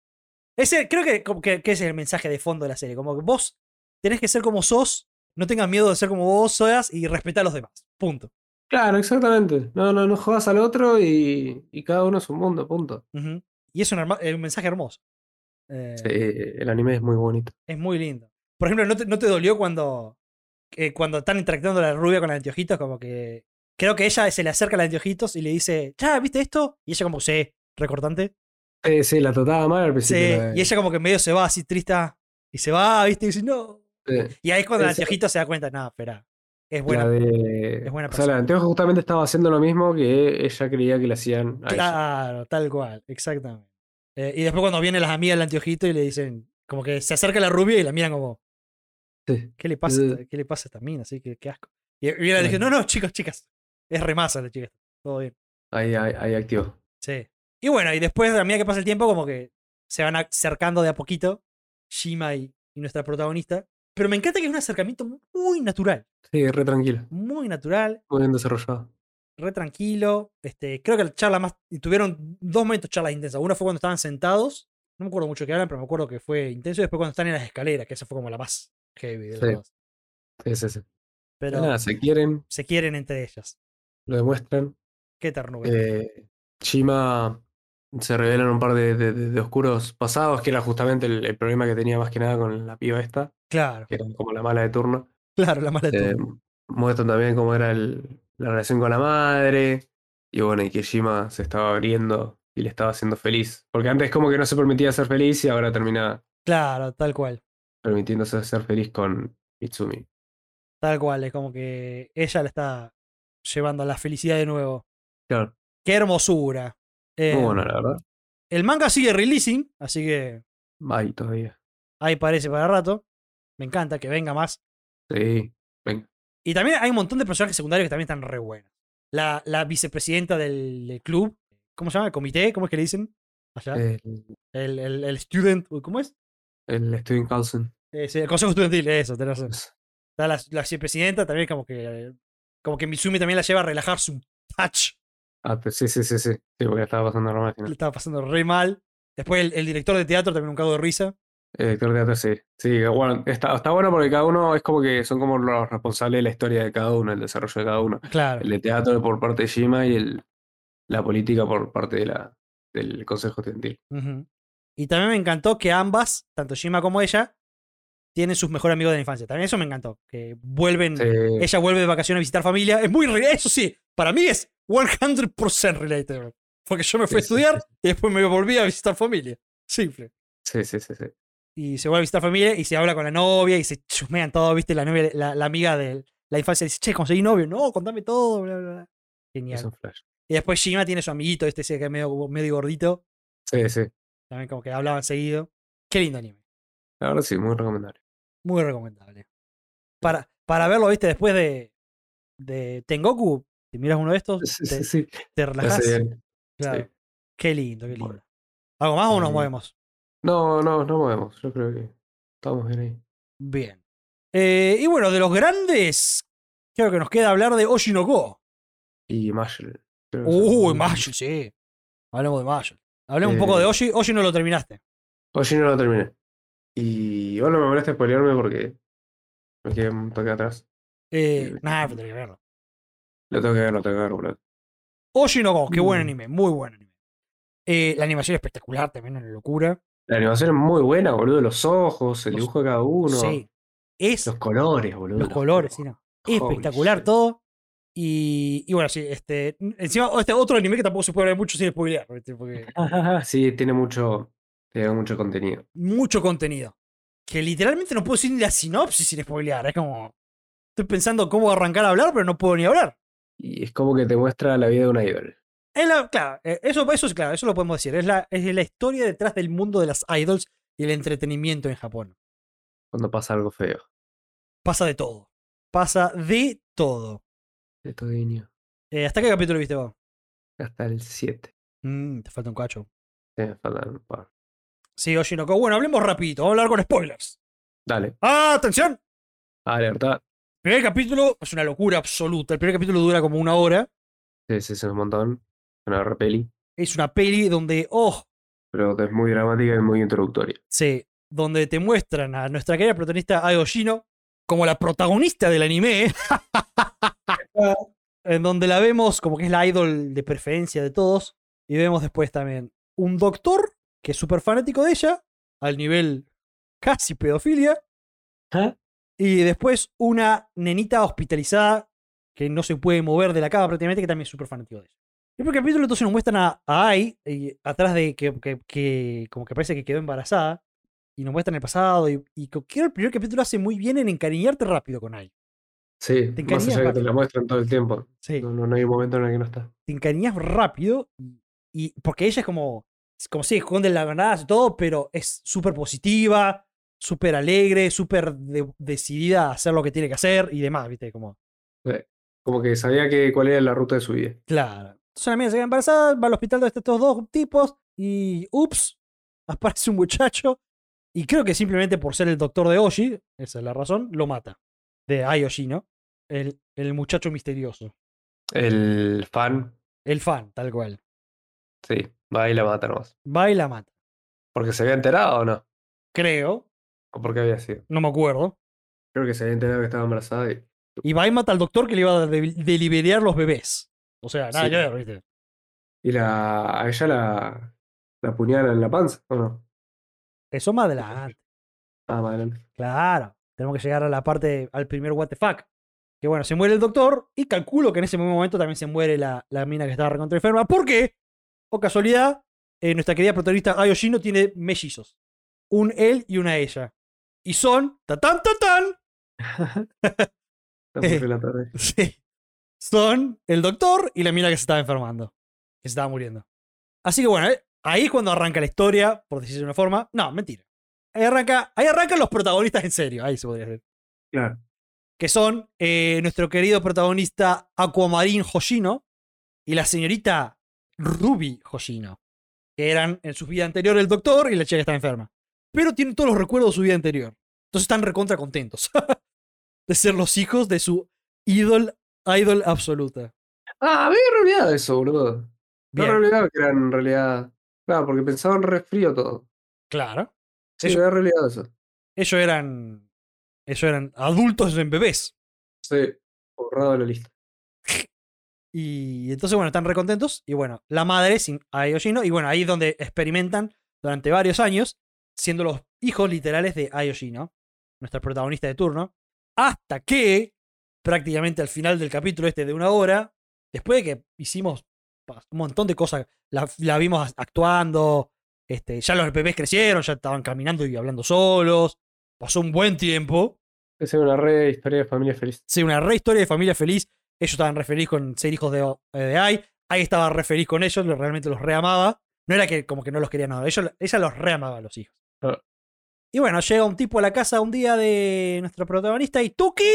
Speaker 1: Ese, creo que, como que, que ese es el mensaje de fondo de la serie. Como que vos tenés que ser como sos, no tengas miedo de ser como vos seas y respetá a los demás. Punto.
Speaker 2: Claro, exactamente. No, no, no jodas al otro y, y cada uno es un mundo, punto.
Speaker 1: Ujú. Y es un, herma- eh, un mensaje hermoso. Eh,
Speaker 2: Sí, el anime es muy bonito.
Speaker 1: Es muy lindo. Por ejemplo, ¿no te, no te dolió cuando, eh, cuando están interactuando la rubia con la anteojitos? Como que creo que ella se le acerca a la anteojitos y le dice, ya, ¿viste esto? Y ella como, sí, recortante.
Speaker 2: Eh, Sí, sí, la trataba mal al
Speaker 1: Sí.
Speaker 2: principio. la-
Speaker 1: Y ella como que medio se va así triste "Ah", y se va, ¿viste? Y dice, no.
Speaker 2: sí,
Speaker 1: Y ahí es cuando el
Speaker 2: Esa-
Speaker 1: anteojito se da cuenta, no, espera. Es
Speaker 2: eh, la
Speaker 1: buena.
Speaker 2: de...
Speaker 1: es buena
Speaker 2: o sea, la de anteojos justamente estaba haciendo lo mismo que ella creía que le hacían a ella.
Speaker 1: Claro, tal cual, exactamente. Eh, y después cuando vienen las amigas del anteojito y le dicen, como que se acerca la rubia y la miran como,
Speaker 2: Sí.
Speaker 1: ¿qué le pasa? a esta-
Speaker 2: Eh.
Speaker 1: ¿Qué le pasa a esta mina? Así que qué asco. Y, y ella le dice, no, no, chicos, chicas. Es remasa la chica. Todo bien.
Speaker 2: Ahí, ahí, ahí activó.
Speaker 1: Sí. Y bueno, y después a medida que pasa el tiempo, como que se van acercando de a poquito, Shima y, y nuestra protagonista. Pero me encanta que es un acercamiento muy natural,
Speaker 2: Sí, re tranquilo.
Speaker 1: muy natural,
Speaker 2: Muy bien desarrollado.
Speaker 1: re tranquilo. Este, creo que la charla más. y Tuvieron dos momentos de charlas intensas. Una fue cuando estaban sentados, no me acuerdo mucho que hablan, pero me acuerdo que fue intenso. Y después cuando están en las escaleras, que esa fue como la más heavy de las
Speaker 2: Sí.
Speaker 1: dos.
Speaker 2: Sí, sí, sí.
Speaker 1: Pero
Speaker 2: Nada, se quieren,
Speaker 1: se quieren entre ellas.
Speaker 2: lo demuestran.
Speaker 1: Qué ternura.
Speaker 2: Eh, Shima se revelan un par de, de- de- de oscuros pasados, que era justamente el, el problema que tenía más que nada con la piba esta,
Speaker 1: claro,
Speaker 2: que era como la mala de turno.
Speaker 1: claro, la mala de
Speaker 2: Eh,
Speaker 1: todo.
Speaker 2: muestran también cómo era el- la relación con la madre. Y bueno, y que Shima se estaba abriendo y le estaba haciendo feliz. Porque antes como que no se permitía ser feliz y ahora termina
Speaker 1: Claro, tal cual.
Speaker 2: permitiéndose ser feliz con Mitsumi.
Speaker 1: Tal cual, es como que ella la está llevando a la felicidad de nuevo.
Speaker 2: Claro,
Speaker 1: ¡Qué hermosura! Eh,
Speaker 2: muy bueno, la verdad.
Speaker 1: El manga sigue releasing, así que
Speaker 2: Bye todavía.
Speaker 1: ahí parece para rato. Me encanta que venga más.
Speaker 2: Sí, venga.
Speaker 1: Y también hay un montón de personajes secundarios que también están re buenos. La, la vicepresidenta del, del club, ¿cómo se llama? ¿El comité? ¿Cómo es que le dicen? Allá.
Speaker 2: El,
Speaker 1: El, el- el student, uy, ¿cómo es?
Speaker 2: el Steven Carlson.
Speaker 1: Eh, sí, el consejo estudiantil, eso, tenés razón. Está la, la vicepresidenta también como que... Como que Mitsumi también la lleva a relajarse un touch.
Speaker 2: Ah, pues sí, sí, sí, sí. Sí, porque estaba pasando normal al final.
Speaker 1: le estaba pasando re mal. Después el, el director de teatro también un cago de risa.
Speaker 2: El director de teatro, sí. Sí, bueno, está, está bueno porque cada uno es como que son como los responsables de la historia de cada uno, el desarrollo de cada uno.
Speaker 1: Claro.
Speaker 2: El de teatro por parte de Shima y el, la política por parte de la, del Consejo Estudiantil.
Speaker 1: Ujú. Y también me encantó que ambas, tanto Shima como ella, tienen sus mejores amigos de la infancia. También eso me encantó. Que vuelven,
Speaker 2: Sí,
Speaker 1: ella vuelve de vacaciones a visitar familia. Es muy re- eso sí, para mí es 100% relatable. Porque yo me fui a
Speaker 2: Sí, sí,
Speaker 1: estudiar y después me volví a visitar familia. Simple.
Speaker 2: sí, sí, sí, sí.
Speaker 1: y se vuelve a visitar familia y se habla con la novia y se chusmean todo, ¿viste? La novia, la, la amiga de la infancia dice, che, conseguí novio, no, contame todo, bla, bla, bla. Genial.
Speaker 2: Es un flash.
Speaker 1: Y después Shima tiene su amiguito, este ese que es medio, medio gordito,
Speaker 2: Sí, sí.
Speaker 1: también como que hablaban seguido. Qué lindo anime,
Speaker 2: La verdad sí, muy recomendable.
Speaker 1: muy recomendable. Para, para verlo, ¿viste? Después de, de Tengoku, te miras uno de estos,
Speaker 2: Sí,
Speaker 1: te,
Speaker 2: sí, sí.
Speaker 1: te
Speaker 2: la hace
Speaker 1: relajás.
Speaker 2: bien,
Speaker 1: Claro.
Speaker 2: sí.
Speaker 1: Qué lindo, qué
Speaker 2: Bueno.
Speaker 1: lindo. ¿Algo más o nos
Speaker 2: Eh,
Speaker 1: movemos?
Speaker 2: No, no, no movemos. Yo creo que estamos bien ahí.
Speaker 1: Bien. Eh, y bueno, de los grandes, creo que nos queda hablar de Oshinoko.
Speaker 2: Y Marshall. creo que es el-
Speaker 1: Uy, Mayo, sí. Hablemos de Mayo. Hablemos un poco de
Speaker 2: Eh,
Speaker 1: Oshi. Oshi no lo terminaste.
Speaker 2: Oye, no lo terminé. Y bueno, me molesta spoilearme porque me quedé un toque atrás.
Speaker 1: Eh,
Speaker 2: eh,
Speaker 1: nah, pero tenés que verlo.
Speaker 2: Lo tengo que ver, lo tengo que ver, boludo.
Speaker 1: Oshi no Go, qué buen
Speaker 2: Mm.
Speaker 1: anime, muy buen anime. Eh, la animación espectacular, también una locura.
Speaker 2: La animación es muy buena, boludo. Los ojos, el
Speaker 1: Los-
Speaker 2: dibujo de cada uno.
Speaker 1: sí. Es
Speaker 2: Los
Speaker 1: los,
Speaker 2: colores, boludo.
Speaker 1: colores, sí, no.
Speaker 2: Holy
Speaker 1: Espectacular
Speaker 2: shit.
Speaker 1: todo. Y, y bueno, sí, este. Encima, este otro anime que tampoco se puede hablar mucho sin spoilear. ¿viste? Porque
Speaker 2: sí, tiene mucho, tiene mucho contenido.
Speaker 1: mucho contenido. Que literalmente no puedo decir ni la sinopsis sin spoilear. Es como. Estoy pensando cómo arrancar a hablar, pero no puedo ni hablar.
Speaker 2: Y es como que te muestra la vida de una idol.
Speaker 1: Es la- claro, eh, eso, eso es claro, eso lo podemos decir. Es la, es la historia detrás del mundo de las idols y el entretenimiento en Japón.
Speaker 2: Cuando pasa algo feo.
Speaker 1: Pasa de todo. Pasa de todo.
Speaker 2: De todo niño.
Speaker 1: Eh, ¿Hasta qué capítulo viste vos?
Speaker 2: Hasta el 7.
Speaker 1: Mm, te falta un cacho.
Speaker 2: Sí, me faltan un par.
Speaker 1: Sí, Oshinoko. Bueno, hablemos rapidito. Vamos a hablar con spoilers.
Speaker 2: Dale.
Speaker 1: ¡Ah, atención!
Speaker 2: Alerta.
Speaker 1: El primer capítulo es una locura absoluta. El primer capítulo dura como una hora.
Speaker 2: Sí, sí, es un montón. Una repeli.
Speaker 1: Es una peli donde, oh,
Speaker 2: Pero que es muy dramática y muy introductoria.
Speaker 1: sí, donde te muestran a nuestra querida protagonista Ayo Shino como la protagonista del anime. ¿eh? en donde la vemos como que es la idol de preferencia de todos. Y vemos después también un doctor que es súper fanático de ella, al nivel casi pedofilia.
Speaker 2: ¿Ah?
Speaker 1: Y después una nenita hospitalizada que no se puede mover de la cama prácticamente, que también es súper fanático de ella. Y por el Este capítulo entonces nos muestran a, a Ai, y atrás de que, que- que como que parece que quedó embarazada, y nos muestran el pasado, y, y creo que el primer capítulo hace muy bien en encariñarte rápido con Ai.
Speaker 2: Sí,
Speaker 1: Te
Speaker 2: más
Speaker 1: encariñas
Speaker 2: allá que te
Speaker 1: rápido.
Speaker 2: la muestran todo el tiempo.
Speaker 1: Sí.
Speaker 2: No, no, no hay un momento en el que no está.
Speaker 1: te encariñas rápido y, y- porque ella es como, es como si esconde la verdad y todo, pero es súper positiva, súper alegre, súper de- decidida a hacer lo que tiene que hacer y demás, ¿viste? Como,
Speaker 2: Como que sabía que cuál era la ruta de su vida.
Speaker 1: claro. Entonces la mina se queda embarazada, va al hospital de estos dos tipos y, ups, aparece un muchacho y creo que simplemente por ser el doctor de Oshi, esa es la razón, lo mata. De Ayoshi, ¿no? El, el muchacho misterioso.
Speaker 2: El fan,
Speaker 1: El fan, tal cual.
Speaker 2: sí, va y la mata nomás.
Speaker 1: Va y la mata.
Speaker 2: Porque se había enterado o no.
Speaker 1: Creo,
Speaker 2: ¿O por qué había sido?
Speaker 1: no me acuerdo.
Speaker 2: Creo que se había enterado que estaba embarazada y.
Speaker 1: Y va y mata al doctor que le iba a de- deliberar los bebés. O sea, nada
Speaker 2: Sí.
Speaker 1: que ver, ¿viste?
Speaker 2: Y la. A ella la. La apuñala en la panza, ¿o no?
Speaker 1: Eso más adelante.
Speaker 2: Ah, adelante.
Speaker 1: Claro, tenemos que llegar a la parte, al primer what the fuck. Que bueno, se muere el doctor y calculo que en ese mismo momento también se muere la, la mina que estaba recontra enferma. ¿Por qué? O casualidad, eh, nuestra querida protagonista Ayoshino tiene mellizos. Un él y una ella. Y son, tatán, tatán,
Speaker 2: No,
Speaker 1: Eh.
Speaker 2: porque la tarde.
Speaker 1: Sí. Son el doctor y la mina que se estaba enfermando. Que se estaba muriendo. Así que bueno, eh, ahí es cuando arranca la historia, por decirlo de una forma. No, mentira. Ahí, arranca, ahí arrancan los protagonistas en serio. Ahí se podría decir.
Speaker 2: Claro.
Speaker 1: Que son eh, nuestro querido protagonista Aquamarín Hoshino y la señorita Ruby Hoshino. Que eran en su vida anterior el doctor y la chica que está enferma. Pero tienen todos los recuerdos de su vida anterior. Entonces están recontra contentos de ser los hijos de su ídol, idol absoluta.
Speaker 2: Ah, había re olvidado eso, boludo. No
Speaker 1: Bien,
Speaker 2: re olvidado que era en realidad. Claro, porque pensaban re frío todo.
Speaker 1: claro.
Speaker 2: Sí,
Speaker 1: Eso-
Speaker 2: había re olvidado eso.
Speaker 1: Ellos eran, ellos eran adultos en bebés.
Speaker 2: Sí, borrado de la lista.
Speaker 1: Y entonces, bueno, están recontentos. Y bueno, la madre sin Ayoshino. Y bueno, ahí es donde experimentan durante varios años, siendo los hijos literales de Ayoshino, nuestra protagonista de turno. Hasta que, prácticamente al final del capítulo este de una hora, después de que hicimos pa- un montón de cosas, la, la vimos as- actuando, este, ya los bebés crecieron, ya estaban caminando y hablando solos. Pasó un buen tiempo.
Speaker 2: Esa era una re historia de familia feliz.
Speaker 1: Sí, una re historia de familia feliz. Ellos estaban re feliz con ser hijos de, O- eh, de Ai. Ai estaba re feliz con ellos, lo- realmente los reamaba. No era que como que no los quería nada. Ellos, ella los reamaba a los hijos.
Speaker 2: Ah.
Speaker 1: Y bueno, llega un tipo a la casa un día de nuestro protagonista y Tuki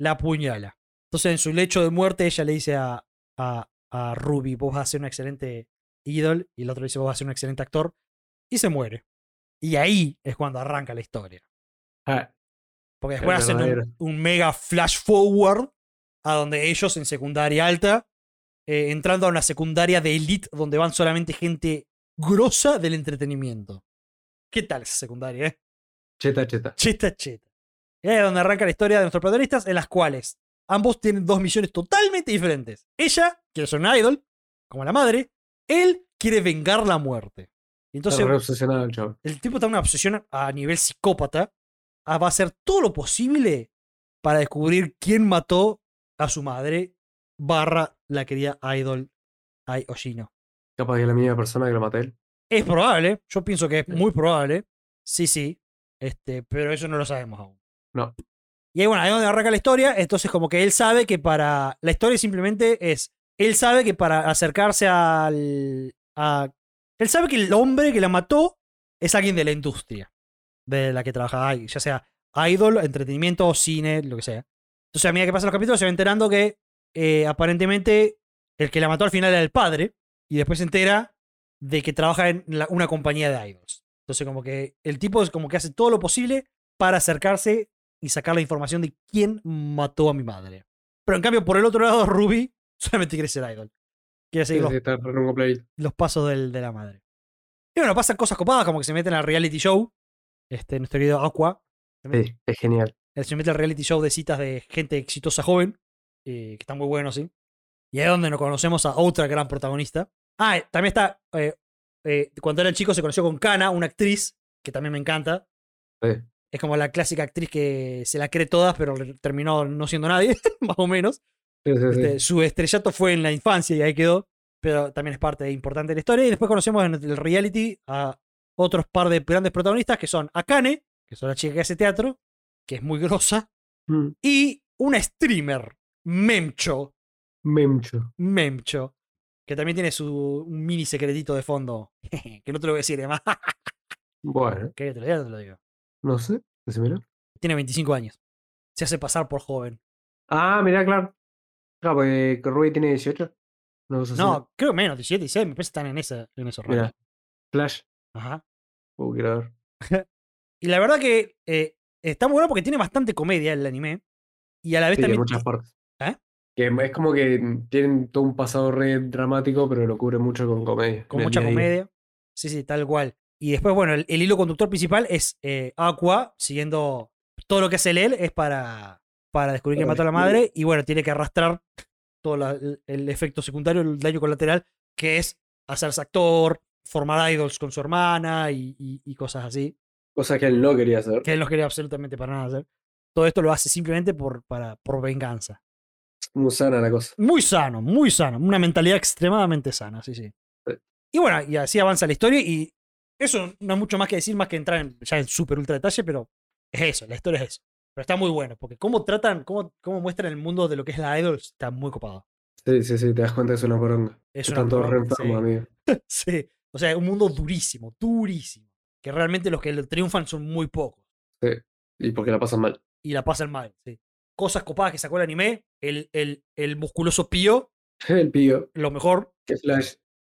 Speaker 1: la apuñala. Entonces en su lecho de muerte ella le dice a, a, a Ruby, vos vas a ser un excelente ídol. Y el otro le dice, vos vas a ser un excelente actor. Y se muere. Y ahí es cuando arranca la historia.
Speaker 2: Ah,
Speaker 1: Porque
Speaker 2: El
Speaker 1: después hacen
Speaker 2: verdadero.
Speaker 1: un, un mega flash forward a donde ellos en secundaria alta, eh, entrando a una secundaria de elite donde van solamente gente grosa del entretenimiento. ¿Qué tal esa secundaria, eh?
Speaker 2: cheta, cheta.
Speaker 1: Cheta, cheta. Y ahí es donde arranca la historia de nuestros protagonistas, en las cuales ambos tienen dos misiones totalmente diferentes. Ella quiere ser una idol, como la madre. Él quiere vengar la muerte. Y
Speaker 2: Está
Speaker 1: Entonces,
Speaker 2: re obsesionado el chavo.
Speaker 1: el tipo está en una obsesión a nivel psicópata. a- va a hacer todo lo posible para descubrir quién mató a su madre barra la querida idol Ai Oshino.
Speaker 2: Capaz que es la misma persona que lo maté él.
Speaker 1: Es probable, yo pienso que es muy probable. Sí, sí. Este, pero eso no lo sabemos aún.
Speaker 2: No.
Speaker 1: Y ahí, bueno, ahí es donde arranca la historia. Entonces, como que él sabe que para. La historia simplemente es. Él sabe que para acercarse al. a- Ah, él sabe que el hombre que la mató es alguien de la industria. De la que trabaja. ahí, Ya sea idol, entretenimiento, cine, lo que sea. Entonces, a medida que pasan los capítulos, se va enterando que eh, aparentemente el que la mató al final era el padre. Y después se entera de que trabaja en la- una compañía de idols. Entonces, como que el tipo es como que hace todo lo posible para acercarse y sacar la información de quién mató a mi madre. Pero en cambio, por el otro lado, Ruby solamente quiere ser idol. Quiere seguir
Speaker 2: Sí,
Speaker 1: los,
Speaker 2: sí, está re en un play.
Speaker 1: los pasos del- de la madre. Y bueno, pasan cosas copadas, como que se meten al reality show. Este, nuestro querido Aqua
Speaker 2: Sí, es genial.
Speaker 1: él se mete al reality show de citas de gente exitosa joven, eh, que está muy bueno, sí. Y ahí es donde nos conocemos a otra gran protagonista. Ah, eh, también está. eh, eh, cuando era chico se conoció con Kana, una actriz, que también me encanta.
Speaker 2: Sí.
Speaker 1: Es como la clásica actriz que se la cree todas, pero le- terminó no siendo nadie, más o menos.
Speaker 2: Sí, sí, sí.
Speaker 1: Este, su estrellato fue en la infancia y ahí quedó, pero también es parte importante de la historia. Y después conocemos en el reality a otros par de grandes protagonistas que son Akane, que es la chica que hace teatro, que es muy grosa,
Speaker 2: Mm,
Speaker 1: y una streamer, Memcho,
Speaker 2: Memcho.
Speaker 1: Memcho, que también tiene su un mini secretito de fondo, que no te lo voy a decir, además,
Speaker 2: Bueno,
Speaker 1: que te lo diga, te lo digo.
Speaker 2: no sé. Decímelo.
Speaker 1: Tiene 25 años. Se hace pasar por joven.
Speaker 2: Ah, mirá, claro. Ah, Claro, porque Rui tiene 18. No, sé si-
Speaker 1: No, creo menos, 17, 16, me parece que están en, esa, en esos
Speaker 2: Mirá.
Speaker 1: rangos.
Speaker 2: Flash.
Speaker 1: Ajá.
Speaker 2: Uh, quiero ver.
Speaker 1: Y la verdad que eh, está muy bueno porque tiene bastante comedia el anime. Y a la vez
Speaker 2: Sí, que
Speaker 1: también.
Speaker 2: muchas partes.
Speaker 1: ¿Eh?
Speaker 2: Que es como que tienen todo un pasado re dramático, pero lo cubre mucho con comedia.
Speaker 1: con
Speaker 2: Mira,
Speaker 1: mucha
Speaker 2: mira ahí.
Speaker 1: comedia. Sí, sí, tal cual. Y después, bueno, el, el hilo conductor principal es eh, Aqua, siguiendo todo lo que hace él, es para, para descubrir que
Speaker 4: Para
Speaker 1: mató a la
Speaker 4: descubrir.
Speaker 1: madre y bueno, tiene que arrastrar todo la- el, el efecto secundario, el daño colateral, que es hacerse actor, formar idols con su hermana y, y- y cosas así,
Speaker 2: Cosa que él no quería hacer.
Speaker 1: que él no quería absolutamente para nada hacer. Todo esto lo hace simplemente por, para, por venganza.
Speaker 2: Muy sana la cosa.
Speaker 1: Muy sano, muy sano. Una mentalidad extremadamente sana, sí, sí.
Speaker 2: Sí.
Speaker 1: Y bueno, y así avanza la historia y eso no hay mucho más que decir, más que entrar en, ya en súper ultra detalle, pero es eso, la historia es eso. Pero está muy bueno, porque cómo tratan, cómo, cómo muestran el mundo de lo que es la idol, está muy copado.
Speaker 2: Sí, sí, sí, te das cuenta que es una poronga.
Speaker 1: Es una
Speaker 2: Están todos re
Speaker 1: poronga, sí.
Speaker 2: enfermos, amigo.
Speaker 1: Sí, o sea, un mundo durísimo, durísimo. Que realmente los que lo triunfan son muy pocos
Speaker 2: Y porque la pasan mal.
Speaker 1: y la pasan mal. sí. Cosas copadas que sacó el anime, el, el, el musculoso Pío,
Speaker 2: El pío,
Speaker 1: lo mejor,
Speaker 2: que Flash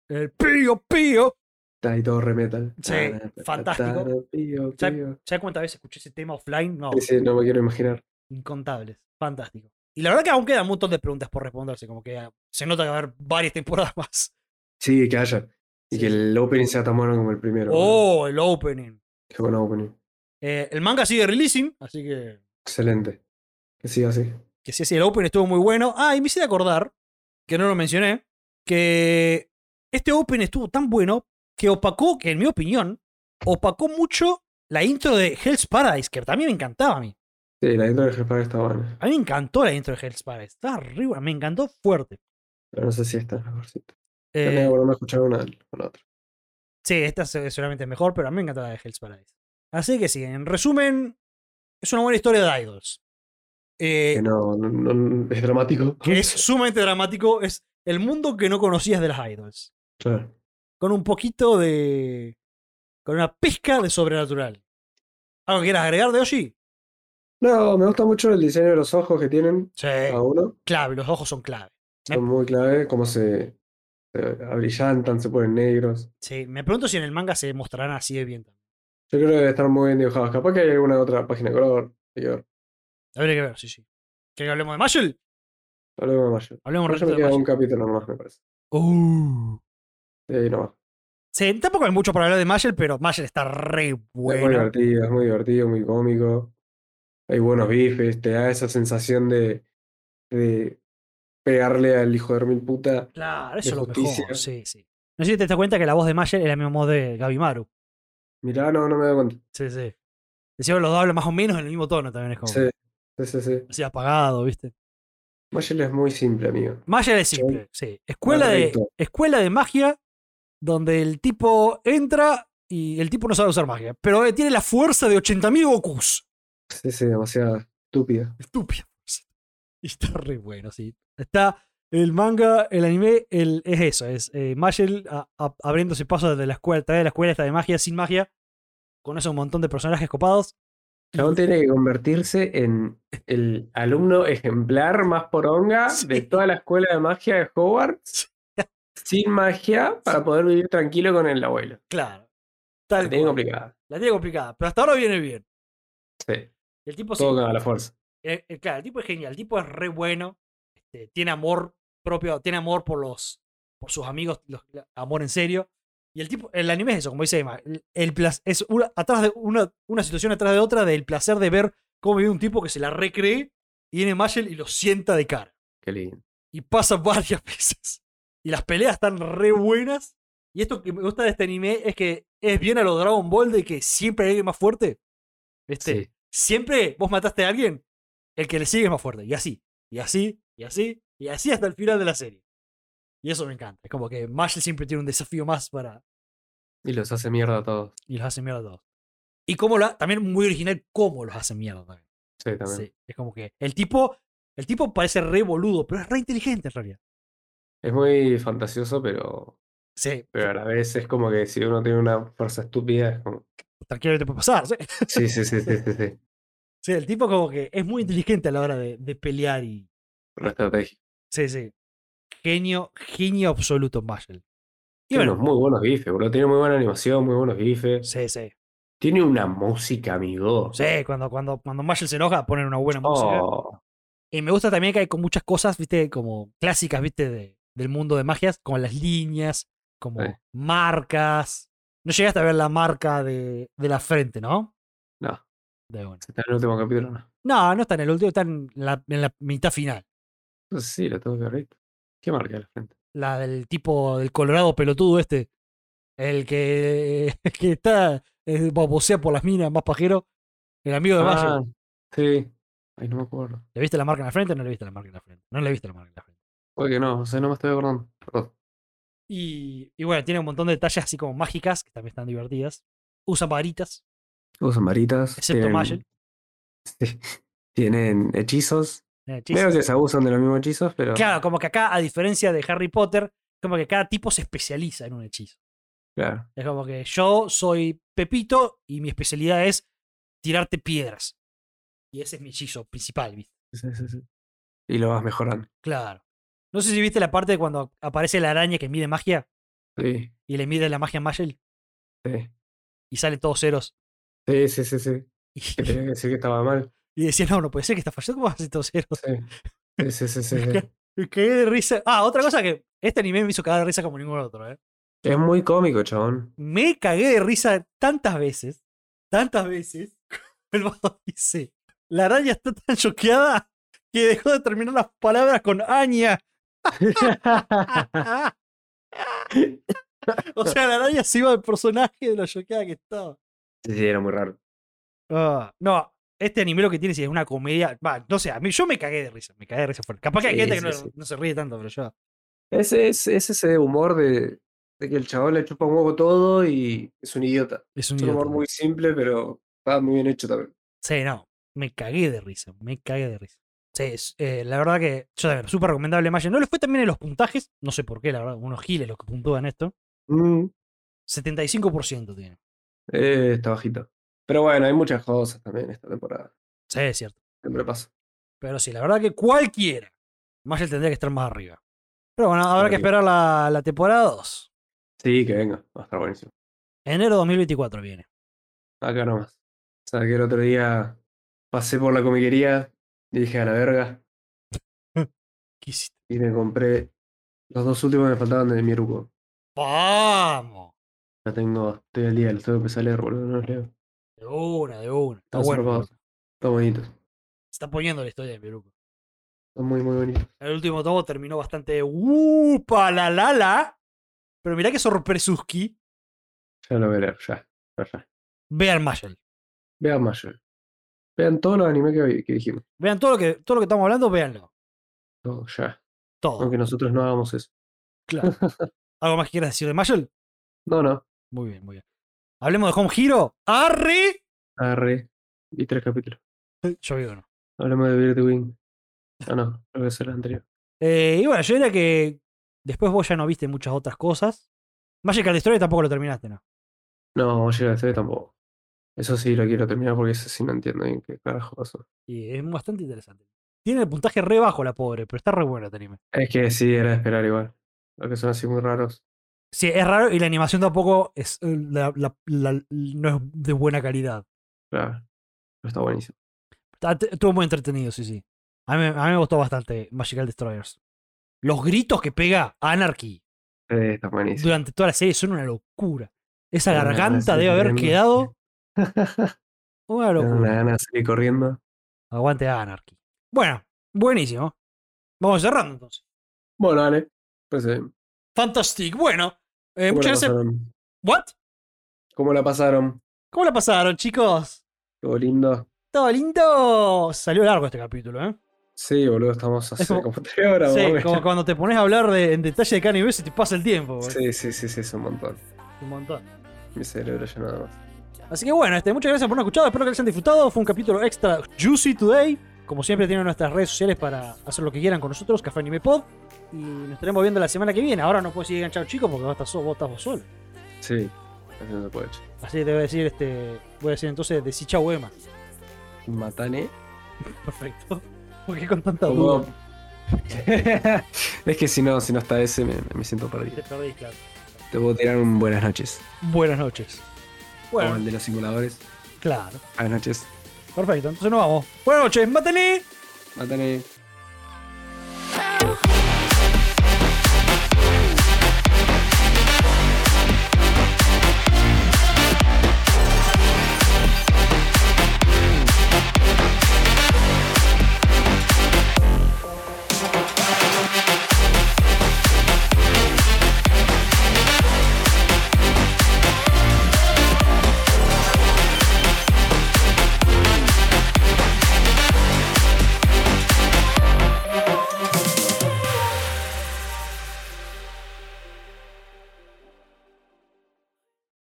Speaker 1: el Pío, Pío.
Speaker 2: está ahí todo re metal.
Speaker 1: Sí,
Speaker 2: Ta, ta, ta,
Speaker 1: fantástico.
Speaker 2: ta, Pío,
Speaker 1: Ya-
Speaker 2: pío.
Speaker 1: ¿Sabes cuántas veces escuché ese tema offline? No,
Speaker 2: Sí, sí, no me quiero imaginar.
Speaker 1: incontables. Fantástico. Y la verdad que aún queda un montón de preguntas por responderse, como que ah, se nota que va a haber varias temporadas más.
Speaker 2: Sí, que haya. Y
Speaker 1: Sí,
Speaker 2: que
Speaker 1: sí.
Speaker 2: el opening sea tan bueno como el primero. boludo.
Speaker 1: Oh, el opening.
Speaker 2: Qué buen opening.
Speaker 1: Eh, el manga sigue releasing, así que.
Speaker 2: Excelente. Que siga así.
Speaker 1: Que sí, sí, el opening estuvo muy bueno. Ah, y me hice de acordar, que no lo mencioné, que este opening estuvo tan bueno que opacó, que en mi opinión, opacó mucho la intro de Hell's Paradise, que también me encantaba a mí.
Speaker 2: Sí, la intro de Hellfire está buena.
Speaker 1: A mí me encantó la intro de Hell's Paradise. Está arriba, me encantó fuerte.
Speaker 2: Pero no sé si esta es mejorcita. Yo
Speaker 1: Eh,
Speaker 2: Tenía que volverme a escuchar una con la otra.
Speaker 1: Sí, esta se- seguramente es mejor, pero a mí me encanta la de Hell's Paradise. Así que sí, en resumen, es una buena historia de idols. Eh,
Speaker 2: Que no, no, no- es dramático.
Speaker 1: que es sumamente dramático, es el mundo que no conocías de las idols.
Speaker 2: Claro.
Speaker 1: Con un poquito de. con una pizca de sobrenatural. ¿Algo que quieras agregar de Oshi?
Speaker 2: No, me gusta mucho el diseño de los ojos que tienen
Speaker 1: Sí,
Speaker 2: cada uno.
Speaker 1: clave, los ojos son clave.
Speaker 2: Son muy clave, cómo se, se abrillantan, se ponen negros.
Speaker 1: Sí, me pregunto si en el manga se mostrarán así de bien.
Speaker 2: Yo creo que deben estar muy bien dibujados. Capaz que hay alguna otra página de color. hay que ver.
Speaker 1: Habría que ver, sí, sí. ¿Querés que hablemos de Mayul?
Speaker 2: Hablemos de Mayo.
Speaker 1: Hablemos un
Speaker 2: Mayo
Speaker 1: ratito
Speaker 2: me
Speaker 1: de
Speaker 2: queda un
Speaker 1: Mayul.
Speaker 2: capítulo nomás, me parece.
Speaker 1: Uh.
Speaker 2: De ahí nomás.
Speaker 1: Sí, tampoco hay mucho para hablar de Mayel, pero Mayel está re
Speaker 2: Es muy
Speaker 1: buena.
Speaker 2: divertido, es muy divertido, muy cómico. Hay buenos bifes, te da esa sensación de, de pegarle al hijo de mil puta.
Speaker 1: Claro,
Speaker 2: de
Speaker 1: eso es lo mejor.
Speaker 2: justicia.
Speaker 1: Sí, sí. No sé si te das cuenta que la voz de Mayer es la misma voz de Gaby Maru.
Speaker 2: Mirá, no, no me doy cuenta.
Speaker 1: Sí, sí. Decía los dos hablan más o menos en el mismo tono también. Es como
Speaker 2: Sí, sí, sí. sí.
Speaker 1: así apagado, ¿viste?
Speaker 2: Mayel es muy simple, amigo.
Speaker 1: Mayer es simple, sí. Escuela de,
Speaker 2: Correcto.
Speaker 1: escuela de magia donde el tipo entra y el tipo no sabe usar magia, pero eh, tiene la fuerza de 80.000 Gokus.
Speaker 2: Sí, sí, demasiado estúpida.
Speaker 1: Estúpido. Y está re bueno, sí. Está el manga, el anime, el, es eso, es eh, Magel a- a- abriéndose paso desde la escuela, a través de la escuela hasta de magia, sin magia. Conoce a un montón de personajes copados.
Speaker 2: Chabón tiene que convertirse en el alumno ejemplar más poronga de
Speaker 1: Sí.
Speaker 2: toda la escuela de magia de Hogwarts. Sin magia para poder vivir tranquilo con el abuelo.
Speaker 1: Claro. Tal
Speaker 2: La tiene
Speaker 1: cual.
Speaker 2: complicada.
Speaker 1: La tiene complicada, pero hasta ahora viene bien.
Speaker 2: Sí,
Speaker 1: El tipo, sí,
Speaker 2: todo con la fuerza.
Speaker 1: eh, eh, claro, el tipo es genial, el tipo es re bueno, este, tiene amor propio, tiene amor por los por sus amigos, los- la- amor en serio. Y el tipo, el anime es eso, como dice Emma, el, el plas- es una, atrás de una, una situación atrás de otra del placer de ver cómo vive un tipo que se la recree y viene Mashel y lo sienta de cara.
Speaker 2: Qué lindo.
Speaker 1: Y pasa varias veces. Y las peleas están re buenas. Y esto que me gusta de este anime es que es bien a los Dragon Ball de que siempre hay alguien más fuerte. este, ¿Viste?
Speaker 2: Sí.
Speaker 1: siempre vos mataste a alguien, el que le sigue es más fuerte. Y así, y así, y así, y así hasta el final de la serie. Y eso me encanta. Es como que Marshall siempre tiene un desafío más para.
Speaker 2: Y los hace mierda a todos.
Speaker 1: Y los hace mierda a todos. Y cómo la, también muy original cómo los hace mierda también.
Speaker 2: Sí, también.
Speaker 1: Sí, es como que el tipo, el tipo parece re boludo, pero es re inteligente en realidad.
Speaker 2: Es muy fantasioso, pero,
Speaker 1: Sí,
Speaker 2: pero a la vez es como que si uno tiene una fuerza estúpida, es como.
Speaker 1: tranquilamente puede pasar. Sí,
Speaker 2: Sí, sí, sí, sí, sí. sí.
Speaker 1: Sí, el tipo como que es muy inteligente a la hora de, de pelear y.
Speaker 2: Una estrategia.
Speaker 1: Sí, sí. Genio, genio absoluto Marshall. Y
Speaker 2: Tiene
Speaker 1: bueno,
Speaker 2: unos muy buenos gifes, boludo. Tiene muy buena animación, muy buenos gifes.
Speaker 1: sí, sí.
Speaker 2: Tiene una música, amigo.
Speaker 1: Sí, cuando, cuando, cuando Marshall se enoja ponen una buena música.
Speaker 2: Oh,
Speaker 1: Y me gusta también que hay con muchas cosas, viste, como clásicas, viste, de- del mundo de magias, como las líneas, como
Speaker 2: Sí.
Speaker 1: marcas. No llegaste a ver la marca de, de la frente, ¿no?
Speaker 2: no,
Speaker 1: De bueno.
Speaker 2: está en el último capítulo, no.
Speaker 1: No, no está en el último, está en la, en la mitad final.
Speaker 2: Entonces sí, lo tengo que ver. ahorita. ¿Qué marca la gente?
Speaker 1: La del tipo del colorado pelotudo este. El que, el que está eh, babosea por las minas, más pajero. El amigo de Mayo.
Speaker 2: Ah, sí. Ay, no me acuerdo.
Speaker 1: ¿Le viste la marca en la frente o no le viste la marca en la frente? No le viste la marca en la frente.
Speaker 2: Oye, que no, o sea, no me estoy acordando. Perdón.
Speaker 1: Y, y bueno, tiene un montón de detalles así como mágicas, que también están divertidas. Usan varitas,
Speaker 2: Usan varitas.
Speaker 1: Excepto
Speaker 2: tienen-
Speaker 1: Magic.
Speaker 2: Sí, tienen hechizos.
Speaker 1: eh, hechizos.
Speaker 2: Creo que se abusan de los mismos hechizos, pero.
Speaker 1: Claro, como que acá, a diferencia de Harry Potter, como que cada tipo se especializa en un hechizo.
Speaker 2: Claro.
Speaker 1: Es como que yo soy Pepito y mi especialidad es tirarte piedras. Y ese es mi hechizo principal, ¿viste?
Speaker 2: Sí, sí, sí. Y lo vas mejorando.
Speaker 1: Claro. No sé si viste la parte de cuando aparece la araña que mide magia
Speaker 2: Sí,
Speaker 1: y le mide la magia a Magel
Speaker 2: sí.
Speaker 1: y salen todos ceros.
Speaker 2: Sí, sí, sí, sí.
Speaker 1: Y,
Speaker 2: Que tenía que decir que estaba mal.
Speaker 1: y decía, no, no puede ser que está fallando, ¿cómo vas a hacer todos ceros?
Speaker 2: Sí. Sí, sí, sí, sí, sí.
Speaker 1: Y cagué de risa. Ah, otra cosa que este anime me hizo cagar de risa como ningún otro, ¿eh?
Speaker 2: Es muy cómico, chabón.
Speaker 1: Me cagué de risa tantas veces, tantas veces. El vato dice: La araña está tan choqueada que dejó de terminar las palabras con aña. o sea, la araña se iba del personaje de lo choqueada que estaba.
Speaker 2: Sí, sí, era muy raro.
Speaker 1: Ah, no, este anime lo que tiene sí, es una comedia. Va, no sé, a mí yo me cagué de risa. Me cagué de risa. fuerte. Capaz que hay
Speaker 2: Sí,
Speaker 1: gente que
Speaker 2: sí,
Speaker 1: no,
Speaker 2: sí.
Speaker 1: no se ríe tanto, pero yo.
Speaker 2: Ese es, es ese humor de, de que el chabón le chupa un huevo todo y es un idiota.
Speaker 1: Es un
Speaker 2: Es un
Speaker 1: idiota,
Speaker 2: humor
Speaker 1: ¿no?
Speaker 2: muy simple, pero está muy bien hecho también.
Speaker 1: Sí, no. Me cagué de risa. Me cagué de risa. Sí, es- eh, la verdad que yo también, súper recomendable Maya. No le fue también en los puntajes. No sé por qué, la verdad. Unos giles los que puntúan esto.
Speaker 2: Mm,
Speaker 1: 75% tiene.
Speaker 2: eh, está bajito. Pero bueno, hay muchas cosas también esta temporada.
Speaker 1: Sí, es cierto.
Speaker 2: Siempre pasa.
Speaker 1: Pero sí, la verdad que cualquiera. Maya tendría que estar más arriba. Pero bueno, habrá que
Speaker 2: Arriba.
Speaker 1: esperar la, la temporada 2.
Speaker 2: Sí, que venga, va a estar buenísimo.
Speaker 1: Enero 2024 viene.
Speaker 2: Acá nomás. Ah, O sea, que el otro día pasé por la comiquería y dije a la verga
Speaker 1: ¿Qué hiciste?
Speaker 2: y me compré los dos últimos que me faltaban de Mieruko.
Speaker 1: ¡Vamos!
Speaker 2: Ya tengo, estoy al día, los tengo que empezar a leer, boludo, no los leo.
Speaker 1: De una, de una. Está
Speaker 2: Están
Speaker 1: bueno.
Speaker 2: zarpados.
Speaker 1: Miruko.
Speaker 2: Están bonitos.
Speaker 1: Se está poniendo la historia de Miruko.
Speaker 2: Están muy, muy bonitos.
Speaker 1: El último tomo terminó bastante. ¡Upa, la la la! Pero mirá que sorpresuski.
Speaker 2: Ya lo voy a leer, ya. ya, ya.
Speaker 1: Vean Marshall.
Speaker 2: Vean Mayor. Vean todos los animes que, vi- que dijimos.
Speaker 1: Vean todo lo que, todo lo que estamos hablando, véanlo.
Speaker 2: Todo, ya.
Speaker 1: Todo.
Speaker 2: Aunque nosotros no hagamos eso.
Speaker 1: Claro. ¿Algo más que quieras decir de Marshall?
Speaker 2: No, no.
Speaker 1: Muy bien, muy bien. Hablemos de Home Hero. ¡Arre!
Speaker 2: Agarré. Vi tres capítulos.
Speaker 1: Yo vi uno.
Speaker 2: Hablamos de Beard Wing. Ah, no. Creo que es el anterior.
Speaker 1: Eh, y bueno, yo diría que después vos ya no viste muchas otras cosas. Magical Story tampoco lo terminaste, ¿no?
Speaker 2: No, llega a este tampoco. Eso sí lo quiero terminar porque eso sí no entiendo bien qué carajo pasó.
Speaker 1: Y es bastante interesante. Tiene el puntaje re bajo la pobre, pero está re buena este anime.
Speaker 2: Es que sí, era de esperar igual. Lo que son así muy raros.
Speaker 1: Sí, es raro y la animación tampoco es, eh, la- la- la- no es de buena calidad.
Speaker 2: Claro. Pero está buenísimo.
Speaker 1: Está- te- Ah, Estuvo muy entretenido, sí, sí. A mí, a mí me gustó bastante Magical Destroyers. Los gritos que pega Anarchy
Speaker 2: Eh, está buenísimo.
Speaker 1: durante toda la serie son una locura. Esa
Speaker 2: Una
Speaker 1: garganta
Speaker 2: gracia
Speaker 1: debe haber
Speaker 2: tremenda.
Speaker 1: quedado una
Speaker 2: Tengo una
Speaker 1: locura.
Speaker 2: gana de salir corriendo.
Speaker 1: Aguante Anarchy. Bueno, buenísimo. Vamos cerrando entonces.
Speaker 2: Bueno, dale. Pues eh, ¿cómo
Speaker 1: Fantastic. Bueno, eh,
Speaker 2: la
Speaker 1: muchas gracias.
Speaker 2: pasaron?
Speaker 1: ¿What?
Speaker 2: ¿Cómo la pasaron?
Speaker 1: ¿Cómo la pasaron, chicos?
Speaker 2: Todo lindo.
Speaker 1: Todo lindo. Salió largo este capítulo, ¿eh?
Speaker 2: Sí, boludo, estamos hace
Speaker 1: como-
Speaker 2: como, tres horas. más o
Speaker 1: Sí,
Speaker 2: menos.
Speaker 1: como cuando te pones a hablar de- en detalle de Kanye West y te pasa el tiempo. boludo.
Speaker 2: sí, sí, sí, sí, es un montón.
Speaker 1: Un montón.
Speaker 2: Mi cerebro ya nada más.
Speaker 1: Así que bueno, este, muchas gracias por haber escuchado. Espero que les hayan disfrutado. Fue un capítulo extra juicy today. Como siempre, tienen nuestras redes sociales para hacer lo que quieran con nosotros, Café Anime Pod. Y nos estaremos viendo la semana que viene. Ahora no puedo seguir enganchado, chicos, porque vos estás, so- vos estás vos solo.
Speaker 2: Sí, así no se puede. che.
Speaker 1: Así que te voy a decir, este, voy a decir entonces, decí chau, Emma.
Speaker 2: Matane.
Speaker 1: Perfecto. ¿Por qué con tanta
Speaker 2: Como-
Speaker 1: duda?
Speaker 2: es que si no, si no está ese, me, me siento perdido.
Speaker 1: Te perdís, claro.
Speaker 2: Te puedo tirar un buenas noches.
Speaker 1: Buenas noches.
Speaker 2: O
Speaker 1: Bueno,
Speaker 2: el de los simuladores.
Speaker 1: claro.
Speaker 2: Buenas noches.
Speaker 1: Perfecto, entonces nos vamos. Buenas noches, mátale.
Speaker 2: Mátale.